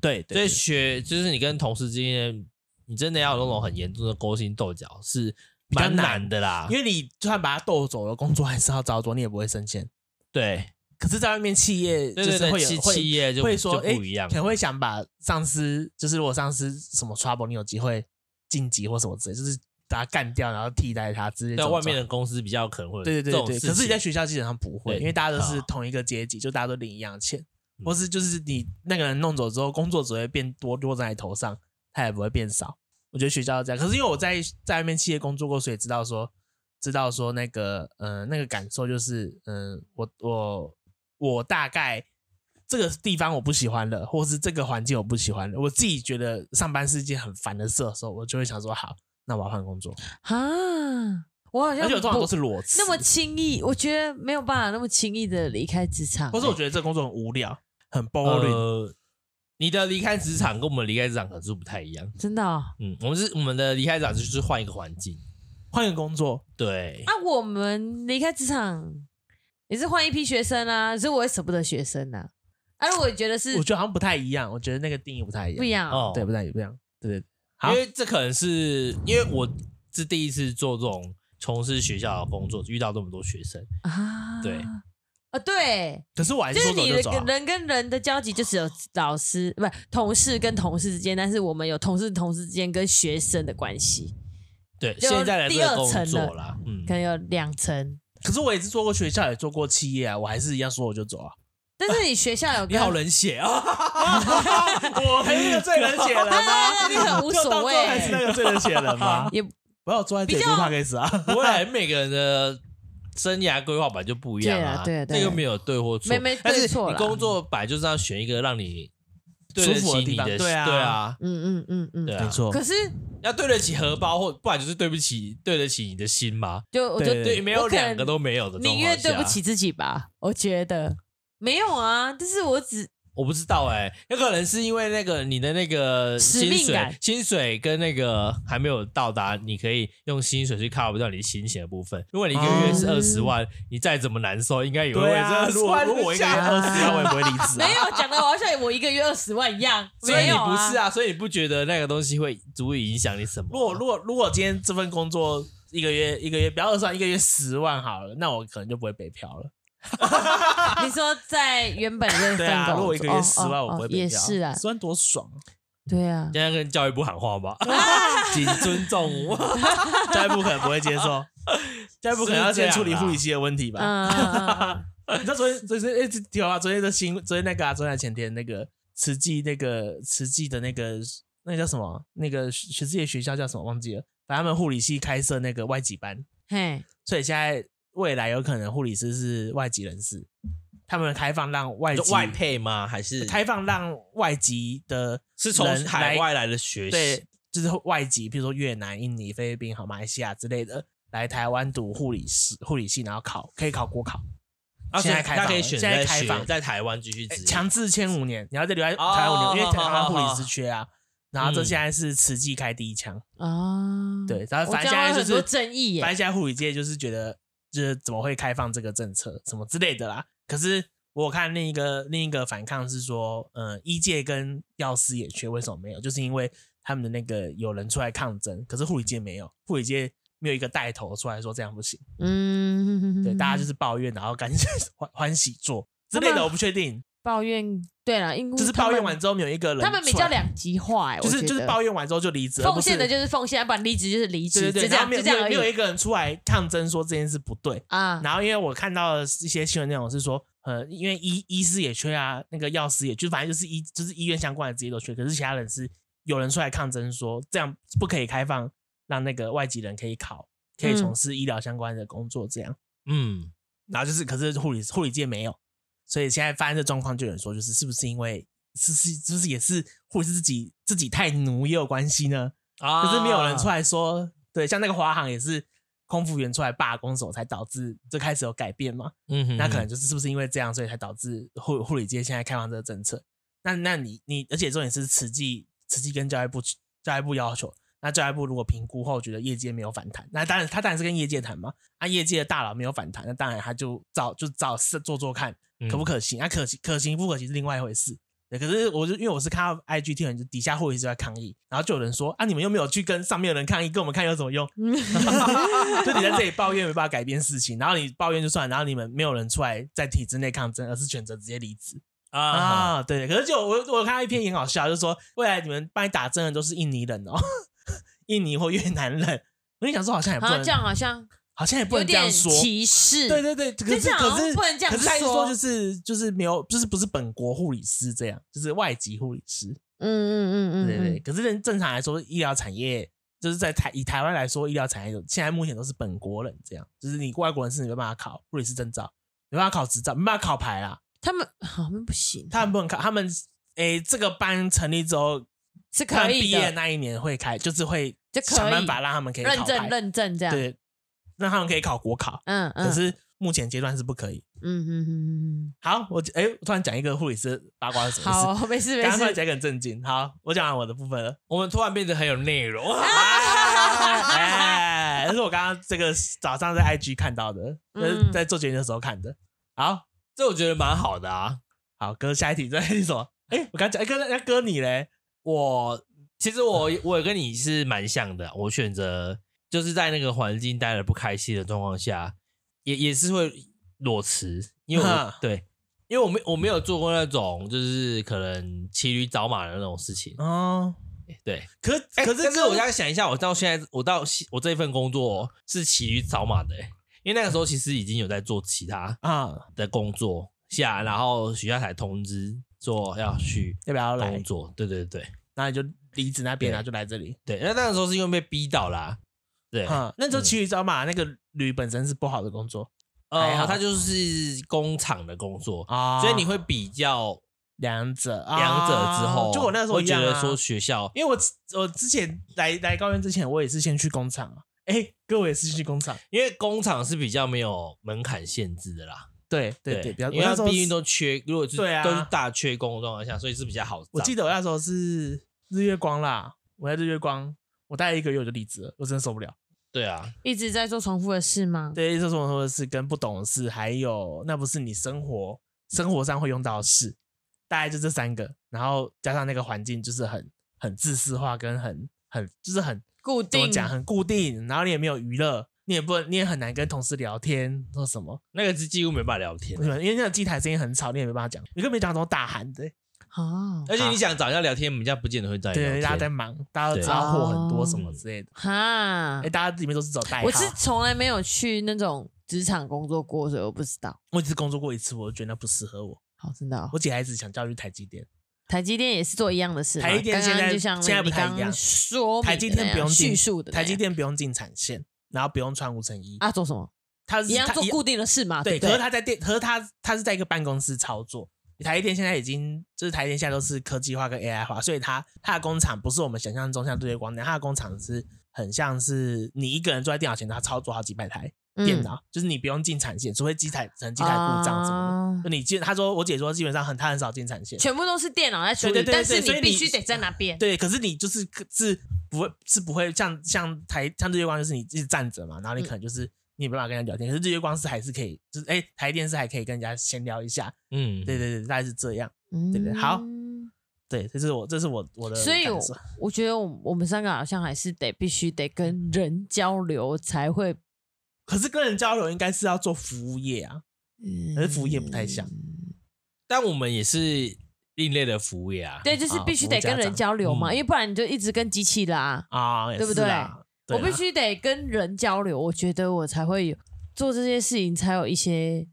Speaker 2: 对
Speaker 1: 所以
Speaker 2: 对，
Speaker 1: 学就是你跟同事之间，你真的要有那种很严重的勾心斗角是
Speaker 2: 比较
Speaker 1: 蛮
Speaker 2: 难
Speaker 1: 难的啦。
Speaker 2: 因为你就算把他斗走了，工作还是要照做，你也不会升迁。
Speaker 1: 对
Speaker 2: 可是，在外面企业就
Speaker 1: 对对
Speaker 2: 是
Speaker 1: 对，
Speaker 2: 会有
Speaker 1: 企
Speaker 2: 会
Speaker 1: 企业就
Speaker 2: 会说，
Speaker 1: 就
Speaker 2: 哎、
Speaker 1: 不一样
Speaker 2: 可。能会想把上司，就是如果上司什么 trouble，你有机会晋级或什么之类，就是把他干掉，然后替代他之类的。
Speaker 1: 啊在外面的公司比较可能会有
Speaker 2: 对
Speaker 1: 这
Speaker 2: 对对
Speaker 1: 种
Speaker 2: 对，
Speaker 1: 事情
Speaker 2: 可是你在学校基本上不会，
Speaker 1: 对
Speaker 2: 因为大家都是
Speaker 1: 好
Speaker 2: 同一个阶级，就大家都领一样的钱，
Speaker 1: 嗯
Speaker 2: 或是就是你那个人弄走之后，工作只会变多落在你头上，他也不会变少。我觉得学校是这样，可是因为我在在外面企业工作过，所以知道说知道说那个呃那个感受就是，嗯、我我我大概这个地方我不喜欢了，或是这个环境我不喜欢了，我自己觉得上班是一件很烦的事的时候，我就会想说好，那我要换工作，
Speaker 3: 啊，我好像
Speaker 2: 而且我通常
Speaker 3: 不
Speaker 2: 都是裸辞，
Speaker 3: 那么轻易，我觉得没有办法那么轻易的离开职场、
Speaker 2: 或是我
Speaker 3: 欸
Speaker 2: 觉得这工作很无聊，很 boring，、
Speaker 1: 呃，你的离开职场跟我们离开职场可是不太一样。
Speaker 3: 真的哦、
Speaker 1: 嗯，我们是我们的离开职场就是换一个环境，
Speaker 2: 换个工作，
Speaker 1: 对，
Speaker 3: 啊，我们离开职场也是换一批学生啊，所以我会舍不得学生啊。啊，如果觉得是
Speaker 2: 我觉得好像不太一样，我觉得那个嗯定义不太一样，
Speaker 3: 不一样哦，
Speaker 1: 哦，
Speaker 2: 啊对，不太不一样，对对，好
Speaker 1: 因为这可能是因为我是第一次做这种从事学校的工作，遇到这么多学生，
Speaker 3: 啊，
Speaker 1: 对
Speaker 3: 啊，对，
Speaker 2: 可是我还
Speaker 3: 就是
Speaker 2: 说
Speaker 3: 是
Speaker 2: 走
Speaker 3: 你
Speaker 2: 就
Speaker 3: 的
Speaker 2: 走啊、
Speaker 3: 跟人跟人的交集，就只有老师不同事跟同事之间，但是我们有同事同事之间跟学生的关系，
Speaker 1: 对，
Speaker 3: 就
Speaker 1: 现在的这个
Speaker 3: 第
Speaker 1: 工
Speaker 3: 二层
Speaker 1: 作
Speaker 3: 了
Speaker 1: 啦，嗯
Speaker 3: 可，能有两层。
Speaker 2: 可是我也是做过学校，也做过企业啊，我还是一样说我就走啊，
Speaker 3: 但是你学校有
Speaker 1: 你好
Speaker 3: 跟
Speaker 1: 冷血 啊，
Speaker 2: 我还是那个最能写人 吗？
Speaker 3: 你很无
Speaker 2: 就到
Speaker 3: 所
Speaker 2: 最后还是那
Speaker 3: 谓，
Speaker 2: 个最能写人吗？
Speaker 3: 也
Speaker 2: 不要坐在这里
Speaker 3: 比
Speaker 2: 不
Speaker 3: 较
Speaker 2: 怕开始啊，
Speaker 1: 不会，每个人的生涯规划本来就不一样啊，
Speaker 3: 对啊对啊对啊
Speaker 1: 这个没有对或错，
Speaker 3: 没没
Speaker 1: 但是
Speaker 3: 对错
Speaker 1: 你
Speaker 3: 啦
Speaker 1: 工作本来就是要选一个让你对
Speaker 2: 舒
Speaker 1: 得
Speaker 2: 服
Speaker 1: 起
Speaker 2: 的地
Speaker 1: 你
Speaker 2: 方
Speaker 1: 的，
Speaker 2: 对啊
Speaker 1: 对啊，
Speaker 3: 嗯嗯嗯
Speaker 1: 对
Speaker 3: 嗯。
Speaker 1: 啊，
Speaker 2: 没错
Speaker 3: 可，是
Speaker 1: 要对得起荷包，或不然就是对不起对得起你的心嘛，
Speaker 3: 就我就
Speaker 2: 对
Speaker 1: 对，没有
Speaker 3: 我可能
Speaker 1: 两个都没有的，
Speaker 3: 宁愿
Speaker 2: 啊
Speaker 3: 对不起。自己吧，我觉得没有啊，但是我只
Speaker 1: 我不知道哎、有可能是因为那个你的那个
Speaker 3: 使
Speaker 1: 薪
Speaker 3: 命
Speaker 1: 水
Speaker 3: 感，
Speaker 1: 薪水跟那个还没有到达，你可以用薪水去 cover 掉你薪钱的部分。如果你一个月是
Speaker 3: 哦
Speaker 1: 二十万，你再怎么难受，应该也会
Speaker 2: 对啊，
Speaker 1: 是
Speaker 2: 如果如果我一个月二十 万，我也不会离职、啊，
Speaker 3: 没有讲的，好像我一个月二十万一 样，
Speaker 1: 所以
Speaker 3: 没
Speaker 1: 你
Speaker 3: 有
Speaker 1: 不是，啊，所以你不觉得那个东西会足以影响你什么？
Speaker 2: 如果如果如果今天这份工作一个月一个月不要二十万，一个月十万好了，那我可能就不会北漂了。
Speaker 3: 你说在原本
Speaker 2: 啊
Speaker 3: 那份
Speaker 2: 对啊，
Speaker 3: 工
Speaker 2: 如果我一个
Speaker 3: 作
Speaker 2: 月
Speaker 3: 哦
Speaker 2: 十万，
Speaker 3: 哦
Speaker 2: 我不会北
Speaker 3: 哦
Speaker 2: 漂。
Speaker 3: 也是啊，
Speaker 2: 十万多 爽啊！
Speaker 3: 对啊，
Speaker 1: 现在跟教育部喊话 吧，请尊重 我。
Speaker 2: 教育部可能不会接 受，教育部可能要先处理护理系的问题吧。
Speaker 3: 嗯 嗯，
Speaker 2: 你知道昨天昨天哎，有啊，昨天的新昨天那个啊，昨天还前天那个慈济那个慈济的那个那个叫什么？那个学自己的学校叫什么？忘记了。反正他们护理系开设那个外籍班，
Speaker 3: 嘿，
Speaker 2: 所以现在未来有可能护理师是外籍人士，他们开放让外
Speaker 1: 就
Speaker 2: 籍
Speaker 1: 外配吗？还是
Speaker 2: 开放让外籍的
Speaker 1: 是从
Speaker 2: 人
Speaker 1: 海
Speaker 2: 来
Speaker 1: 外来的学习
Speaker 2: 对，就是外籍，比如说越南、印尼、菲律宾、好马来西亚之类的，来台湾读护理师、护理系，然后考可以考国考，
Speaker 1: 啊
Speaker 2: 现
Speaker 1: 所
Speaker 2: 在
Speaker 1: 以
Speaker 2: 开放
Speaker 1: 那可以
Speaker 2: 了
Speaker 1: 选择
Speaker 2: 现
Speaker 1: 在
Speaker 2: 在开
Speaker 1: 学
Speaker 2: 放
Speaker 1: 在台湾继续
Speaker 2: 诶
Speaker 1: 职业
Speaker 2: 哎强制签五年，你要再留在
Speaker 1: 哦
Speaker 2: 台湾五年，因为台湾
Speaker 1: 好好
Speaker 2: 护
Speaker 1: 好
Speaker 2: 理师缺啊。然后这
Speaker 1: 嗯
Speaker 2: 现在是慈济开第一枪，
Speaker 3: 啊，
Speaker 2: 对，然后
Speaker 3: 我
Speaker 2: 反
Speaker 3: 这
Speaker 2: 正现
Speaker 3: 样
Speaker 2: 在
Speaker 3: 有很
Speaker 2: 就是
Speaker 3: 多争议
Speaker 2: 反正
Speaker 3: 耶，
Speaker 2: 现在护理界就是觉得，就是怎么会开放这个政策什么之类的啦。可是我看另一个另一个反抗是说，嗯、医界跟药师也缺，为什么没有？就是因为他们的那个有人出来抗争，可是护理界没有，护理界没有一个带头出来说这样不行。
Speaker 3: 嗯，
Speaker 2: 对，大家就是抱怨，然后赶紧欢欢喜做之类的，
Speaker 3: 他们
Speaker 2: 我不确定。
Speaker 3: 抱怨，对了，因为
Speaker 2: 就是
Speaker 3: 嗯他
Speaker 2: 抱
Speaker 3: 们
Speaker 2: 怨完之后没有一个人出来，
Speaker 3: 他们比较两极化耶，
Speaker 2: 就
Speaker 3: 我
Speaker 2: 是
Speaker 3: 觉
Speaker 2: 就是
Speaker 3: 得
Speaker 2: 抱怨完之后就离职，而不
Speaker 3: 奉献的
Speaker 2: 是
Speaker 3: 就是奉献，不然离职就是离
Speaker 2: 对
Speaker 3: 职，
Speaker 2: 对对，
Speaker 3: 就这
Speaker 2: 然后
Speaker 3: 样
Speaker 2: 没有
Speaker 3: 就
Speaker 2: 没
Speaker 3: 这
Speaker 2: 有
Speaker 3: 样而
Speaker 2: 没有
Speaker 3: 已
Speaker 2: 一个人出来抗争说这件事不对。
Speaker 3: 啊。
Speaker 2: 然后因为我看到的一些新闻内容是说，呃，因为医医师也缺啊，那个药师也缺，就反正就是医就是医院相关的职业都缺，可是其他人是有人出来抗争说，这样不可以开放，让那个外籍人可以考，可以从事医疗相关的工作这样。
Speaker 3: 哎
Speaker 1: 嗯，
Speaker 2: 然后就是，可是护理护理界没有，所以现在发生这状况，就有人说，就是是不是因为是是是不是也是护理师自己自己太奴也有关系呢？
Speaker 1: 啊
Speaker 2: 可是没有人出来说，对，像那个华航也是空服员出来罢工的时候，才导致这开始有改变嘛。
Speaker 1: 嗯哼
Speaker 2: 那可能就是是不是因为这样，所以才导致护护理界现在开放这个政策？那那你你，而且重点是慈济慈济跟教育部教育部要求，那教育部如果评估后觉得业界没有反弹，那当然他当然是跟业界谈嘛，啊业界的大佬没有反弹，那当然他就照就照试做做看
Speaker 1: 嗯
Speaker 2: 可不可行，那、可行可行不可行是另外一回事。对，可是我就因为我是看到 IG 贴文，就底下护理师在抗议，然后就有人说啊，你们又没有去跟上面的人抗议，跟我们抗议有什么用？就你在这里抱怨没办法改变事情，然后你抱怨就算，然后你们没有人出来在体制内抗争，而是选择直接离职
Speaker 1: 啊，
Speaker 2: 啊。对，可是就我我有看到一篇也很好笑，就是说未来你们帮你打针的都是印尼人哦， 印尼或越南人。我就想说，好 像也不
Speaker 3: 好像
Speaker 2: 能
Speaker 3: 这，样好像
Speaker 2: 好像也不
Speaker 3: 有
Speaker 2: 能这样
Speaker 3: 点
Speaker 2: 说。
Speaker 3: 歧视，
Speaker 2: 对对对，可
Speaker 3: 就是这样
Speaker 2: 可
Speaker 3: 好像
Speaker 2: 是
Speaker 3: 不能这样
Speaker 2: 可是他一直
Speaker 3: 说
Speaker 2: 说就是就是没有，就是不是本国护理师这样，就是外籍护理师。
Speaker 3: 嗯嗯嗯嗯，
Speaker 2: 对对对，
Speaker 3: 嗯，
Speaker 2: 可是人正常来说，医疗产业就是在台以台湾来说，医疗产业有现在目前都是本国人这样，就是你外国人是没办法考护理师证照，没办法考执照，没办法考牌啦，
Speaker 3: 他们好像不行，
Speaker 2: 他们不能考，他们诶、这个班成立之后，
Speaker 3: 是
Speaker 2: 他
Speaker 3: 可
Speaker 2: 们
Speaker 3: 以
Speaker 2: 毕业
Speaker 3: 的，
Speaker 2: 那一年会开，就是会
Speaker 3: 就可以
Speaker 2: 想办法让他们可以
Speaker 3: 认
Speaker 2: 考
Speaker 3: 证
Speaker 2: 牌，
Speaker 3: 认证这样，
Speaker 2: 对，让他们可以考国考，
Speaker 3: 嗯嗯，
Speaker 2: 可是目前阶段是不可以。
Speaker 3: 嗯嗯嗯
Speaker 2: 好，我诶、我突然讲一个护理师八卦是
Speaker 3: 嗯，
Speaker 2: 什么事，
Speaker 3: 好，没事没
Speaker 2: 刚刚突然
Speaker 3: 事，
Speaker 2: 讲一个很震惊，好，我讲完我的部分了。
Speaker 1: 我们突然变得很有内容，
Speaker 2: 哎，这是我刚刚这个早上在 IG 看到的，就是在做决定的时候看的。好，
Speaker 1: 这我觉得蛮好的啊。
Speaker 2: 好哥，下一题，再一什么？哎，我刚讲，哎哥，那哥你嘞？
Speaker 1: 我其实我我跟你是蛮像的，啊我选择就是在那个环境待的不开心的状况下，也也是会裸辞，因为我对，因为我没我没有做过那种就是可能骑驴找马的那种事情，
Speaker 2: 哦，
Speaker 1: 对。
Speaker 2: 可
Speaker 1: 哎
Speaker 2: 可是
Speaker 1: 但是
Speaker 2: 哥
Speaker 1: 我现在想一下，我到现在我到我这份工作是骑驴找马的、欸，因为那个时候其实已经有在做其他
Speaker 2: 啊，
Speaker 1: 的工作
Speaker 2: 嗯
Speaker 1: 下，然后学校才通知说要去
Speaker 2: 要不要来
Speaker 1: 工？作，对对对。
Speaker 2: 然后你就离职那边，啊然后就来这里。
Speaker 1: 对，那那个时候是因为被逼到啦、对，嗯
Speaker 2: 啊，那时候骑驴找马，那个驴本身是不好的工作还好
Speaker 1: 呃，他就是工厂的工作，
Speaker 2: 啊，
Speaker 1: 所以你会比较
Speaker 2: 两者啊
Speaker 1: 两者之后，
Speaker 2: 就我那时候
Speaker 1: 会觉
Speaker 2: 一样
Speaker 1: 得
Speaker 2: 啊
Speaker 1: 说学校
Speaker 2: 因为我我之前来来高院之前，我也是先去工厂啊。哎，哥，我也是去工厂。
Speaker 1: 因为工厂是比较没有门槛限制的啦，
Speaker 2: 对对对，比较
Speaker 1: 因为
Speaker 2: 我那
Speaker 1: 它
Speaker 2: 时候
Speaker 1: 毕
Speaker 2: 是
Speaker 1: 竟都缺，如果是
Speaker 2: 对啊
Speaker 1: 都是大缺工的状况下，所以是比较好找。
Speaker 2: 我记得我那时候是日月光啦，我在日月光，我待了一个月我就离职了，我真的受不了。
Speaker 1: 对啊，
Speaker 3: 一直在做重复的事吗？
Speaker 2: 对，这是我说的是跟不懂的事，还有那不是你生活生活上会用到的事，大概就这三个，然后加上那个环境就是很很自私化，跟很很就是很
Speaker 3: 固
Speaker 2: 怎么
Speaker 3: 定
Speaker 2: 讲很固定，然后你也没有娱乐，你也不你也很难跟同事聊天或什么，
Speaker 1: 那个是几乎没办法聊天
Speaker 2: 为，什么因为那个机台声音很吵，你也没办法讲，你根本没讲那种大喊的、
Speaker 3: 哦，
Speaker 1: 而且你想找人家聊天，人家不见得会在
Speaker 2: 啊对，大家
Speaker 1: 聊
Speaker 2: 在
Speaker 1: 天。
Speaker 2: 忙，大家都
Speaker 1: 对
Speaker 2: 知
Speaker 3: 啊
Speaker 2: 道货很多什么之类的。
Speaker 3: 哈
Speaker 2: 哎、，大家里面都是走代号。
Speaker 3: 我是从来没有去那种职场工作过，所以我不知道。
Speaker 2: 我只工作过一次，我就觉得那不适合我。
Speaker 3: 好，真的哦
Speaker 2: 我姐还一直想叫我去台积电，
Speaker 3: 台积电也是做一样的事嘛。
Speaker 2: 台积电
Speaker 3: 刚刚
Speaker 2: 现在
Speaker 3: 就像
Speaker 2: 现在不
Speaker 3: 你
Speaker 2: 太一
Speaker 3: 刚
Speaker 2: 样
Speaker 3: 说明
Speaker 2: 台积电
Speaker 3: 的那
Speaker 2: 不用
Speaker 3: 样
Speaker 2: 进
Speaker 3: 啊叙述的那
Speaker 2: 台积
Speaker 3: 样
Speaker 2: 电不用进产线，然后不用穿无尘衣，
Speaker 3: 啊，做什么？
Speaker 2: 它是
Speaker 3: 一样
Speaker 2: 它
Speaker 3: 做固定的事嘛。
Speaker 2: 对，
Speaker 3: 对不
Speaker 2: 可
Speaker 3: 对，
Speaker 2: 是他在电，可是他他是在一个办公室操作。台积电现在已经就是台积电现在都是科技化跟 AI 化，所以它它的工厂不是我们想象中像对接光那样，它的工厂是很像是你一个人坐在电脑前，他操作好几百台
Speaker 3: 嗯
Speaker 2: 电脑，就是你不用进产线，除非机台可能机台故障什么
Speaker 3: 啊
Speaker 2: 的。就你基他说我姐说基本上很他很少进产线，
Speaker 3: 全部都是电脑在处理，
Speaker 2: 对对对对
Speaker 3: 但
Speaker 2: 所
Speaker 3: 是
Speaker 2: 以
Speaker 3: 你
Speaker 2: 你
Speaker 3: 必须得在那边。
Speaker 2: 对，可是你就是是不会是不会像像台像日月光，就是你一直站着嘛，然后你
Speaker 3: 嗯
Speaker 2: 可能就是、你也没办法跟人聊天。可是日月光是还是可以，就是哎、台电是还可以跟人家闲聊一下。
Speaker 1: 嗯，
Speaker 2: 对对对，大概是这样。
Speaker 3: 对
Speaker 2: 对对好对，这是我这是我我的
Speaker 3: 嗯所以
Speaker 2: 感
Speaker 3: 我
Speaker 2: 受
Speaker 3: 我觉得我我们三个好像还是得必须得跟人交流才会，
Speaker 2: 可是跟人交流应该是要做服务业啊，
Speaker 3: 嗯
Speaker 2: 可是服务业不太像。
Speaker 1: 但我们也是另类的服务业啊。
Speaker 3: 对，就是
Speaker 2: 啊
Speaker 3: 必须得
Speaker 2: 服务家
Speaker 3: 跟人
Speaker 2: 长
Speaker 3: 交流嘛，
Speaker 1: 嗯
Speaker 3: 因为不然你就一直跟机器啦。
Speaker 2: 啊，也
Speaker 3: 对
Speaker 2: 是
Speaker 3: 不对
Speaker 2: 啦对啊
Speaker 3: 我
Speaker 2: 啦
Speaker 3: 必须得跟人交流，我觉得我才会有做这些事情，才有一些，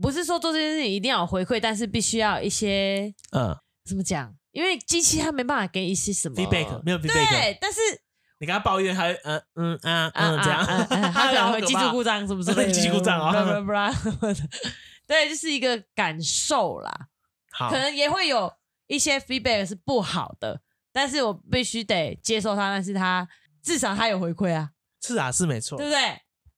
Speaker 3: 不是说做这件事情一定要有回馈，但是必须要有一些
Speaker 2: 嗯
Speaker 3: 怎么讲？因为机器它没办法给你一些什么
Speaker 2: feedback 没有 feedback，
Speaker 3: 对，但是
Speaker 2: 你跟他抱怨他会嗯嗯啊
Speaker 3: 啊
Speaker 2: 嗯这样，
Speaker 3: 啊啊啊他可能 会
Speaker 2: 好可
Speaker 3: 脊
Speaker 2: 怕
Speaker 3: 柱故障什么之类的，
Speaker 2: 脊柱故障啊
Speaker 3: 不不不不 对，就是一个感受啦，
Speaker 2: 好
Speaker 3: 可能也会有一些 feedback 是不好的，但是我必须得接受它，但是它至少它有回馈啊，
Speaker 2: 是啊是没错
Speaker 3: 对，不对？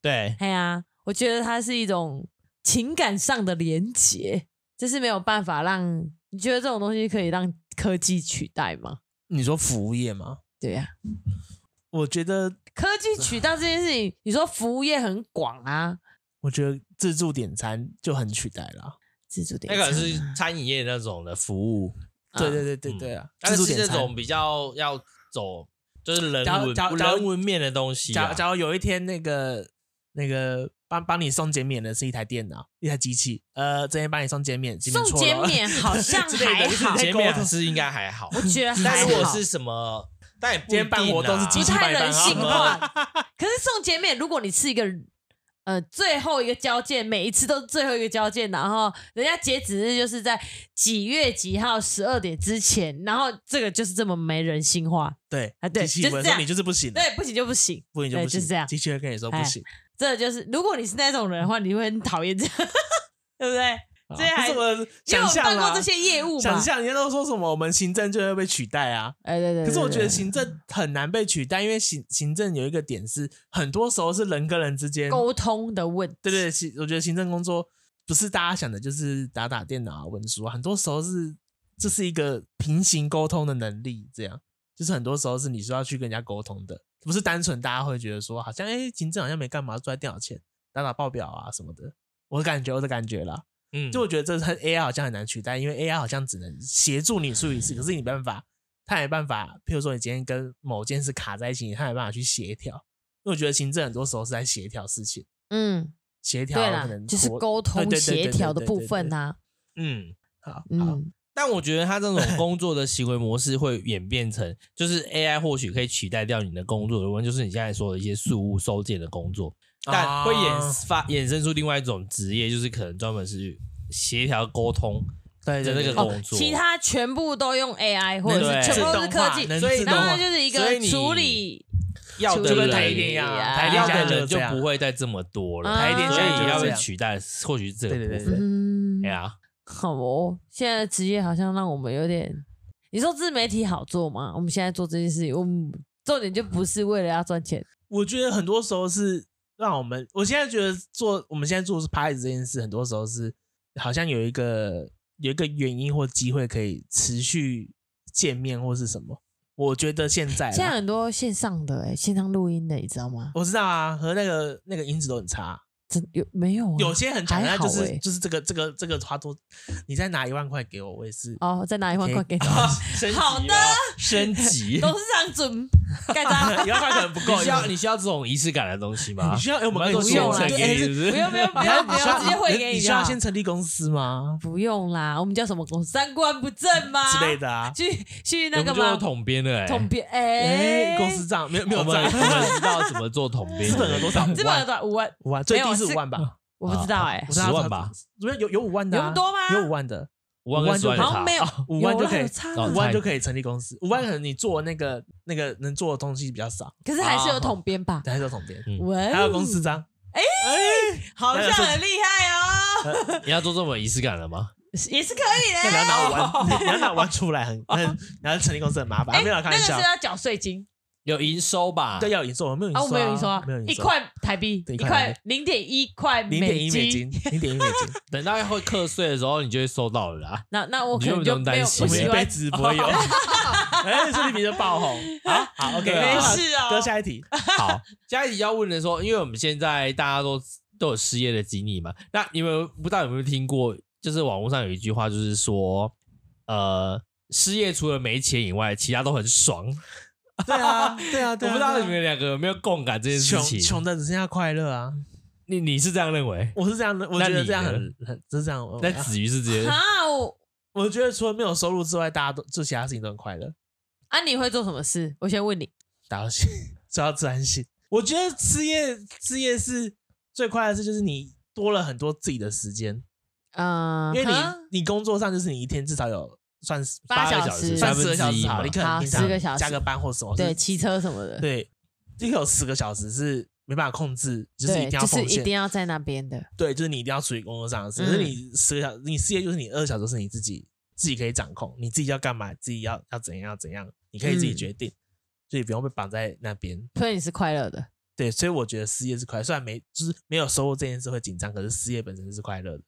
Speaker 1: 对，
Speaker 3: 哎呀，我觉得它是一种情感上的连结，这是没有办法让你觉得这种东西可以让科技取代吗？
Speaker 2: 你说服务业吗？
Speaker 3: 对呀、
Speaker 2: 我觉得
Speaker 3: 科技取代这件事情，你说服务业很广啊，
Speaker 2: 我觉得自助点餐就很取代了啊。
Speaker 3: 自助点
Speaker 1: 那
Speaker 3: 餐
Speaker 1: 个是餐饮业那种的服务，嗯
Speaker 2: 对对对
Speaker 3: 嗯
Speaker 2: 对对啊，
Speaker 1: 但
Speaker 2: 自助
Speaker 1: 是
Speaker 2: 点
Speaker 1: 这
Speaker 2: 餐
Speaker 1: 种比较要走就是人
Speaker 2: 假如
Speaker 1: 文
Speaker 2: 假如假如
Speaker 1: 人文面的东西啊、
Speaker 2: 假假如有一天那个那个帮帮你送减免的是一台电脑，一台机器，呃，这边帮你送减免，减免
Speaker 3: 送
Speaker 2: 错
Speaker 3: 减
Speaker 2: 了
Speaker 3: 免好像
Speaker 2: 之类
Speaker 3: 还
Speaker 2: 的
Speaker 3: 好，
Speaker 1: 前面是应该还好，
Speaker 3: 我觉得
Speaker 1: 但
Speaker 3: 还
Speaker 1: 如果
Speaker 3: 好。
Speaker 1: 是什么，但也不一
Speaker 2: 今
Speaker 1: 定啊
Speaker 2: 天办活动是机
Speaker 3: 不
Speaker 2: 器办
Speaker 3: 太
Speaker 2: 一办
Speaker 3: 人 性
Speaker 2: 啊
Speaker 3: 可是送减免，如果你是一个呃最后一个交件，每一次都是最后一个交件，然后人家截止日就是在几月几号十二点之前，然后这个就是这么没人性化。
Speaker 2: 对
Speaker 3: 啊对
Speaker 2: 机器
Speaker 3: 就是
Speaker 2: 会
Speaker 3: 这
Speaker 2: 说
Speaker 3: 样
Speaker 2: 你就是不行了，
Speaker 3: 对，不行就不行，
Speaker 2: 不行就
Speaker 3: 对
Speaker 2: 不行，
Speaker 3: 就是这样
Speaker 2: 机器会跟你说不
Speaker 3: 哎
Speaker 2: 行。
Speaker 3: 这就是如果你是那种人的话，你会很讨厌这样， 对不对？
Speaker 2: 啊
Speaker 3: 这还
Speaker 2: 不是我的
Speaker 3: 因为
Speaker 2: 想
Speaker 3: 我
Speaker 2: 象
Speaker 3: 办过
Speaker 2: 啦
Speaker 3: 这，些业务
Speaker 2: 想
Speaker 3: 嘛，
Speaker 2: 象人家都说什么我们行政就会被取代啊，
Speaker 3: 哎对对对
Speaker 2: 可是我觉得
Speaker 3: 对
Speaker 2: 行政很难被取代，因为行行政有一个点是，很多时候是人跟人之间
Speaker 3: 沟通的问题，
Speaker 2: 对对，行，我觉得行政工作不是大家想的，就是打打电脑、啊、文书啊，很多时候是这是一个平行沟通的能力，这样就是很多时候是你需要去跟人家沟通的，不是单纯大家会觉得说好像哎，行政好像没干嘛，坐在电脑前打打报表啊什么的。我的感觉，我的感觉啦，
Speaker 1: 嗯，
Speaker 2: 就我觉得这很 AI 好像很难取代，因为 AI 好像只能协助你处理事，可是你没办法，他没办法，譬如说你今天跟某件事卡在一起，他没办法去协调。因为我觉得行政很多时候是在协调事情，
Speaker 3: 嗯，
Speaker 2: 协调
Speaker 3: 对
Speaker 2: 可
Speaker 3: 啦
Speaker 2: 能，
Speaker 3: 就是
Speaker 2: 活
Speaker 3: 沟通
Speaker 2: 对对对对
Speaker 3: 协
Speaker 2: 对
Speaker 3: 调的
Speaker 2: 对
Speaker 3: 部
Speaker 2: 对
Speaker 3: 分
Speaker 2: 对
Speaker 3: 呐，
Speaker 1: 嗯。
Speaker 2: 好，好，
Speaker 3: 嗯，
Speaker 1: 但我觉得他这种工作的行为模式会演变成，就是 AI 或许可以取代掉你的工作的问题，就是你现在说的一些事务收件的工作，但会
Speaker 2: 啊
Speaker 1: 衍发衍生出另外一种职业，就是可能专门是协调沟通
Speaker 2: 对
Speaker 1: 的
Speaker 2: 对
Speaker 1: 那
Speaker 2: 对
Speaker 1: 个
Speaker 2: 对
Speaker 1: 工作。
Speaker 3: 其他全部都用 AI 或者
Speaker 1: 对
Speaker 3: 哦是全部都
Speaker 2: 自
Speaker 3: 是
Speaker 2: 动
Speaker 3: 科
Speaker 2: 化
Speaker 3: 技，
Speaker 2: 能
Speaker 1: 所以
Speaker 2: 自动
Speaker 3: 然
Speaker 2: 化
Speaker 3: 后就是一
Speaker 1: 所
Speaker 3: 个
Speaker 1: 以你
Speaker 3: 处理
Speaker 1: 要
Speaker 3: 处
Speaker 1: 的
Speaker 2: 就跟
Speaker 1: 人
Speaker 2: 台积电
Speaker 3: 理
Speaker 2: 一样啊
Speaker 3: 啊
Speaker 2: 台积
Speaker 1: 要
Speaker 2: 电现
Speaker 1: 的
Speaker 2: 在
Speaker 1: 人
Speaker 2: 是
Speaker 1: 就
Speaker 2: 这样
Speaker 1: 不会再这么多了，
Speaker 3: 台
Speaker 2: 电
Speaker 1: 所
Speaker 2: 现在就是
Speaker 1: 以要
Speaker 2: 这
Speaker 1: 被
Speaker 2: 样
Speaker 1: 取代，或许是这个
Speaker 2: 对对对
Speaker 1: 部
Speaker 2: 对
Speaker 1: 分。
Speaker 3: 嗯
Speaker 1: 哎，呀，
Speaker 3: 好哦，现在的职业好像让我们有点，你说自媒体好做吗？我们现在做这件事情，我们重点就不是为了要赚钱，
Speaker 2: 我觉得很多时候是让我们，我现在觉得做我们现在做是拍子这件事，很多时候是好像有一个有一个原因或机会可以持续见面或是什么。我觉得现在啦
Speaker 3: 现在很多线上的哎、线上录音的，你知道吗？
Speaker 2: 我知道啊，和那个那个音质都很差，
Speaker 3: 真有没有、啊？
Speaker 2: 有些很强，
Speaker 3: 还
Speaker 2: 但
Speaker 3: 好
Speaker 2: 就是
Speaker 3: 欸
Speaker 2: 就是这个这个这个花多，你再拿一万块给我，我也是
Speaker 3: 哦，再拿一万块给你。
Speaker 1: 升级
Speaker 3: 好的
Speaker 1: 了，升级。
Speaker 3: 董事长准盖 章，
Speaker 2: 一万块可能不够
Speaker 1: 你需。要你需要这种仪式感的东西吗
Speaker 2: 你？需要哎我们
Speaker 1: 们
Speaker 2: 跟
Speaker 1: 要
Speaker 2: 你
Speaker 1: 做
Speaker 3: 不用
Speaker 2: 说
Speaker 3: 啦
Speaker 2: 成
Speaker 1: 给
Speaker 2: 哎
Speaker 1: 你，
Speaker 2: 是
Speaker 1: 是
Speaker 3: 不用不用不用不
Speaker 2: 你需要
Speaker 3: 用，直接汇给
Speaker 2: 你
Speaker 3: 你
Speaker 2: 需
Speaker 3: 就好
Speaker 2: 要先成立公司吗？
Speaker 3: 不用啦，我们叫什么公司？三观不正吗？
Speaker 2: 之类，的啊。
Speaker 3: 去去那
Speaker 1: 我
Speaker 3: 个
Speaker 1: 们就有
Speaker 3: 吗？
Speaker 1: 统编了哎，
Speaker 3: 统编哎
Speaker 2: 哎，，公司账没有没
Speaker 1: 我
Speaker 2: 有
Speaker 1: 们
Speaker 2: 账
Speaker 1: 我，们知道怎么做统编，
Speaker 2: 资本额多少？
Speaker 3: 资
Speaker 2: 五
Speaker 3: 本
Speaker 2: 万，
Speaker 3: 额
Speaker 2: 哦
Speaker 3: 多少？五万，
Speaker 2: 五万，最
Speaker 3: 没有
Speaker 2: 低是
Speaker 3: 是
Speaker 2: 五万吧？
Speaker 3: 我不知道哎、
Speaker 2: 我知
Speaker 1: 哦
Speaker 2: 道
Speaker 1: 十万吧
Speaker 2: 不是有有五万的啊，
Speaker 3: 有那么多吗
Speaker 2: 有五万的，
Speaker 1: 五万跟十万有
Speaker 2: 五万就
Speaker 1: 差
Speaker 2: 好
Speaker 3: 没有
Speaker 2: 哦五万就可以
Speaker 3: 有啦有差
Speaker 1: 哦
Speaker 3: 啦
Speaker 2: 五万就可以成立公司，五万可能你做那个那个能做的东西比较少，
Speaker 3: 可是还是有统编吧？
Speaker 2: 但还是有统编，
Speaker 1: 嗯
Speaker 3: 喂，
Speaker 2: 哦还有公司章，
Speaker 3: 哎好像很厉害哦，
Speaker 1: 你要做这么有仪式感了吗？
Speaker 3: 也是可以
Speaker 2: 那你
Speaker 3: 的。
Speaker 2: 要拿五
Speaker 3: 哎
Speaker 2: 万，你要拿五万出来很，很你要成立公司很麻烦，没有啦开
Speaker 3: 那
Speaker 2: 玩
Speaker 3: 个是
Speaker 2: 笑，
Speaker 3: 要缴税金
Speaker 1: 有营收吧？
Speaker 2: 对，要有营收，我没有营
Speaker 3: 啊，
Speaker 2: 收，
Speaker 3: 我们有营收啊
Speaker 2: 没有，营
Speaker 3: 一
Speaker 2: 收，
Speaker 3: 块台币，
Speaker 2: 对
Speaker 3: 一
Speaker 2: 一块台
Speaker 3: 块零点一块
Speaker 2: 零点一美
Speaker 3: 美
Speaker 2: 金，，零点一美金，
Speaker 1: 等到会课税的时候，你就会收到了啦。
Speaker 3: 那那我
Speaker 1: 你
Speaker 3: 可
Speaker 1: 就
Speaker 3: 能
Speaker 1: 不
Speaker 3: 就
Speaker 1: 用
Speaker 3: 没
Speaker 1: 担
Speaker 3: 有不
Speaker 1: 心
Speaker 2: 我们
Speaker 3: 喜
Speaker 2: 一
Speaker 3: 欢
Speaker 2: 辈，子不 会有，哎，这里比较爆红，好好，OK，
Speaker 1: 没
Speaker 3: 事哦
Speaker 2: 哥啊下一题，
Speaker 1: 好，下一题要问的说，因为我们现在大家都都有失业的经历嘛，那你们不知道有没有听过，就是网络上有一句话，就是说，呃，失业除了没钱以外，其他都很爽。
Speaker 2: 对啊，对啊，
Speaker 1: 我
Speaker 2: 对啊，
Speaker 1: 不知道
Speaker 2: 对啊
Speaker 1: 你们两个有没有共感这件事
Speaker 2: 穷
Speaker 1: 情？
Speaker 2: 穷的只剩下快乐啊，
Speaker 1: 你你是这样认为？
Speaker 2: 我是这样的，我
Speaker 1: 那
Speaker 2: 觉得
Speaker 1: 你
Speaker 2: 这样
Speaker 1: 呢
Speaker 2: 很很就是这样，我
Speaker 1: 那子瑜是直接
Speaker 3: 啊，我
Speaker 2: 我觉得除了没有收入之外，大家都做其他事情都很快乐。
Speaker 3: 啊，你会做什么事？我先问你，
Speaker 2: 打 游戏，只要自然醒。我觉得失业失业是最快的事，就是你多了很多自己的时间，
Speaker 1: 啊
Speaker 3: 嗯，
Speaker 2: 因为你
Speaker 3: 哈
Speaker 2: 你工作上就是你一天至少有算是
Speaker 3: 八
Speaker 1: 个
Speaker 3: 小
Speaker 1: 小
Speaker 3: 时
Speaker 1: 三
Speaker 2: 算
Speaker 1: 分
Speaker 2: 十个小
Speaker 1: 之一
Speaker 2: 时
Speaker 1: 嘛
Speaker 2: 好了，你可
Speaker 3: 好
Speaker 2: 能平常
Speaker 3: 10个小时
Speaker 2: 加个班或什么，
Speaker 3: 对
Speaker 2: 是
Speaker 3: 骑车什么的，
Speaker 2: 对，你可有十个小时是没办法控制，就是一定
Speaker 3: 对，
Speaker 2: 要
Speaker 3: 就是
Speaker 2: 奉
Speaker 3: 一
Speaker 2: 献
Speaker 3: 定，要在那边的，
Speaker 2: 对，就是你一定要处理工作上的事。
Speaker 3: 嗯
Speaker 2: 可是你十个小时，你失业就是你二十小时是你自己自己可以掌控，你自己要干嘛，自己要要怎样要怎样，你可以自己
Speaker 3: 嗯
Speaker 2: 决定，所以不用被绑在那边。
Speaker 3: 所以你是快乐的。
Speaker 2: 对，所以我觉得失业是快乐，虽然没就是没有收入这件事会紧张，可是失业本身是快乐的。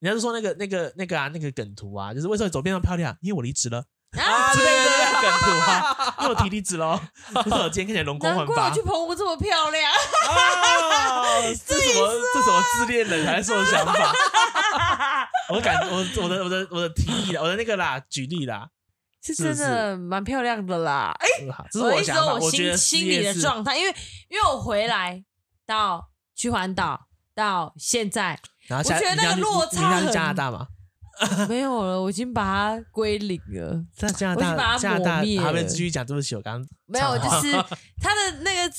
Speaker 2: 人家就说那个那个那个啊，那个梗图啊，就是为什么走变那么漂亮？因为我离职了
Speaker 3: 啊
Speaker 2: 之类的那个梗图啊，因为我提离职 喽，就是我今天看起来容光
Speaker 3: 难
Speaker 2: 焕
Speaker 3: 怪
Speaker 2: 发
Speaker 3: 我去。澎湖这么漂亮，
Speaker 2: 啊，这什么这什么自恋人才是我的想法？ 我感我我的我的我的提议啦，我的那个啦，举例啦，
Speaker 3: 是
Speaker 2: 是不
Speaker 3: 真
Speaker 2: 是
Speaker 3: 的蛮漂亮的啦。哎，
Speaker 2: 嗯好这是我
Speaker 3: 的
Speaker 2: 的
Speaker 3: 意思
Speaker 2: 想
Speaker 3: 说
Speaker 2: 法。
Speaker 3: 我
Speaker 2: 我觉
Speaker 3: 心
Speaker 2: 得失
Speaker 3: 心里
Speaker 2: 业
Speaker 3: 的
Speaker 2: 是
Speaker 3: 状态，因为因为我回来到去环岛到现 在
Speaker 2: 然后下
Speaker 3: 我觉得
Speaker 2: 你要
Speaker 3: 那个
Speaker 2: 去
Speaker 3: 落
Speaker 2: 你你要
Speaker 3: 差
Speaker 2: 去加拿
Speaker 3: 很
Speaker 2: 大嘛？
Speaker 3: 没有了，我已经把它归零了。
Speaker 2: 在加拿
Speaker 3: 我已经把
Speaker 2: 大，
Speaker 3: 它
Speaker 2: 加拿大，
Speaker 3: 抹灭
Speaker 2: 还没
Speaker 3: 了
Speaker 2: 继续讲，对不起，我刚刚
Speaker 3: 没有，就
Speaker 2: 插话
Speaker 3: 是 他的那个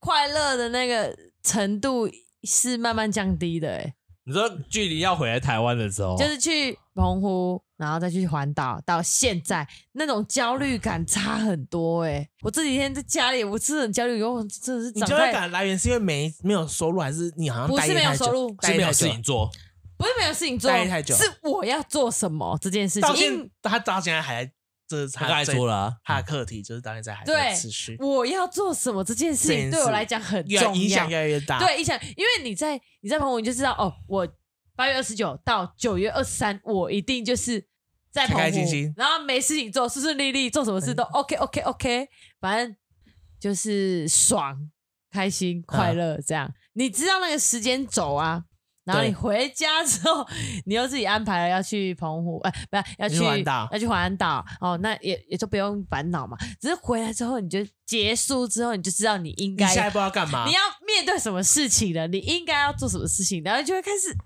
Speaker 3: 快乐的那个程度是慢慢降低的、欸，
Speaker 1: 你说距离要回来台湾的时
Speaker 2: 哦
Speaker 1: 候，
Speaker 3: 就是去澎湖，然后再去环岛，到现在那种焦虑感差很多、欸，我这几天在家里，我真的很焦虑，我真的是
Speaker 2: 你
Speaker 3: 长
Speaker 2: 焦虑
Speaker 3: 在
Speaker 2: 感来源是因为没没有收入，还是你好像
Speaker 3: 不是
Speaker 2: 待业
Speaker 3: 没有
Speaker 2: 太久
Speaker 3: 收入
Speaker 2: 待业
Speaker 1: 是没
Speaker 2: 太
Speaker 1: 有
Speaker 2: 久
Speaker 1: 事情做，
Speaker 3: 不是没有事情做
Speaker 2: 待太，久
Speaker 3: 是我要做什么这件事
Speaker 2: 到
Speaker 3: 情，因
Speaker 2: 现他到现在还在，这是
Speaker 1: 他
Speaker 2: 他
Speaker 1: 刚才
Speaker 2: 最
Speaker 1: 说了啊，
Speaker 2: 他的课题，就是到现在还在
Speaker 3: 对
Speaker 2: 持续，
Speaker 3: 我要做什么这件事
Speaker 2: 这件
Speaker 3: 情
Speaker 2: 事
Speaker 3: 对我来讲很
Speaker 2: 越
Speaker 3: 重要，
Speaker 2: 影响越来越大。，
Speaker 3: 对，影响，因为你在你在澎湖，你就知道哦，我八月二十九到九月二十三，我一定就是在澎湖，
Speaker 2: 开开心心嗯
Speaker 3: 然后没事情做，顺顺利利，做什么事都 OK OK OK，反正就是爽、开心、
Speaker 2: 嗯
Speaker 3: 快乐这样。你知道那个时间轴啊。然后
Speaker 2: 对
Speaker 3: 你回家之后，你又自己安排了要去澎湖，呃，不是要
Speaker 2: 去
Speaker 3: 去
Speaker 2: 环岛
Speaker 3: 要去环岛哦，那也也就不用烦恼嘛。只是回来之后，你就结束之后，你就知道你应
Speaker 2: 你
Speaker 3: 该
Speaker 2: 下一步要干嘛
Speaker 3: 你？要面对什么事情了，你应该要做什么事情，然后就会开始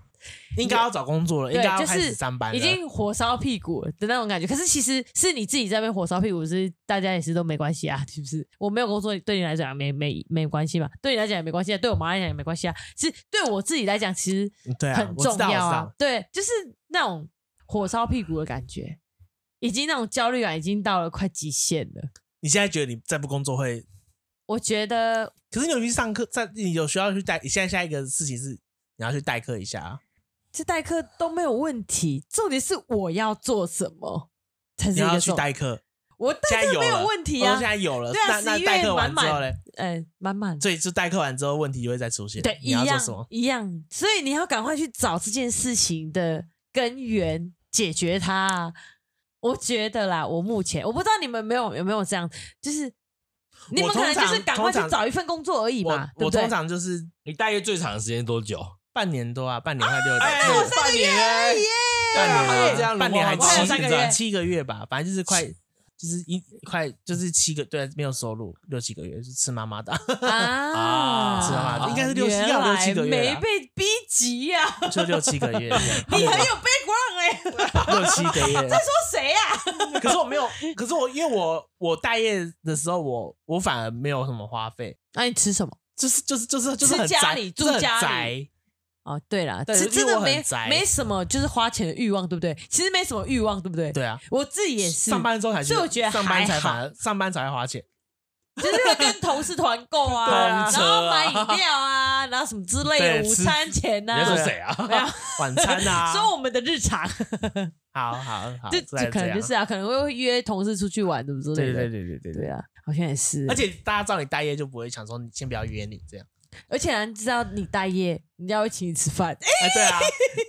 Speaker 2: 应该要找工作了，应
Speaker 3: 对
Speaker 2: 该，要
Speaker 3: 就
Speaker 2: 开始
Speaker 3: 是
Speaker 2: 上班了。
Speaker 3: 已经火烧屁股的那种感觉。可是其实是你自己在被火烧屁股，是大家也是都没关系啊，是不是？我没有工作，对你来讲没没没关系嘛，对你来讲也没关系啊，对我妈来讲也没关系啊，是对我自己来讲其实
Speaker 2: 对啊
Speaker 3: 很
Speaker 2: 我知道
Speaker 3: 重要
Speaker 2: 我知
Speaker 3: 啊
Speaker 2: 道，
Speaker 3: 对，就是那种火烧屁股的感觉。已经那种焦虑感已经到了快极限了，
Speaker 2: 你现在觉得你再不工作会，
Speaker 3: 我觉得
Speaker 2: 可是你有去上课，在你有需要去代，你现在下一个事情是你要去代课一下啊，
Speaker 3: 这代课都没有问题，重点是我要做什么才是
Speaker 2: 你
Speaker 3: 一
Speaker 2: 要
Speaker 3: 个
Speaker 2: 去
Speaker 3: 重。
Speaker 2: 代课。
Speaker 3: 我
Speaker 2: 现在
Speaker 3: 代课
Speaker 2: 有
Speaker 3: 没
Speaker 2: 了
Speaker 3: 有问题
Speaker 2: 我说
Speaker 3: 啊
Speaker 2: 现，在有了，
Speaker 3: 对
Speaker 2: 那
Speaker 3: 啊
Speaker 2: 那
Speaker 3: 11月
Speaker 2: 代课完之
Speaker 3: 满满
Speaker 2: 后嘞，
Speaker 3: 哎，满满
Speaker 2: 所以就代课完之后问题就会再出现。
Speaker 3: 对
Speaker 2: 你
Speaker 3: 一
Speaker 2: 要
Speaker 3: 样
Speaker 2: 做什么？
Speaker 3: 一样，所以你要赶快去找这件事情的根源，解决它啊。我觉得啦，我目前我不知道你们没有有没有这样，就是你
Speaker 2: 我
Speaker 3: 们可能就
Speaker 2: 通
Speaker 3: 是
Speaker 2: 常
Speaker 3: 赶快去
Speaker 2: 通常
Speaker 3: 找一份工作而已嘛，
Speaker 2: 我
Speaker 3: 对
Speaker 2: 我
Speaker 3: 不对
Speaker 2: 通？常就是
Speaker 1: 你待业最长的时间多久？
Speaker 2: 半年多啊，半年快六
Speaker 1: 哎，
Speaker 2: 六
Speaker 1: 半年欸，
Speaker 2: 半年
Speaker 1: 还有这样
Speaker 2: 半年还
Speaker 1: 如果还有
Speaker 2: 七
Speaker 1: 三个
Speaker 2: 个
Speaker 3: 月
Speaker 2: 七个月吧，反正就是快，就是一快就是七个对，没有收入六七个月，就是吃妈妈的，
Speaker 3: 啊，
Speaker 2: 吃妈妈的，应该是六七
Speaker 3: 原
Speaker 2: 要六七个
Speaker 3: 来
Speaker 2: 月
Speaker 3: 没
Speaker 2: 啦，
Speaker 3: 被逼急呀、
Speaker 2: 就六七个月，
Speaker 3: 你很有 background 哎、
Speaker 2: 六七个月。
Speaker 3: 说谁啊 呀、
Speaker 2: 可是我 没有，可是我因为我我待业的时候，我我反而没有什么花费，
Speaker 3: 那、你吃什么？
Speaker 2: 就是就是就是就是很
Speaker 3: 吃家
Speaker 2: 宅，
Speaker 3: 里
Speaker 2: 就是很
Speaker 3: 住家里
Speaker 2: 宅，
Speaker 3: 哦，对了，
Speaker 2: 对
Speaker 3: 是
Speaker 2: 因
Speaker 3: 真
Speaker 2: 为
Speaker 3: 的
Speaker 2: 我
Speaker 3: 没
Speaker 2: 很宅
Speaker 3: 没什么，就是花钱的欲望，对不对？其实没什么欲望，对不对？
Speaker 2: 对啊，
Speaker 3: 我自己也是，
Speaker 2: 上班之后才去，
Speaker 3: 所以我觉得
Speaker 2: 上班才
Speaker 3: 还好
Speaker 2: 反而上班才会花钱，
Speaker 3: 就是会跟同事团购 啊，
Speaker 2: 对啊
Speaker 3: 然后买 饮料啊，然后什么之类
Speaker 2: 对
Speaker 3: 的，午
Speaker 2: 吃
Speaker 3: 餐钱呐、
Speaker 1: 你在说
Speaker 3: 啊，
Speaker 1: 谁啊？
Speaker 3: 没有
Speaker 2: 晚餐 啊，
Speaker 3: 说我们的日常，
Speaker 2: 好好好，
Speaker 3: 就
Speaker 2: 大概
Speaker 3: 就可
Speaker 2: 这
Speaker 3: 能
Speaker 2: 样
Speaker 3: 就是啊，可能会约同事出去玩，对不对？
Speaker 2: 对对对对对
Speaker 3: 对啊，好像也是。
Speaker 2: 而且大家知道你大夜就不会想说你先不要约你这样，
Speaker 3: 而且人家知道你大夜，人家会请你吃饭。
Speaker 2: 哎，对啊，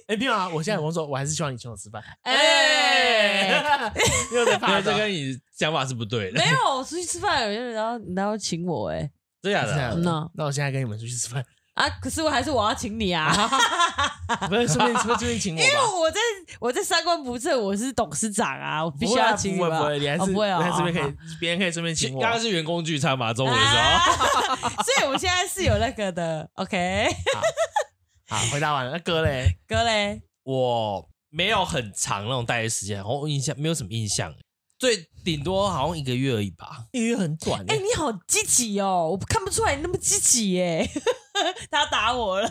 Speaker 2: 哎，没有啊，我现在有工作，我还是希望你请我吃饭，
Speaker 3: 哎、
Speaker 2: 又在
Speaker 1: 因
Speaker 2: 怕
Speaker 1: 为这
Speaker 2: 这个，
Speaker 1: 跟你想法是不对的
Speaker 3: 没，有，我出去吃饭，有些人然后然后请我、哎，
Speaker 1: 这样
Speaker 2: 这样
Speaker 1: 的。
Speaker 2: 的
Speaker 3: 那
Speaker 2: 那我现在跟你们出去吃饭，
Speaker 3: 啊，可是我还是我要请你啊，
Speaker 2: 不是顺便顺便请我 吧，
Speaker 3: 我在我在三观不正，我是董事长啊，我必
Speaker 2: 不
Speaker 3: 须
Speaker 2: 会
Speaker 3: 要
Speaker 2: 啊
Speaker 3: 请你
Speaker 2: 不会
Speaker 3: 吧
Speaker 2: 不会，你还
Speaker 3: 哦
Speaker 2: 是
Speaker 3: 不会啊、
Speaker 2: 你还
Speaker 3: 哦，
Speaker 2: 是
Speaker 3: 好
Speaker 2: 可以，别人可以顺便请我
Speaker 1: 刚
Speaker 2: 啊，
Speaker 1: 刚是员工聚餐嘛，中午的时候，
Speaker 3: 啊 所以我现在是有那个的，OK，
Speaker 2: 好，回答完了，那哥嘞，
Speaker 3: 哥嘞，
Speaker 1: 我没有很长那种待的时间，然后印象没有什么印象，最顶多好像一个月而已吧。
Speaker 2: 一个月很短
Speaker 3: 哎、
Speaker 2: 欸，
Speaker 3: 你好积极哦，我看不出来你那么积极耶， 他打我了，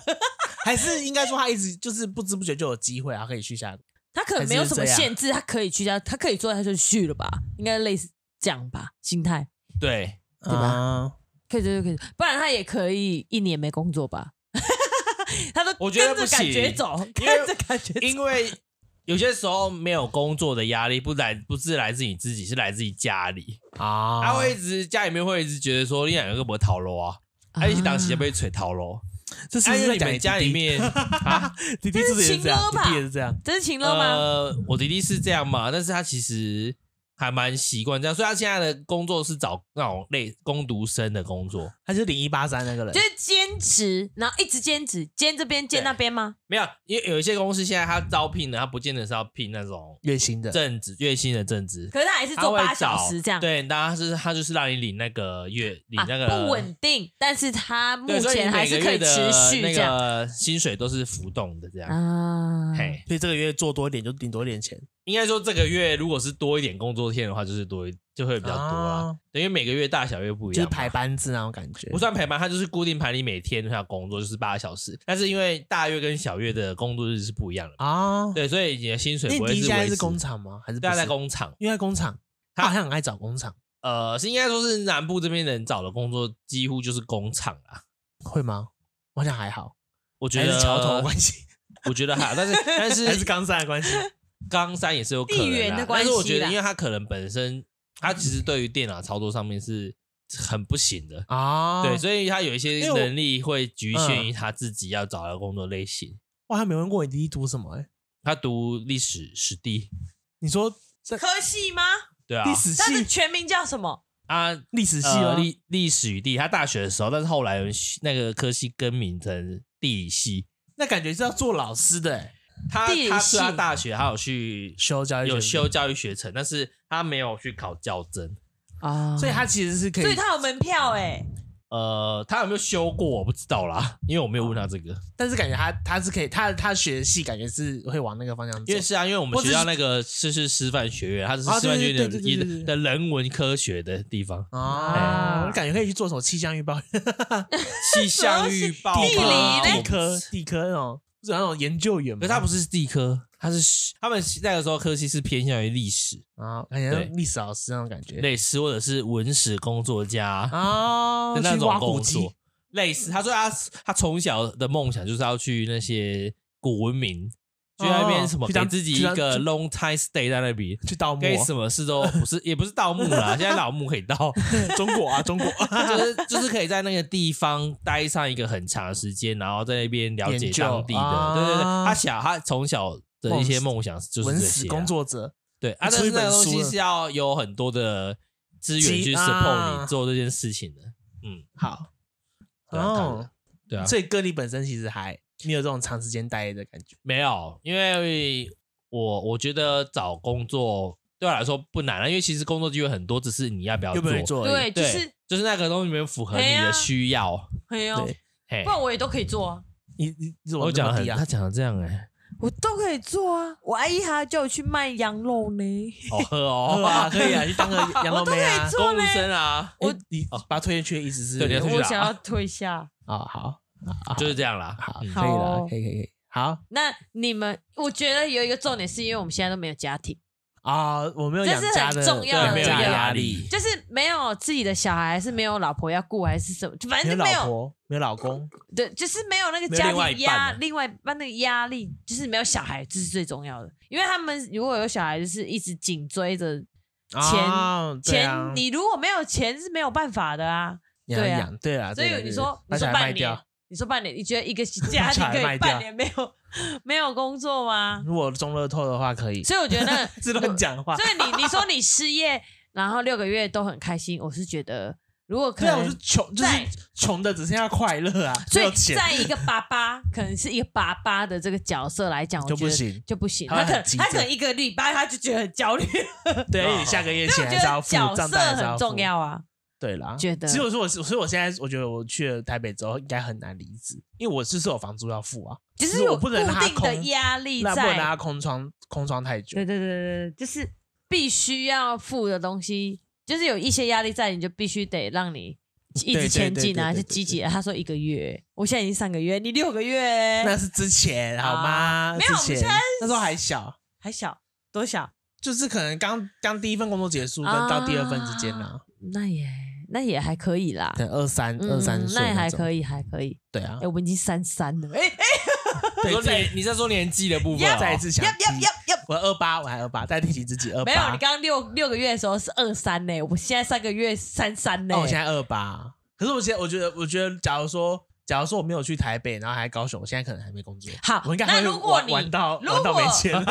Speaker 2: 还是应该说他一直就是不知不觉就有机会啊，可以去下
Speaker 3: 他可能没有什么限制，他可以去家，他可以做他就去了吧，应该类似这样吧，心态
Speaker 1: 对，
Speaker 2: 对吧？
Speaker 3: 可以做就可以做，不然他也可以一年没工作吧。 他都
Speaker 1: 我觉得
Speaker 3: 跟
Speaker 1: 不
Speaker 3: 着感觉
Speaker 1: 行
Speaker 3: 走，
Speaker 1: 因 为
Speaker 3: 跟着感觉走。
Speaker 1: 因为有些时候没有工作的压力，不来不是来自你自己，是来自于家里。
Speaker 2: 啊，
Speaker 3: 哦
Speaker 1: 他 会一直家里面会一直觉得说，你两个个不讨楼啊，他一起当时间被锤讨楼。
Speaker 2: 这是
Speaker 1: 啊
Speaker 2: 不
Speaker 1: 因
Speaker 2: 是
Speaker 1: 为
Speaker 2: 在
Speaker 1: 你
Speaker 2: 讲
Speaker 1: 们
Speaker 2: 你
Speaker 1: 家里
Speaker 2: 弟弟？
Speaker 1: 面啊，
Speaker 2: 弟弟是不是 也是这样？
Speaker 3: 这是情歌吧
Speaker 2: 弟弟也是这样。
Speaker 3: 这是情乐吗？
Speaker 1: 呃，我弟弟是这样嘛，但是他其实还蛮习惯这样，所以他现在的工作是找那种类工读生的工作，
Speaker 2: 他就是零一八三那个人
Speaker 3: 就，是兼职，然后一直兼职，兼这边兼那边吗？
Speaker 1: 没有，因为有一些公司现在他招聘的，他不见得是要聘那种
Speaker 2: 月薪的，
Speaker 1: 正职月薪的正职，
Speaker 3: 可是他还是
Speaker 1: 他
Speaker 3: 做
Speaker 1: 会
Speaker 3: 八
Speaker 1: 找
Speaker 3: 小时这样，
Speaker 1: 对，当然是他就是让你领那个月领
Speaker 3: 啊，
Speaker 1: 那个、
Speaker 3: 不稳定，但是他目
Speaker 1: 对，所以你
Speaker 3: 前还
Speaker 1: 每个
Speaker 3: 是可
Speaker 1: 月
Speaker 3: 以
Speaker 1: 的
Speaker 3: 持续
Speaker 1: 那
Speaker 3: 这样
Speaker 1: 个薪水都是浮动的这样。
Speaker 3: 啊。
Speaker 1: 嘿，
Speaker 2: 所以这个月做多一点就顶多一点钱，
Speaker 1: 应该说这个月如果是多一点工作天的话，就是多一就会比较多啊
Speaker 3: 哦
Speaker 2: 啊，
Speaker 1: 对因为每个月大小月不一
Speaker 2: 就是
Speaker 1: 样嘛，
Speaker 2: 排班制那种感觉
Speaker 1: 不。算陪伴，它就是固定排你每天要工作就是八个小时，但是因为大月跟小月的工作日是不一样的嘛，
Speaker 2: 啊，
Speaker 1: 对，所以你的薪水
Speaker 2: 那
Speaker 1: 不
Speaker 2: 你
Speaker 1: 会
Speaker 2: 弟
Speaker 1: 是
Speaker 2: 现在
Speaker 1: 维
Speaker 2: 是
Speaker 1: 持。
Speaker 2: 工厂吗？还是不
Speaker 1: 对啊，
Speaker 2: 是
Speaker 1: 在？工厂，
Speaker 2: 因为在工厂，他好像很爱找工厂，
Speaker 1: 呃，是应该说是南部这边人找的工作几乎就是工厂啦。
Speaker 2: 会吗？我好像还好，
Speaker 1: 我觉
Speaker 2: 还
Speaker 1: 得
Speaker 2: 是桥头的关系，
Speaker 1: 我觉得 还好，但是但
Speaker 2: 还是
Speaker 1: 是
Speaker 2: 冈山的关系。
Speaker 1: 冈山也是有可能
Speaker 3: 地缘
Speaker 1: 啦
Speaker 3: 的关系
Speaker 1: 但是我觉得，
Speaker 3: 啦
Speaker 1: 因为他可能本身他其实对于电脑操作上面是很不行的，
Speaker 2: 啊，
Speaker 1: 对，所以他有一些
Speaker 2: 因为我
Speaker 1: 能力会局限
Speaker 2: 嗯
Speaker 1: 于他自己要找的工作类型。
Speaker 2: 我还没问过你弟弟读什么哎。
Speaker 1: 他读历史史地，
Speaker 2: 你说这
Speaker 3: 科系吗？
Speaker 1: 对啊，
Speaker 2: 历史
Speaker 3: 他的
Speaker 2: 系，
Speaker 3: 全名叫什么？
Speaker 1: 啊，
Speaker 2: 历史系
Speaker 1: 呃
Speaker 2: 吗？
Speaker 1: 历历史与地，他大学的时候，但是后来那个科系更名成地理系。
Speaker 2: 那感觉是要做老师的欸，
Speaker 1: 他
Speaker 3: 地理
Speaker 1: 他
Speaker 3: 系
Speaker 1: 是他大学，他有去
Speaker 2: 修教育
Speaker 1: 有
Speaker 2: 学生
Speaker 1: 修，教育学程，但是他没有去考教甄。
Speaker 3: 啊
Speaker 2: 所以他其实是可
Speaker 3: 所以
Speaker 2: 以，
Speaker 3: 他有门票哎，
Speaker 1: 呃，他有没有修过我不知道啦，因为我没有问他这个。
Speaker 2: 但是感觉他他是可以，他他学系感觉是会往那个方向走，
Speaker 1: 因为是啊，因为我们
Speaker 2: 或者
Speaker 1: 学
Speaker 2: 是
Speaker 1: 校那个是是师范学院，他是
Speaker 2: 啊
Speaker 1: 师范学院
Speaker 2: 对对
Speaker 1: 的
Speaker 2: 对对对，
Speaker 1: 的的人文科学的地方
Speaker 2: 啊，感觉可以去做什么气象预报、
Speaker 1: 气象预报
Speaker 3: 地理
Speaker 1: 嘛
Speaker 3: 嘞
Speaker 2: 地科、地科那种，就是那种研究员嘛。
Speaker 1: 可是他不是地科，他是他们那个时候科系是偏向于历史、
Speaker 2: 啊，感觉
Speaker 1: 对
Speaker 2: 像历史老师那种感觉
Speaker 1: 类似或者是文史工作家
Speaker 2: 啊，
Speaker 1: 的那
Speaker 2: 去
Speaker 1: 种
Speaker 2: 挖
Speaker 1: 工
Speaker 2: 古
Speaker 1: 作
Speaker 2: 迹，
Speaker 1: 类似。他说他他从小的梦想就是要去那些古文明，去那边什么
Speaker 2: 哦去
Speaker 1: 给
Speaker 2: 当
Speaker 1: 自己
Speaker 2: 去
Speaker 1: 一
Speaker 2: 当
Speaker 1: 个
Speaker 2: 去
Speaker 1: long time stay 在那里，
Speaker 2: 去盗墓啊
Speaker 1: 跟什么事都不是，也不是盗墓 啦，现在老墓可以盗，
Speaker 2: 中国啊， 中国
Speaker 1: 就是就是可以在那个地方待上一个很长的时间，然后在那边了解
Speaker 2: 研究
Speaker 1: 当地的。
Speaker 2: 啊
Speaker 1: 对对对，他小他从小的一些梦想就是
Speaker 2: 文
Speaker 1: 这
Speaker 2: 史
Speaker 1: 些啊
Speaker 2: 工作者
Speaker 1: 对啊，
Speaker 2: 你
Speaker 1: 但
Speaker 2: 出
Speaker 1: 是
Speaker 2: 一
Speaker 1: 那个
Speaker 2: 本
Speaker 1: 东
Speaker 2: 书
Speaker 1: 西
Speaker 2: 了
Speaker 1: 是要有很多的资源
Speaker 2: 集
Speaker 1: 去
Speaker 2: 啊
Speaker 1: support 你做这件事情的。嗯，
Speaker 2: 好
Speaker 1: 对啊当然
Speaker 2: 哦，
Speaker 1: 对啊，
Speaker 2: 所以哥你本身其实还没有这种长时间待的感觉
Speaker 1: 没有，因为我我觉得找工作对我来说不难啊，因为其实工作机会很多，只是你要不要
Speaker 2: 有
Speaker 1: 做。
Speaker 2: 没有做而已？
Speaker 3: 对，就
Speaker 1: 对，
Speaker 3: 是
Speaker 1: 就是那个东西没有符合你
Speaker 3: 嘿
Speaker 1: 的
Speaker 3: 啊
Speaker 1: 需要。
Speaker 3: 哎呦，
Speaker 2: 对
Speaker 1: 嘿
Speaker 3: 不，然我也都可以做啊，
Speaker 2: 你你你怎么
Speaker 1: 我
Speaker 2: 那
Speaker 1: 讲得
Speaker 2: 么
Speaker 1: 很，
Speaker 2: 低
Speaker 1: 他
Speaker 2: 啊？
Speaker 1: 讲的这样 哎，
Speaker 3: 我都可以做啊。我阿姨还叫我去卖羊肉呢，
Speaker 1: 好喝
Speaker 2: 喝啊，
Speaker 1: 哦，
Speaker 2: 可以啊，去 当个羊肉妹啊。
Speaker 3: 做
Speaker 1: 公
Speaker 3: 呢
Speaker 1: 路生啊，
Speaker 2: 我你把他推下去的意思是
Speaker 1: 对你要出去
Speaker 3: 我
Speaker 1: 啊
Speaker 3: 想要退下。
Speaker 2: 啊好
Speaker 1: 就是这样啦。
Speaker 2: 好，可以
Speaker 1: 嗯
Speaker 2: 了
Speaker 3: 好，
Speaker 2: 可以可以可以。好
Speaker 3: 那你们，我觉得有一个重点是因为我们现在都没有家庭，
Speaker 2: 啊，我没有养家的
Speaker 3: 这是很重要的
Speaker 2: 对没有
Speaker 3: 这个
Speaker 2: 压力，
Speaker 1: 力，
Speaker 3: 就是没有自己的小孩，还是没有老婆要顾，还是什么，反
Speaker 2: 没有
Speaker 3: 正就没
Speaker 2: 老
Speaker 3: 有，
Speaker 2: 婆，没有老公，
Speaker 3: 对，就是没有那个
Speaker 1: 没有
Speaker 3: 家
Speaker 1: 另外
Speaker 3: 庭
Speaker 1: 一半
Speaker 3: 压，
Speaker 1: 啊
Speaker 3: 另外一半那个压力，就是没有小孩，这是最重要的。因为他们如果有小孩，就是一直紧追着
Speaker 2: 啊对
Speaker 3: 钱，
Speaker 2: 啊
Speaker 3: 你如果没有钱是没有办法的啊。
Speaker 2: 你要
Speaker 3: 对啊
Speaker 2: 养，对啊，
Speaker 3: 所以
Speaker 2: 对啊
Speaker 3: 你说，
Speaker 2: 对啊
Speaker 3: 你说
Speaker 2: 把小孩卖
Speaker 3: 半年
Speaker 2: 掉。，
Speaker 3: 你说半年，你觉得一个 家庭可以半年没有没有工作吗？
Speaker 2: 如果中乐透的话，可以。
Speaker 3: 所以我觉得那，
Speaker 2: 是乱讲话
Speaker 3: 所。以你你说你失业，然后六个月都很开心，我是觉得如果可
Speaker 2: 对啊，我
Speaker 3: 能
Speaker 2: 是，穷，就是
Speaker 3: 在
Speaker 2: 穷的只剩下快乐啊，
Speaker 3: 所
Speaker 2: 没
Speaker 3: 以
Speaker 2: 有钱
Speaker 3: 在一个爸 爸，可能是一个爸爸的这个角色来讲，我
Speaker 2: 就
Speaker 3: 觉
Speaker 2: 不
Speaker 3: 得
Speaker 2: 行。
Speaker 3: 就不行，
Speaker 2: 他
Speaker 3: 他
Speaker 2: 会
Speaker 3: 可能
Speaker 2: 很急
Speaker 3: 他
Speaker 2: 着
Speaker 3: 可能一个礼拜他就觉得很 焦虑，
Speaker 2: 对，
Speaker 1: 哦
Speaker 2: 因为你下个月
Speaker 3: 所以
Speaker 2: 钱
Speaker 3: 我
Speaker 2: 还
Speaker 3: 觉
Speaker 2: 是要
Speaker 3: 得
Speaker 2: 付，
Speaker 3: 角
Speaker 2: 账
Speaker 3: 色
Speaker 2: 单还是要付
Speaker 3: 很重。要啊。
Speaker 2: 对啦，
Speaker 3: 觉得
Speaker 2: 其实我说我，所以我现在我觉得我去了台北之后，应该很难离职，因为我是是有房租要付啊，
Speaker 3: 只
Speaker 2: 是
Speaker 3: 是
Speaker 2: 我
Speaker 3: 有
Speaker 2: 不
Speaker 3: 固
Speaker 2: 能让他
Speaker 3: 定的
Speaker 2: 空
Speaker 3: 压力
Speaker 2: 那不能让
Speaker 3: 在，
Speaker 2: 它空窗空窗太久
Speaker 3: 对。对对对对，就是必须要付的东西，就是有一些压力在，你就必须得让你一
Speaker 2: 对对
Speaker 3: 直前进啊，
Speaker 2: 对对
Speaker 3: 就
Speaker 2: 对
Speaker 3: 积极啊。他说一个月，我现在已经三个月，你六个月，
Speaker 2: 那是之前好吗？
Speaker 3: 啊没有
Speaker 2: 之
Speaker 3: 我们
Speaker 2: 前
Speaker 3: 现在
Speaker 2: 那时候还小，
Speaker 3: 还小多小？
Speaker 2: 就是可能刚刚第一份工作结束跟
Speaker 3: 啊
Speaker 2: 到第二份之间啦，
Speaker 3: 那也那也还可以啦，
Speaker 2: 可能二三
Speaker 3: 嗯
Speaker 2: 二三岁
Speaker 3: 那也还
Speaker 2: 以。
Speaker 3: 可以，还可以。
Speaker 2: 对啊
Speaker 3: 哎、，我们已经三三了，哎、
Speaker 1: 你
Speaker 2: 对，
Speaker 1: 说
Speaker 2: 再
Speaker 1: 年，你在说年纪的部分哦，
Speaker 2: 再一次想
Speaker 3: 要要
Speaker 2: 提
Speaker 3: 要要，
Speaker 2: 我二八，我还二八，再提醒自己嗯二八。
Speaker 3: 没有，你刚刚六六个月的时候是二三呢，我现在三个月三三呢。
Speaker 2: 那我哦现在二八，可是我现在我觉得，我觉得，假如说，假如说我没有去台北，然后还高雄，我现在可能还没工作。
Speaker 3: 好
Speaker 2: 我应该
Speaker 3: 那
Speaker 2: 还会
Speaker 3: 如果
Speaker 2: 玩
Speaker 3: 你
Speaker 2: 玩到
Speaker 3: 如
Speaker 2: 玩到没
Speaker 3: 果
Speaker 2: 钱。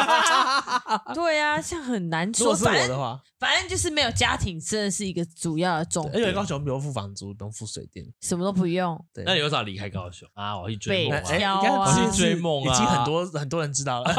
Speaker 3: 对啊，像很难
Speaker 2: 如
Speaker 3: 说，
Speaker 2: 果是
Speaker 3: 反
Speaker 2: 我
Speaker 3: 正
Speaker 2: 的话，
Speaker 3: 反正就是没有家庭，真的是一个主要的重
Speaker 2: 而且
Speaker 3: 点，
Speaker 2: 高雄不用付房租，不用付水电。
Speaker 3: 什么都不用。
Speaker 2: 对，
Speaker 1: 那你为啥离开高雄啊？我要去追
Speaker 2: 那
Speaker 1: 梦
Speaker 2: 哎，
Speaker 1: 啊！
Speaker 3: 挑
Speaker 2: 你看
Speaker 3: 啊
Speaker 2: 其实
Speaker 1: 我去追梦啊
Speaker 2: 已经很多很多人知道了。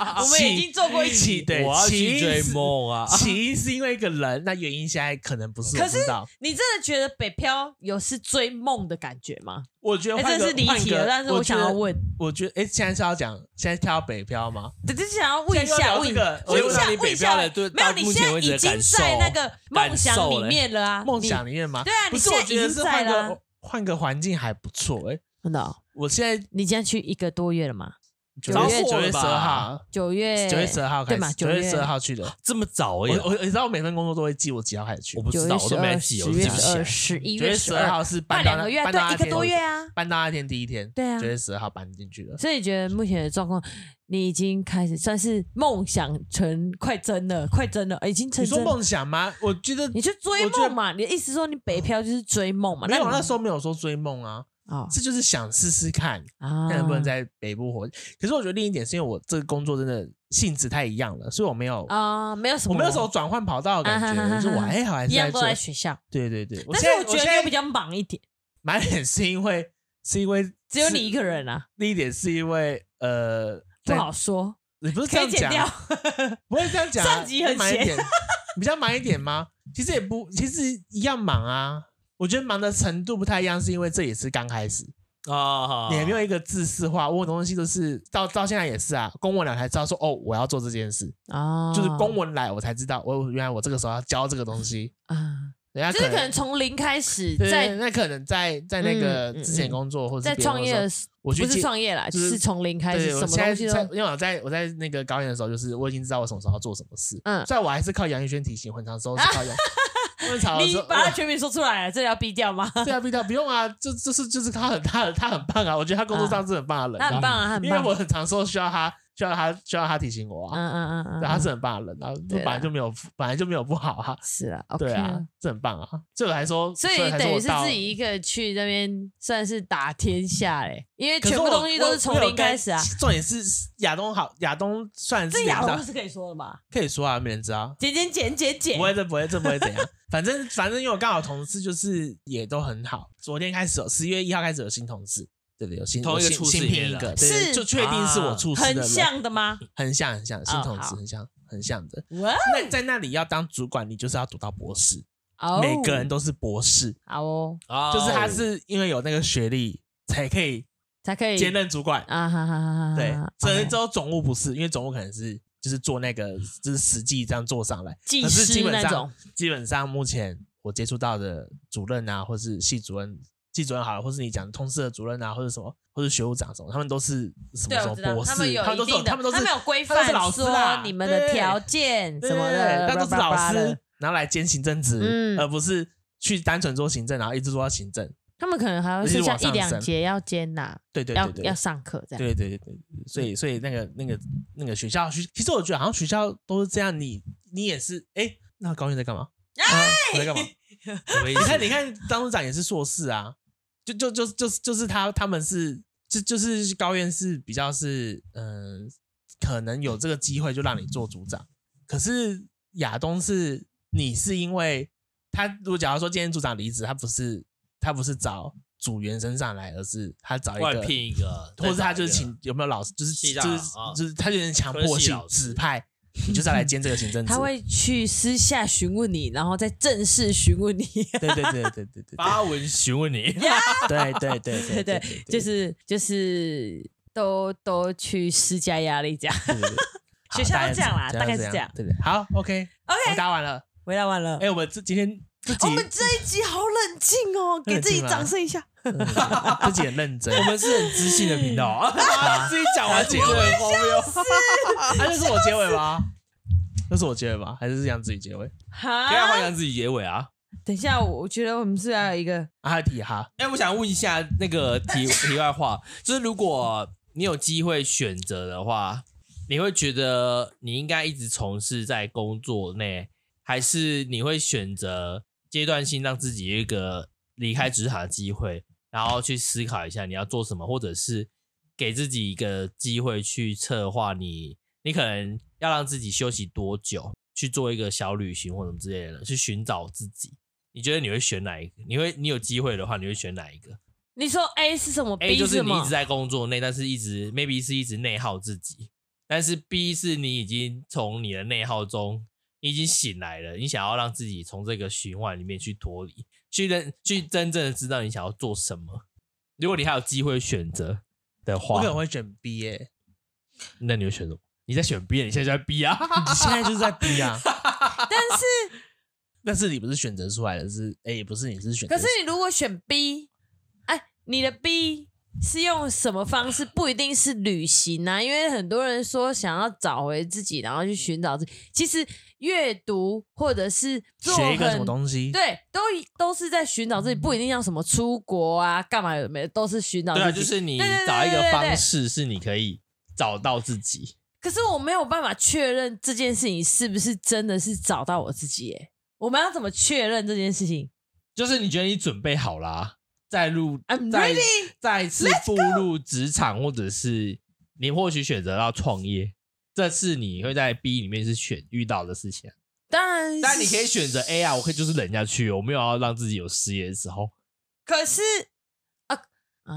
Speaker 3: 我们已经做过一
Speaker 2: 起
Speaker 3: 期，
Speaker 2: 对，
Speaker 1: 我要
Speaker 2: 起
Speaker 1: 去
Speaker 2: 因
Speaker 1: 追
Speaker 2: 是。
Speaker 1: 梦啊！
Speaker 2: 起因是因为一个人，那原因现在可能不是我
Speaker 3: 可是
Speaker 2: 知道。
Speaker 3: 你真的觉得北漂有是追梦的感觉吗？
Speaker 2: 我觉得
Speaker 3: 哎、
Speaker 2: 换
Speaker 3: 这
Speaker 2: 个
Speaker 3: 是离
Speaker 2: 换
Speaker 3: 题
Speaker 2: 个
Speaker 3: 了，但是我
Speaker 2: 觉
Speaker 3: 想要
Speaker 2: 得，
Speaker 3: 问，
Speaker 2: 我觉得哎，现在是要讲现在跳北漂吗？
Speaker 3: 只是想要问一
Speaker 2: 现在
Speaker 3: 下，
Speaker 2: 又聊这
Speaker 3: 问一
Speaker 2: 个
Speaker 3: 问
Speaker 1: 我
Speaker 3: 一
Speaker 1: 就问到
Speaker 3: 下，
Speaker 1: 你
Speaker 3: 问一
Speaker 1: 北
Speaker 3: 下
Speaker 1: 漂，的对
Speaker 3: 没有，
Speaker 1: 到
Speaker 3: 你
Speaker 1: 目
Speaker 3: 现
Speaker 1: 前
Speaker 3: 在
Speaker 1: 为止的
Speaker 3: 已经
Speaker 1: 感受
Speaker 3: 在那个梦想
Speaker 1: 感受
Speaker 3: 里
Speaker 1: 嘞
Speaker 3: 面了啊，
Speaker 2: 梦
Speaker 3: 你
Speaker 2: 想里面吗？
Speaker 3: 对啊你
Speaker 2: 不是，
Speaker 3: 现
Speaker 2: 我
Speaker 3: 在已
Speaker 2: 觉得
Speaker 3: 经
Speaker 2: 是换
Speaker 3: 在啊啦
Speaker 2: 个换个环境还不错哎、
Speaker 3: 真的哦、
Speaker 2: 我现在
Speaker 3: 你今天去一个多月了嘛？
Speaker 2: 九
Speaker 3: 早
Speaker 2: 月
Speaker 1: 过
Speaker 2: 九
Speaker 1: 了
Speaker 2: 月十二号
Speaker 1: 吧，
Speaker 3: 九月
Speaker 2: 九月十二号开
Speaker 3: 对嘛
Speaker 2: 始，九
Speaker 3: 9
Speaker 2: 月
Speaker 3: 月
Speaker 2: 十二号去的。
Speaker 1: 这么早
Speaker 2: 我
Speaker 1: 耶！
Speaker 2: 我你知道，我每份工作都会记我几号开始去
Speaker 1: 我。不
Speaker 3: 九
Speaker 1: 知
Speaker 3: 月
Speaker 1: 道，我
Speaker 3: 十
Speaker 1: 都没
Speaker 3: 二、
Speaker 1: 记，
Speaker 3: 十
Speaker 1: 我只
Speaker 3: 月
Speaker 1: 记
Speaker 3: 十
Speaker 1: 起
Speaker 3: 二、
Speaker 1: 来
Speaker 3: 十一
Speaker 2: 九
Speaker 3: 月
Speaker 2: 月
Speaker 3: 十
Speaker 2: 十二号是搬
Speaker 3: 快
Speaker 2: 到
Speaker 3: 两
Speaker 2: 那
Speaker 3: 个月，
Speaker 2: 搬到
Speaker 3: 对，一
Speaker 2: 那
Speaker 3: 个
Speaker 2: 天
Speaker 3: 多月啊。
Speaker 2: 搬到那天第一天，
Speaker 3: 对啊
Speaker 2: 九月十二号搬进去的。
Speaker 3: 所以你觉得目前的状况，你已经开始算是梦想成快真了，快真了，已经成
Speaker 2: 你说
Speaker 3: 真了。
Speaker 2: 梦想吗？我觉得
Speaker 3: 你去追梦嘛？你的意思说你北漂就是追梦嘛？
Speaker 2: 没有，啊
Speaker 3: 你
Speaker 2: 那时候没有说追梦啊，
Speaker 3: 哦
Speaker 2: 这就是想试试看，
Speaker 3: 啊，
Speaker 2: 看能不能在北部活。可是我觉得另一点是因为我这个工作真的性质太一样了，所以我没有
Speaker 3: 啊，没有什么，
Speaker 2: 我没有什么转换跑道的感
Speaker 3: 啊哈哈
Speaker 2: 觉，
Speaker 3: 哈
Speaker 2: 我说我还好还
Speaker 3: 一
Speaker 2: 是
Speaker 3: 样
Speaker 2: 在
Speaker 3: 都
Speaker 2: 做
Speaker 3: 在。学校，
Speaker 2: 对对对，
Speaker 3: 但是
Speaker 2: 现在
Speaker 3: 我觉
Speaker 2: 现
Speaker 3: 得
Speaker 2: 在
Speaker 3: 又比较忙一点，
Speaker 2: 满脸是因为是因为
Speaker 3: 只有
Speaker 2: 是
Speaker 3: 你一个人啊，
Speaker 2: 另一点是因为呃，
Speaker 3: 不
Speaker 2: 在
Speaker 3: 好说，
Speaker 2: 你不是这
Speaker 3: 可以
Speaker 2: 样
Speaker 3: 剪
Speaker 2: 讲
Speaker 3: 掉
Speaker 2: 啊，。不会这样讲啊，
Speaker 3: 上集很
Speaker 2: 比较忙一
Speaker 3: 闲
Speaker 2: 点，比较忙一点吗？其实也不，其实一样忙啊。我觉得忙的程度不太一样，是因为这也是刚开始，
Speaker 1: 啊！
Speaker 3: 哦
Speaker 2: 你也没有一个自式化，我很多东西都是到到现在也是啊，公文来才知道说哦，我要做这件事，
Speaker 3: 哦，
Speaker 2: 就是公文来我才知道，我原来我这个时候要教这个东西，
Speaker 3: 啊，
Speaker 2: 人家
Speaker 3: 就是可能从零开始，
Speaker 2: 对
Speaker 3: 在
Speaker 2: 那可能在在那个
Speaker 3: 嗯嗯
Speaker 2: 之前
Speaker 3: 嗯
Speaker 2: 工作、或者是
Speaker 3: 在
Speaker 2: 别的
Speaker 3: 创业
Speaker 2: 工作
Speaker 3: 的
Speaker 2: 的时
Speaker 3: 时候，
Speaker 2: 候，我去
Speaker 3: 不是
Speaker 2: 记
Speaker 3: 创业啦，
Speaker 2: 就是
Speaker 3: 是从零开始，
Speaker 2: 对，
Speaker 3: 什
Speaker 2: 我
Speaker 3: 么
Speaker 2: 现在
Speaker 3: 东西
Speaker 2: 在，
Speaker 3: 都
Speaker 2: 因为我在我在那个高一的时候，就是我已经知道我什么时候要做什么事。
Speaker 3: 嗯
Speaker 2: 虽然我还是靠杨宇轩提醒，很长时候是靠 杨，因为常常
Speaker 3: 你
Speaker 2: 啊说
Speaker 3: 把他全名说出来了，这要逼掉吗？
Speaker 2: 对啊，不掉不用啊，就就是就是他很他很他很棒啊，我觉得他工作上是很 棒的人
Speaker 3: 他
Speaker 2: 啊，
Speaker 3: 很棒啊，他很
Speaker 2: 因为
Speaker 3: 棒。
Speaker 2: 我很长时候需要他需要他需要他提醒我
Speaker 3: 嗯
Speaker 2: 啊，
Speaker 3: 嗯嗯嗯，
Speaker 2: 对，他是很棒的人啊，
Speaker 3: 对
Speaker 2: 本
Speaker 3: 啦
Speaker 2: 来就没有本来就没有不好啊，
Speaker 3: 是啊 ，OK
Speaker 2: 对啊
Speaker 3: 啊。，
Speaker 2: 这很棒啊，这个还说，
Speaker 3: 所以
Speaker 2: 才
Speaker 3: 等
Speaker 2: 说
Speaker 3: 于
Speaker 2: 我
Speaker 3: 是
Speaker 2: 到
Speaker 3: 自己一个去那边算是打天下嘞，因为
Speaker 2: 可是
Speaker 3: 全部
Speaker 2: 我
Speaker 3: 东西都
Speaker 2: 我
Speaker 3: 是从
Speaker 2: 我有
Speaker 3: 零开
Speaker 2: 跟
Speaker 3: 始啊。
Speaker 2: 重点是亚东好，亚东算是
Speaker 3: 这亚
Speaker 2: 人渣
Speaker 3: 龙是可以说的吧？
Speaker 2: 可以说啊，没人知道。
Speaker 3: 减减减减减
Speaker 2: 不，会，这不会，这不会怎样。反正反正，因为我刚好同事就是也都很好。昨天开始有，十月一号开始有新同事，对不对？有新
Speaker 1: 同一个
Speaker 2: 有新
Speaker 1: 处室
Speaker 2: 新
Speaker 1: 里
Speaker 2: 聘
Speaker 1: 面
Speaker 2: 一
Speaker 1: 的啊
Speaker 2: 个，对对
Speaker 3: 是
Speaker 2: 就确定是我处室的
Speaker 3: 很
Speaker 2: 人，
Speaker 3: 像的吗？
Speaker 2: 很像，很像，新
Speaker 3: 哦
Speaker 2: 同事
Speaker 3: 好
Speaker 2: 很像，很像的。
Speaker 3: 哇
Speaker 2: 那在那里要当主管，你就是要读到博士，
Speaker 3: 哦，
Speaker 2: 每个人都是博士，
Speaker 3: 好哦，
Speaker 1: 啊
Speaker 2: 就是他是因为有那个学历才可以
Speaker 3: 才可以
Speaker 2: 兼任主管。
Speaker 3: 啊哈哈哈哈！
Speaker 2: 对，只能
Speaker 3: OK
Speaker 2: 只有总务不是，因为总务可能是就是做那个就是实际这样做上来，
Speaker 3: 技
Speaker 2: 可是
Speaker 3: 师
Speaker 2: 基本
Speaker 3: 那
Speaker 2: 上
Speaker 3: 种
Speaker 2: 基本上目前我接触到的主任啊，或是系主任系主任好了，或是你讲通识的主任啊，或者什么，或是学务长什么，他们都是什么
Speaker 3: 对，
Speaker 2: 什
Speaker 3: 我
Speaker 2: 么
Speaker 3: 知道
Speaker 2: 博士，
Speaker 3: 他们有
Speaker 2: 他们
Speaker 3: 一
Speaker 2: 都是
Speaker 3: 定的，
Speaker 2: 他们都是
Speaker 3: 有规
Speaker 2: 他们
Speaker 3: 范
Speaker 2: 是老师啦
Speaker 3: 说你们的
Speaker 2: 对
Speaker 3: 条件什么
Speaker 2: 对
Speaker 3: 的，
Speaker 2: 他都是
Speaker 3: 叭叭
Speaker 2: 老
Speaker 3: 叭的
Speaker 2: 师，，然后来兼行政职，
Speaker 3: 嗯
Speaker 2: 而不是去单纯做行政，然后一直做到行政。
Speaker 3: 他们可能还会
Speaker 2: 其实
Speaker 3: 剩下
Speaker 2: 往上
Speaker 3: 一两
Speaker 2: 升
Speaker 3: 节要兼呐，
Speaker 2: 对对
Speaker 3: 要
Speaker 2: 对对，
Speaker 3: 要上课这样。
Speaker 2: 对对对对，所以所以那个那个那个学校，学其实我觉得好像学校都是这样，你你也是，哎，那高院在干嘛？
Speaker 3: 哎
Speaker 2: 啊，我在干嘛？
Speaker 1: 什么意
Speaker 2: 你看
Speaker 1: 思？
Speaker 2: 你看，张处长也是硕士啊，就就就就是就是他他们是就就是高院是比较是嗯、可能有这个机会就让你做组长，可是亚东是你是因为他如果假如说今天组长离职，他不是他不是找组员身上来，而是他找一
Speaker 1: 外
Speaker 2: 个
Speaker 1: 聘一个，
Speaker 2: 或者他就是
Speaker 1: 再找一个
Speaker 2: 请有没有老师，就是
Speaker 1: 系
Speaker 2: 就
Speaker 1: 上
Speaker 2: 是
Speaker 1: 啊
Speaker 2: 就是他有点强迫
Speaker 1: 科系
Speaker 2: 性
Speaker 1: 老师
Speaker 2: 指派，你就是要来兼这个行政职
Speaker 3: 他。会去私下询问你，然后再正式询 问你。
Speaker 2: 对对对对对对对
Speaker 1: 发文询问 你，
Speaker 2: 对对对对
Speaker 3: 对对，就是就是都都去施加压力这样。
Speaker 2: 对对对好
Speaker 3: 学校都这样啦
Speaker 2: 大
Speaker 3: 大概是
Speaker 2: 这
Speaker 3: 这样
Speaker 2: 对对，好，OK，我
Speaker 3: OK，
Speaker 2: 答完了。
Speaker 3: 回答完了。
Speaker 2: 哎，我们这今天自己
Speaker 3: 我们这一集好冷静哦，给
Speaker 2: 冷
Speaker 3: 自己
Speaker 2: 静吗
Speaker 3: 掌声一下。
Speaker 2: 自己很认真
Speaker 1: 我，们是很知性的频 道啊，自己讲完结尾，
Speaker 2: 啊，这是我结尾吗？这是我结尾吗？还是这样自己结尾？
Speaker 1: 不要
Speaker 3: 哈，
Speaker 1: 幻想自己结尾啊。
Speaker 3: 等一下，我我觉得我们是要有一个
Speaker 2: 啊，还有体哈，
Speaker 1: 哎、我想问一下那个题题外话，就是如果你有机会选择的话，你会觉得你应该一直从事在工作内，还是你会选择阶段性让自己有一个离开职场的机会，然后去思考一下你要做什么，或者是给自己一个机会去策划你，你可能要让自己休息多久，去做一个小旅行或什么之类的，去寻找自己。你觉得你会选哪一个？你会你有机会的话，你会选哪一个
Speaker 3: 你说 A 是什么
Speaker 1: ？A
Speaker 3: ，B
Speaker 1: 就是是
Speaker 3: 什
Speaker 1: 你一
Speaker 3: 么
Speaker 1: 直？在工作内，但是一直 maybe 是一直内耗自己，但是 B 是你已经从你的内耗中你已经醒来了，你想要让自己从这个循环里面去脱离，去认去真正的知道你想要做什么。如果你还有机会选择的
Speaker 2: 我
Speaker 1: 话
Speaker 2: 可，能会选 B 耶，
Speaker 1: 那你会选什么？你在选 B，你现在就在 B 啊？
Speaker 2: 你现在就是在 B 啊，
Speaker 3: 但是
Speaker 2: 但是你不是选择出来的，是 A，不是你是选择
Speaker 3: 可是你如果选 B，哎，你的 B 是用什么方式？不一定是旅行啊，因为很多人说想要找回自己，然后去寻找自己。其实阅读或者是做
Speaker 2: 学一个什么
Speaker 3: 很
Speaker 2: 东西，
Speaker 3: 对，都都是在寻找自己，不一定要什么出国啊，干嘛有没有，都是寻找自
Speaker 1: 对
Speaker 3: 己。
Speaker 1: 啊，就是你
Speaker 3: 对对对
Speaker 1: 找一个
Speaker 3: 对对对
Speaker 1: 方式，是你可以找到自己。
Speaker 3: 可是我没有办法确认这件事情是不是真的是找到我自己耶。我们要怎么确认这件事情
Speaker 1: 就是你觉得你准备好啦、再入
Speaker 3: ？I'm
Speaker 1: 再
Speaker 3: ready。
Speaker 1: 再次步入职场，或者是你或许选择要创业，这是你会在 B 里面是选遇到的事情啊。
Speaker 3: 当然是，
Speaker 1: 但你可以选择 A 啊，我可以就是忍下去，我没有要让自己有失业的时候，
Speaker 3: 可是啊，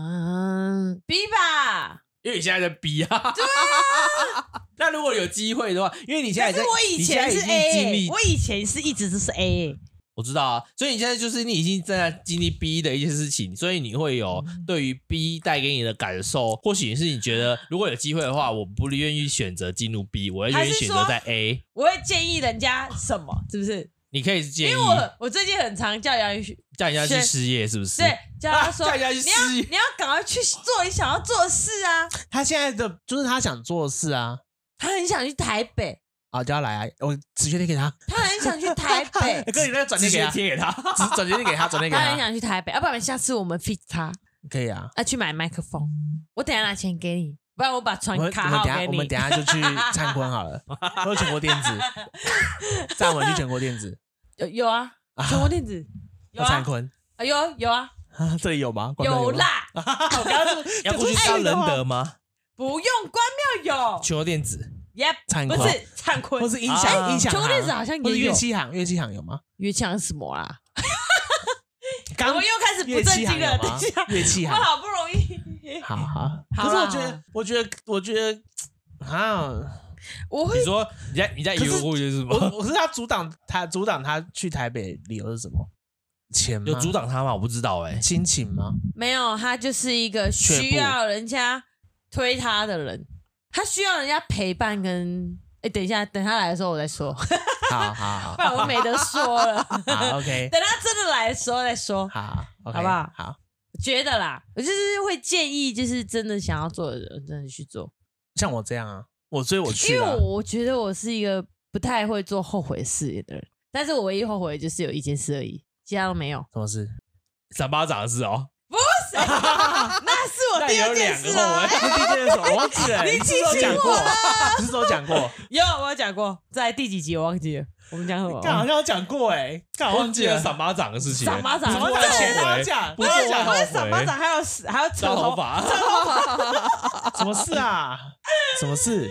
Speaker 3: 嗯，B 吧，
Speaker 1: 因为你现在在 B 啊。对啊。 那如果有机会的话，因为你现在
Speaker 3: 但
Speaker 1: 已经
Speaker 3: 是我以前是
Speaker 1: 你现在已经
Speaker 3: A，耶、
Speaker 1: 经历
Speaker 3: 我以前是一直都是 A，耶、
Speaker 1: 我知道啊，所以你现在就是你已经正在经历 B 的一些事情，所以你会有对于 B 带给你的感受，或许是你觉得如果有机会的话，我不愿意选择进入 B，我会愿意选择在 A。
Speaker 3: 我会建议人家什么，是不是？
Speaker 1: 你可以建议
Speaker 3: 因为我我最近很常叫杨宇轩，
Speaker 1: 叫人家去失业，是不是？
Speaker 3: 对，叫他说、
Speaker 1: 啊叫人家去
Speaker 3: 你要
Speaker 1: 失业
Speaker 3: 你要赶快去做你想要做的事啊！
Speaker 2: 他现在的就是他想做的事啊，
Speaker 3: 他很想去台北，
Speaker 2: 啊，叫他来啊，我直接贴给他，
Speaker 3: 他很想去台 北
Speaker 2: 哎，哥，你那个转
Speaker 1: 直
Speaker 2: 贴给
Speaker 1: 接
Speaker 2: 他，
Speaker 1: 贴给他。
Speaker 2: 只转接给他，转接给
Speaker 3: 他很
Speaker 2: 他，
Speaker 3: 想去台北，要、啊不然下次我们 fit 他，
Speaker 2: 可以啊。
Speaker 3: 啊，去买麦克风，我等一下拿钱给你，不然我把
Speaker 2: 我
Speaker 3: 传
Speaker 2: 们我们
Speaker 3: 卡
Speaker 2: 等
Speaker 3: 号
Speaker 2: 下
Speaker 3: 给
Speaker 2: 我
Speaker 3: 你。
Speaker 2: 们等下就去参观好 了，或者全国电子，站稳去全国电 子，
Speaker 3: 有有啊，全国电子有
Speaker 2: 要参
Speaker 3: 啊，
Speaker 2: 观
Speaker 3: 哎呦有啊，
Speaker 2: 啊，这里有吗？关庙
Speaker 3: 有
Speaker 2: 吗，
Speaker 3: 啦，
Speaker 2: 我刚刚是
Speaker 1: 要不去
Speaker 2: 哎
Speaker 1: 上仁德吗？
Speaker 3: 不用关庙有
Speaker 1: 全国电子，
Speaker 3: ，Yep，
Speaker 2: 灿坤
Speaker 3: 不是灿坤
Speaker 2: 或，是音
Speaker 1: 啊
Speaker 2: 响音响
Speaker 3: 全
Speaker 2: 行，
Speaker 3: 国电子好像
Speaker 2: 或是
Speaker 3: 也
Speaker 2: 乐
Speaker 3: 有。
Speaker 2: 器行，乐器行有吗？
Speaker 3: 乐器行是什么啦？我
Speaker 2: 刚
Speaker 3: 们又开始不
Speaker 2: 乐
Speaker 3: 正
Speaker 2: 器行
Speaker 3: 经
Speaker 2: 有
Speaker 3: 了，等
Speaker 2: 吗
Speaker 3: 一下？，
Speaker 2: 乐器
Speaker 3: 我
Speaker 2: 行，
Speaker 3: 好不容易，
Speaker 2: 好好。可
Speaker 3: 好
Speaker 2: 是我
Speaker 3: 啦
Speaker 2: 觉得，我觉得，我觉得啊，
Speaker 3: 我会
Speaker 1: 你说你在你在疑
Speaker 2: 可是
Speaker 1: 惑过去是什
Speaker 2: 我
Speaker 1: 么？
Speaker 2: 我是要阻挡他，阻挡他去台北理由是什么？钱吗？
Speaker 1: 有阻挡他吗？我不知道哎。
Speaker 2: 亲情吗？
Speaker 3: 没有，他就是一个
Speaker 2: 却
Speaker 3: 需
Speaker 2: 步
Speaker 3: 要人家推他的人，他需要人家陪伴跟。哎，等一下，等他来的时候我 再说，
Speaker 2: 好好好
Speaker 3: 不然我没得说 了。
Speaker 2: 好，OK，
Speaker 3: 等他真的来的时候再说。
Speaker 2: 好，OK，
Speaker 3: 好不好
Speaker 2: 好，
Speaker 3: 觉得啦，
Speaker 6: 我就是会建议，就是真的想要做的人，真的去做。
Speaker 2: 像我这样啊，我所以我去
Speaker 6: 因为
Speaker 2: 了啊
Speaker 3: 哎
Speaker 6: 我，我觉得我是一个不太会做后悔事的人，但是我唯一后悔的就是有一件事而已，其他都没有。
Speaker 2: 什么事？
Speaker 1: 三巴掌是哦，
Speaker 6: 那是
Speaker 3: 哦
Speaker 6: 我第二件事
Speaker 1: 那有两
Speaker 6: 啊
Speaker 1: 个后！
Speaker 2: 那第一件是什么？我忘记了、欸，你是不是有讲过？你是不是有讲过？
Speaker 3: 有我有讲过，在第几集我忘记了，我们讲什么？
Speaker 2: 干好像有讲过哎、欸，干
Speaker 1: 忘记了三巴掌的事情，
Speaker 3: 赏巴掌
Speaker 2: 什么
Speaker 1: 后
Speaker 2: 讲
Speaker 1: 悔
Speaker 2: 前都有讲，
Speaker 1: 不是
Speaker 3: 我
Speaker 1: 我
Speaker 3: 们赏巴掌还有还要扯
Speaker 1: 抓头
Speaker 3: 头发，
Speaker 1: 发，
Speaker 2: 什么事啊？什么事？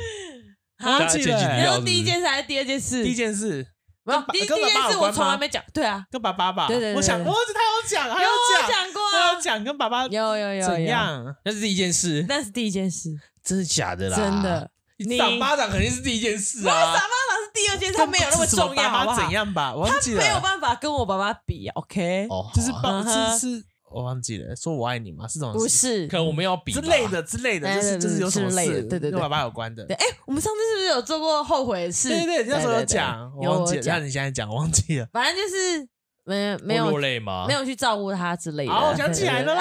Speaker 2: 我
Speaker 1: 大
Speaker 2: 忘
Speaker 1: 家
Speaker 2: 记
Speaker 1: 剪
Speaker 2: 了、
Speaker 1: 辑
Speaker 2: 欸
Speaker 1: 掉。
Speaker 3: 然后第一件事还是第二件事？
Speaker 2: 第一件事
Speaker 3: 没有，
Speaker 2: 跟
Speaker 3: 第
Speaker 2: 跟
Speaker 3: 第
Speaker 2: 爸
Speaker 3: 一
Speaker 2: 爸
Speaker 3: 件事
Speaker 2: 有
Speaker 3: 我
Speaker 2: 关
Speaker 3: 从来
Speaker 2: 吗
Speaker 3: 没讲，对啊，
Speaker 2: 跟爸爸吧，
Speaker 3: 对对对
Speaker 2: 我想，我
Speaker 3: 对
Speaker 2: 他有讲，他
Speaker 3: 有
Speaker 2: 讲，
Speaker 3: 我讲过
Speaker 2: 他有
Speaker 3: 啊，
Speaker 2: 讲跟爸爸
Speaker 3: 有有有
Speaker 2: 怎
Speaker 3: 有，
Speaker 2: 样？
Speaker 1: 那是第一件事，
Speaker 3: 那是第一件事，
Speaker 1: 真的假的啦？
Speaker 3: 真的。
Speaker 1: 你赏巴掌肯定是第一件事啊！
Speaker 3: 那是第二件事，它没有那么
Speaker 2: 是什
Speaker 3: 重要，
Speaker 2: 爸
Speaker 3: 好不
Speaker 2: 爸
Speaker 3: 好
Speaker 2: 怎？样吧？我忘记了
Speaker 3: 没，有办法跟我爸爸比，OK？
Speaker 1: 哦
Speaker 2: 就是爸
Speaker 3: 嗯哼
Speaker 2: 是是，我忘记了，说我爱你吗？是这种
Speaker 3: 不
Speaker 2: 事
Speaker 3: 是
Speaker 1: 可，能我们要比
Speaker 2: 之
Speaker 1: 吧
Speaker 2: 类，的之类的，
Speaker 3: 哎
Speaker 2: 就是
Speaker 3: 对对
Speaker 2: 就是有什么
Speaker 3: 之类的
Speaker 2: 事
Speaker 3: 对对对
Speaker 2: 跟爸爸有关的
Speaker 3: 对，。哎，我们上次是不是有做过后悔的事？
Speaker 2: 对对对，那时候有
Speaker 3: 对对对
Speaker 2: 讲，我
Speaker 3: 有
Speaker 2: 忘记了。
Speaker 3: 讲
Speaker 2: 那你现在讲，我忘记了。
Speaker 3: 反正就是没没
Speaker 1: 会
Speaker 3: 有
Speaker 1: 落泪吗？
Speaker 3: 没有去照顾他之类的。
Speaker 2: 好，我想起来了啦。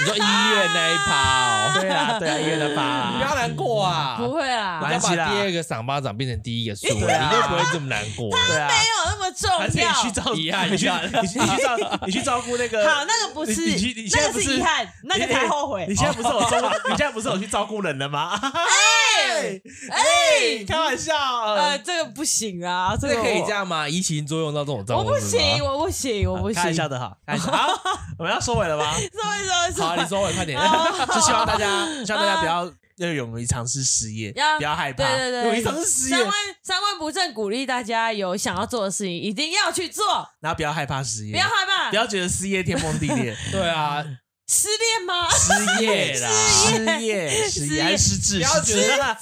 Speaker 1: 你说医院那一趴哦，
Speaker 2: 对啦，对啦，啊约了
Speaker 1: 你
Speaker 2: 吧。
Speaker 1: 不要难过啊！
Speaker 3: 对，不会啦，
Speaker 2: 来
Speaker 1: 要
Speaker 2: 不
Speaker 1: 把
Speaker 2: 然
Speaker 1: 第二个赏巴掌变成第一个数，你就
Speaker 2: 对啊
Speaker 1: 不会这么难过。
Speaker 2: 对啊，
Speaker 3: 没有那么重
Speaker 2: 还是你
Speaker 3: 要。
Speaker 2: 去照，
Speaker 1: 遗憾
Speaker 2: 你去
Speaker 1: 遗憾
Speaker 2: 你去你去照，你去照顾那个。
Speaker 3: 好，那个不是
Speaker 2: 你你去你，现在
Speaker 3: 那个
Speaker 2: 不是
Speaker 3: 是遗憾，那个才后悔
Speaker 2: 你。现在不是有照顾，你现在不是有去照顾人了吗？哎哎，开玩笑，
Speaker 3: 呃，这个不行啊，
Speaker 1: 这
Speaker 3: 这个
Speaker 1: 个可以
Speaker 3: 我
Speaker 1: 这。样吗？移情作用到这种
Speaker 3: 我
Speaker 1: 状
Speaker 3: 不
Speaker 1: 况是吗
Speaker 3: 行，我不行，我不行。
Speaker 2: 开玩笑的哈，开玩笑。好，我们要收尾了 吗？
Speaker 3: 说一说一哦
Speaker 1: 好，你
Speaker 3: 说，
Speaker 1: 说我快点。
Speaker 3: 啊
Speaker 2: 就希望大家，希望大家不 要要勇于尝试失业，
Speaker 3: 要
Speaker 2: 不要害怕，
Speaker 3: 对对对
Speaker 2: 勇于尝试失业
Speaker 3: 三，万三万不正鼓励大家有想要做的事情，一定要去做，
Speaker 2: 然后不要害怕失业，
Speaker 3: 不要害怕。
Speaker 2: 嗯不要觉得失业天崩地裂，
Speaker 1: 对啊，
Speaker 3: 失恋吗？
Speaker 2: 失业啦，失业，失
Speaker 3: 失
Speaker 2: 业
Speaker 3: 业
Speaker 2: 还是失智，
Speaker 1: 不要
Speaker 2: 失
Speaker 1: 觉
Speaker 2: 智
Speaker 1: 得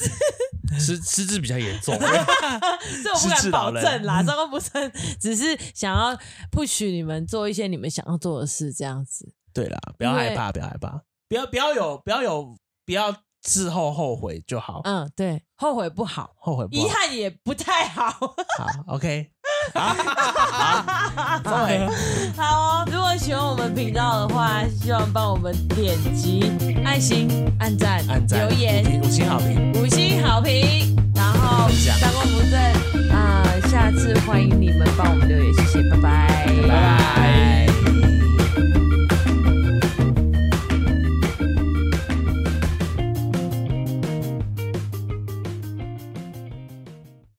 Speaker 1: 失失智比较严 重，
Speaker 3: 这我不
Speaker 2: 失智
Speaker 3: 敢
Speaker 2: 老
Speaker 3: 保
Speaker 2: 人嗯
Speaker 3: 证啦，三观不正，只是想要不许你们做一些你们想要做的事，这样子。
Speaker 2: 对啦，不要害怕，不要害怕，不要不要有不要有不要事后后悔就好，
Speaker 3: 嗯，对，后悔不好，
Speaker 2: 后悔不
Speaker 3: 遗憾也不太好。
Speaker 2: 好好，OK，好，好，收尾。
Speaker 3: 好、哦，如果喜欢我们频道的话，希望帮我们点击爱心、按赞、
Speaker 2: 按赞、
Speaker 3: 留言、
Speaker 2: 五星好评，
Speaker 3: 五星好评，然后
Speaker 2: 分享
Speaker 3: 三观不正啊、下次欢迎你们帮我们留言，谢谢，拜拜。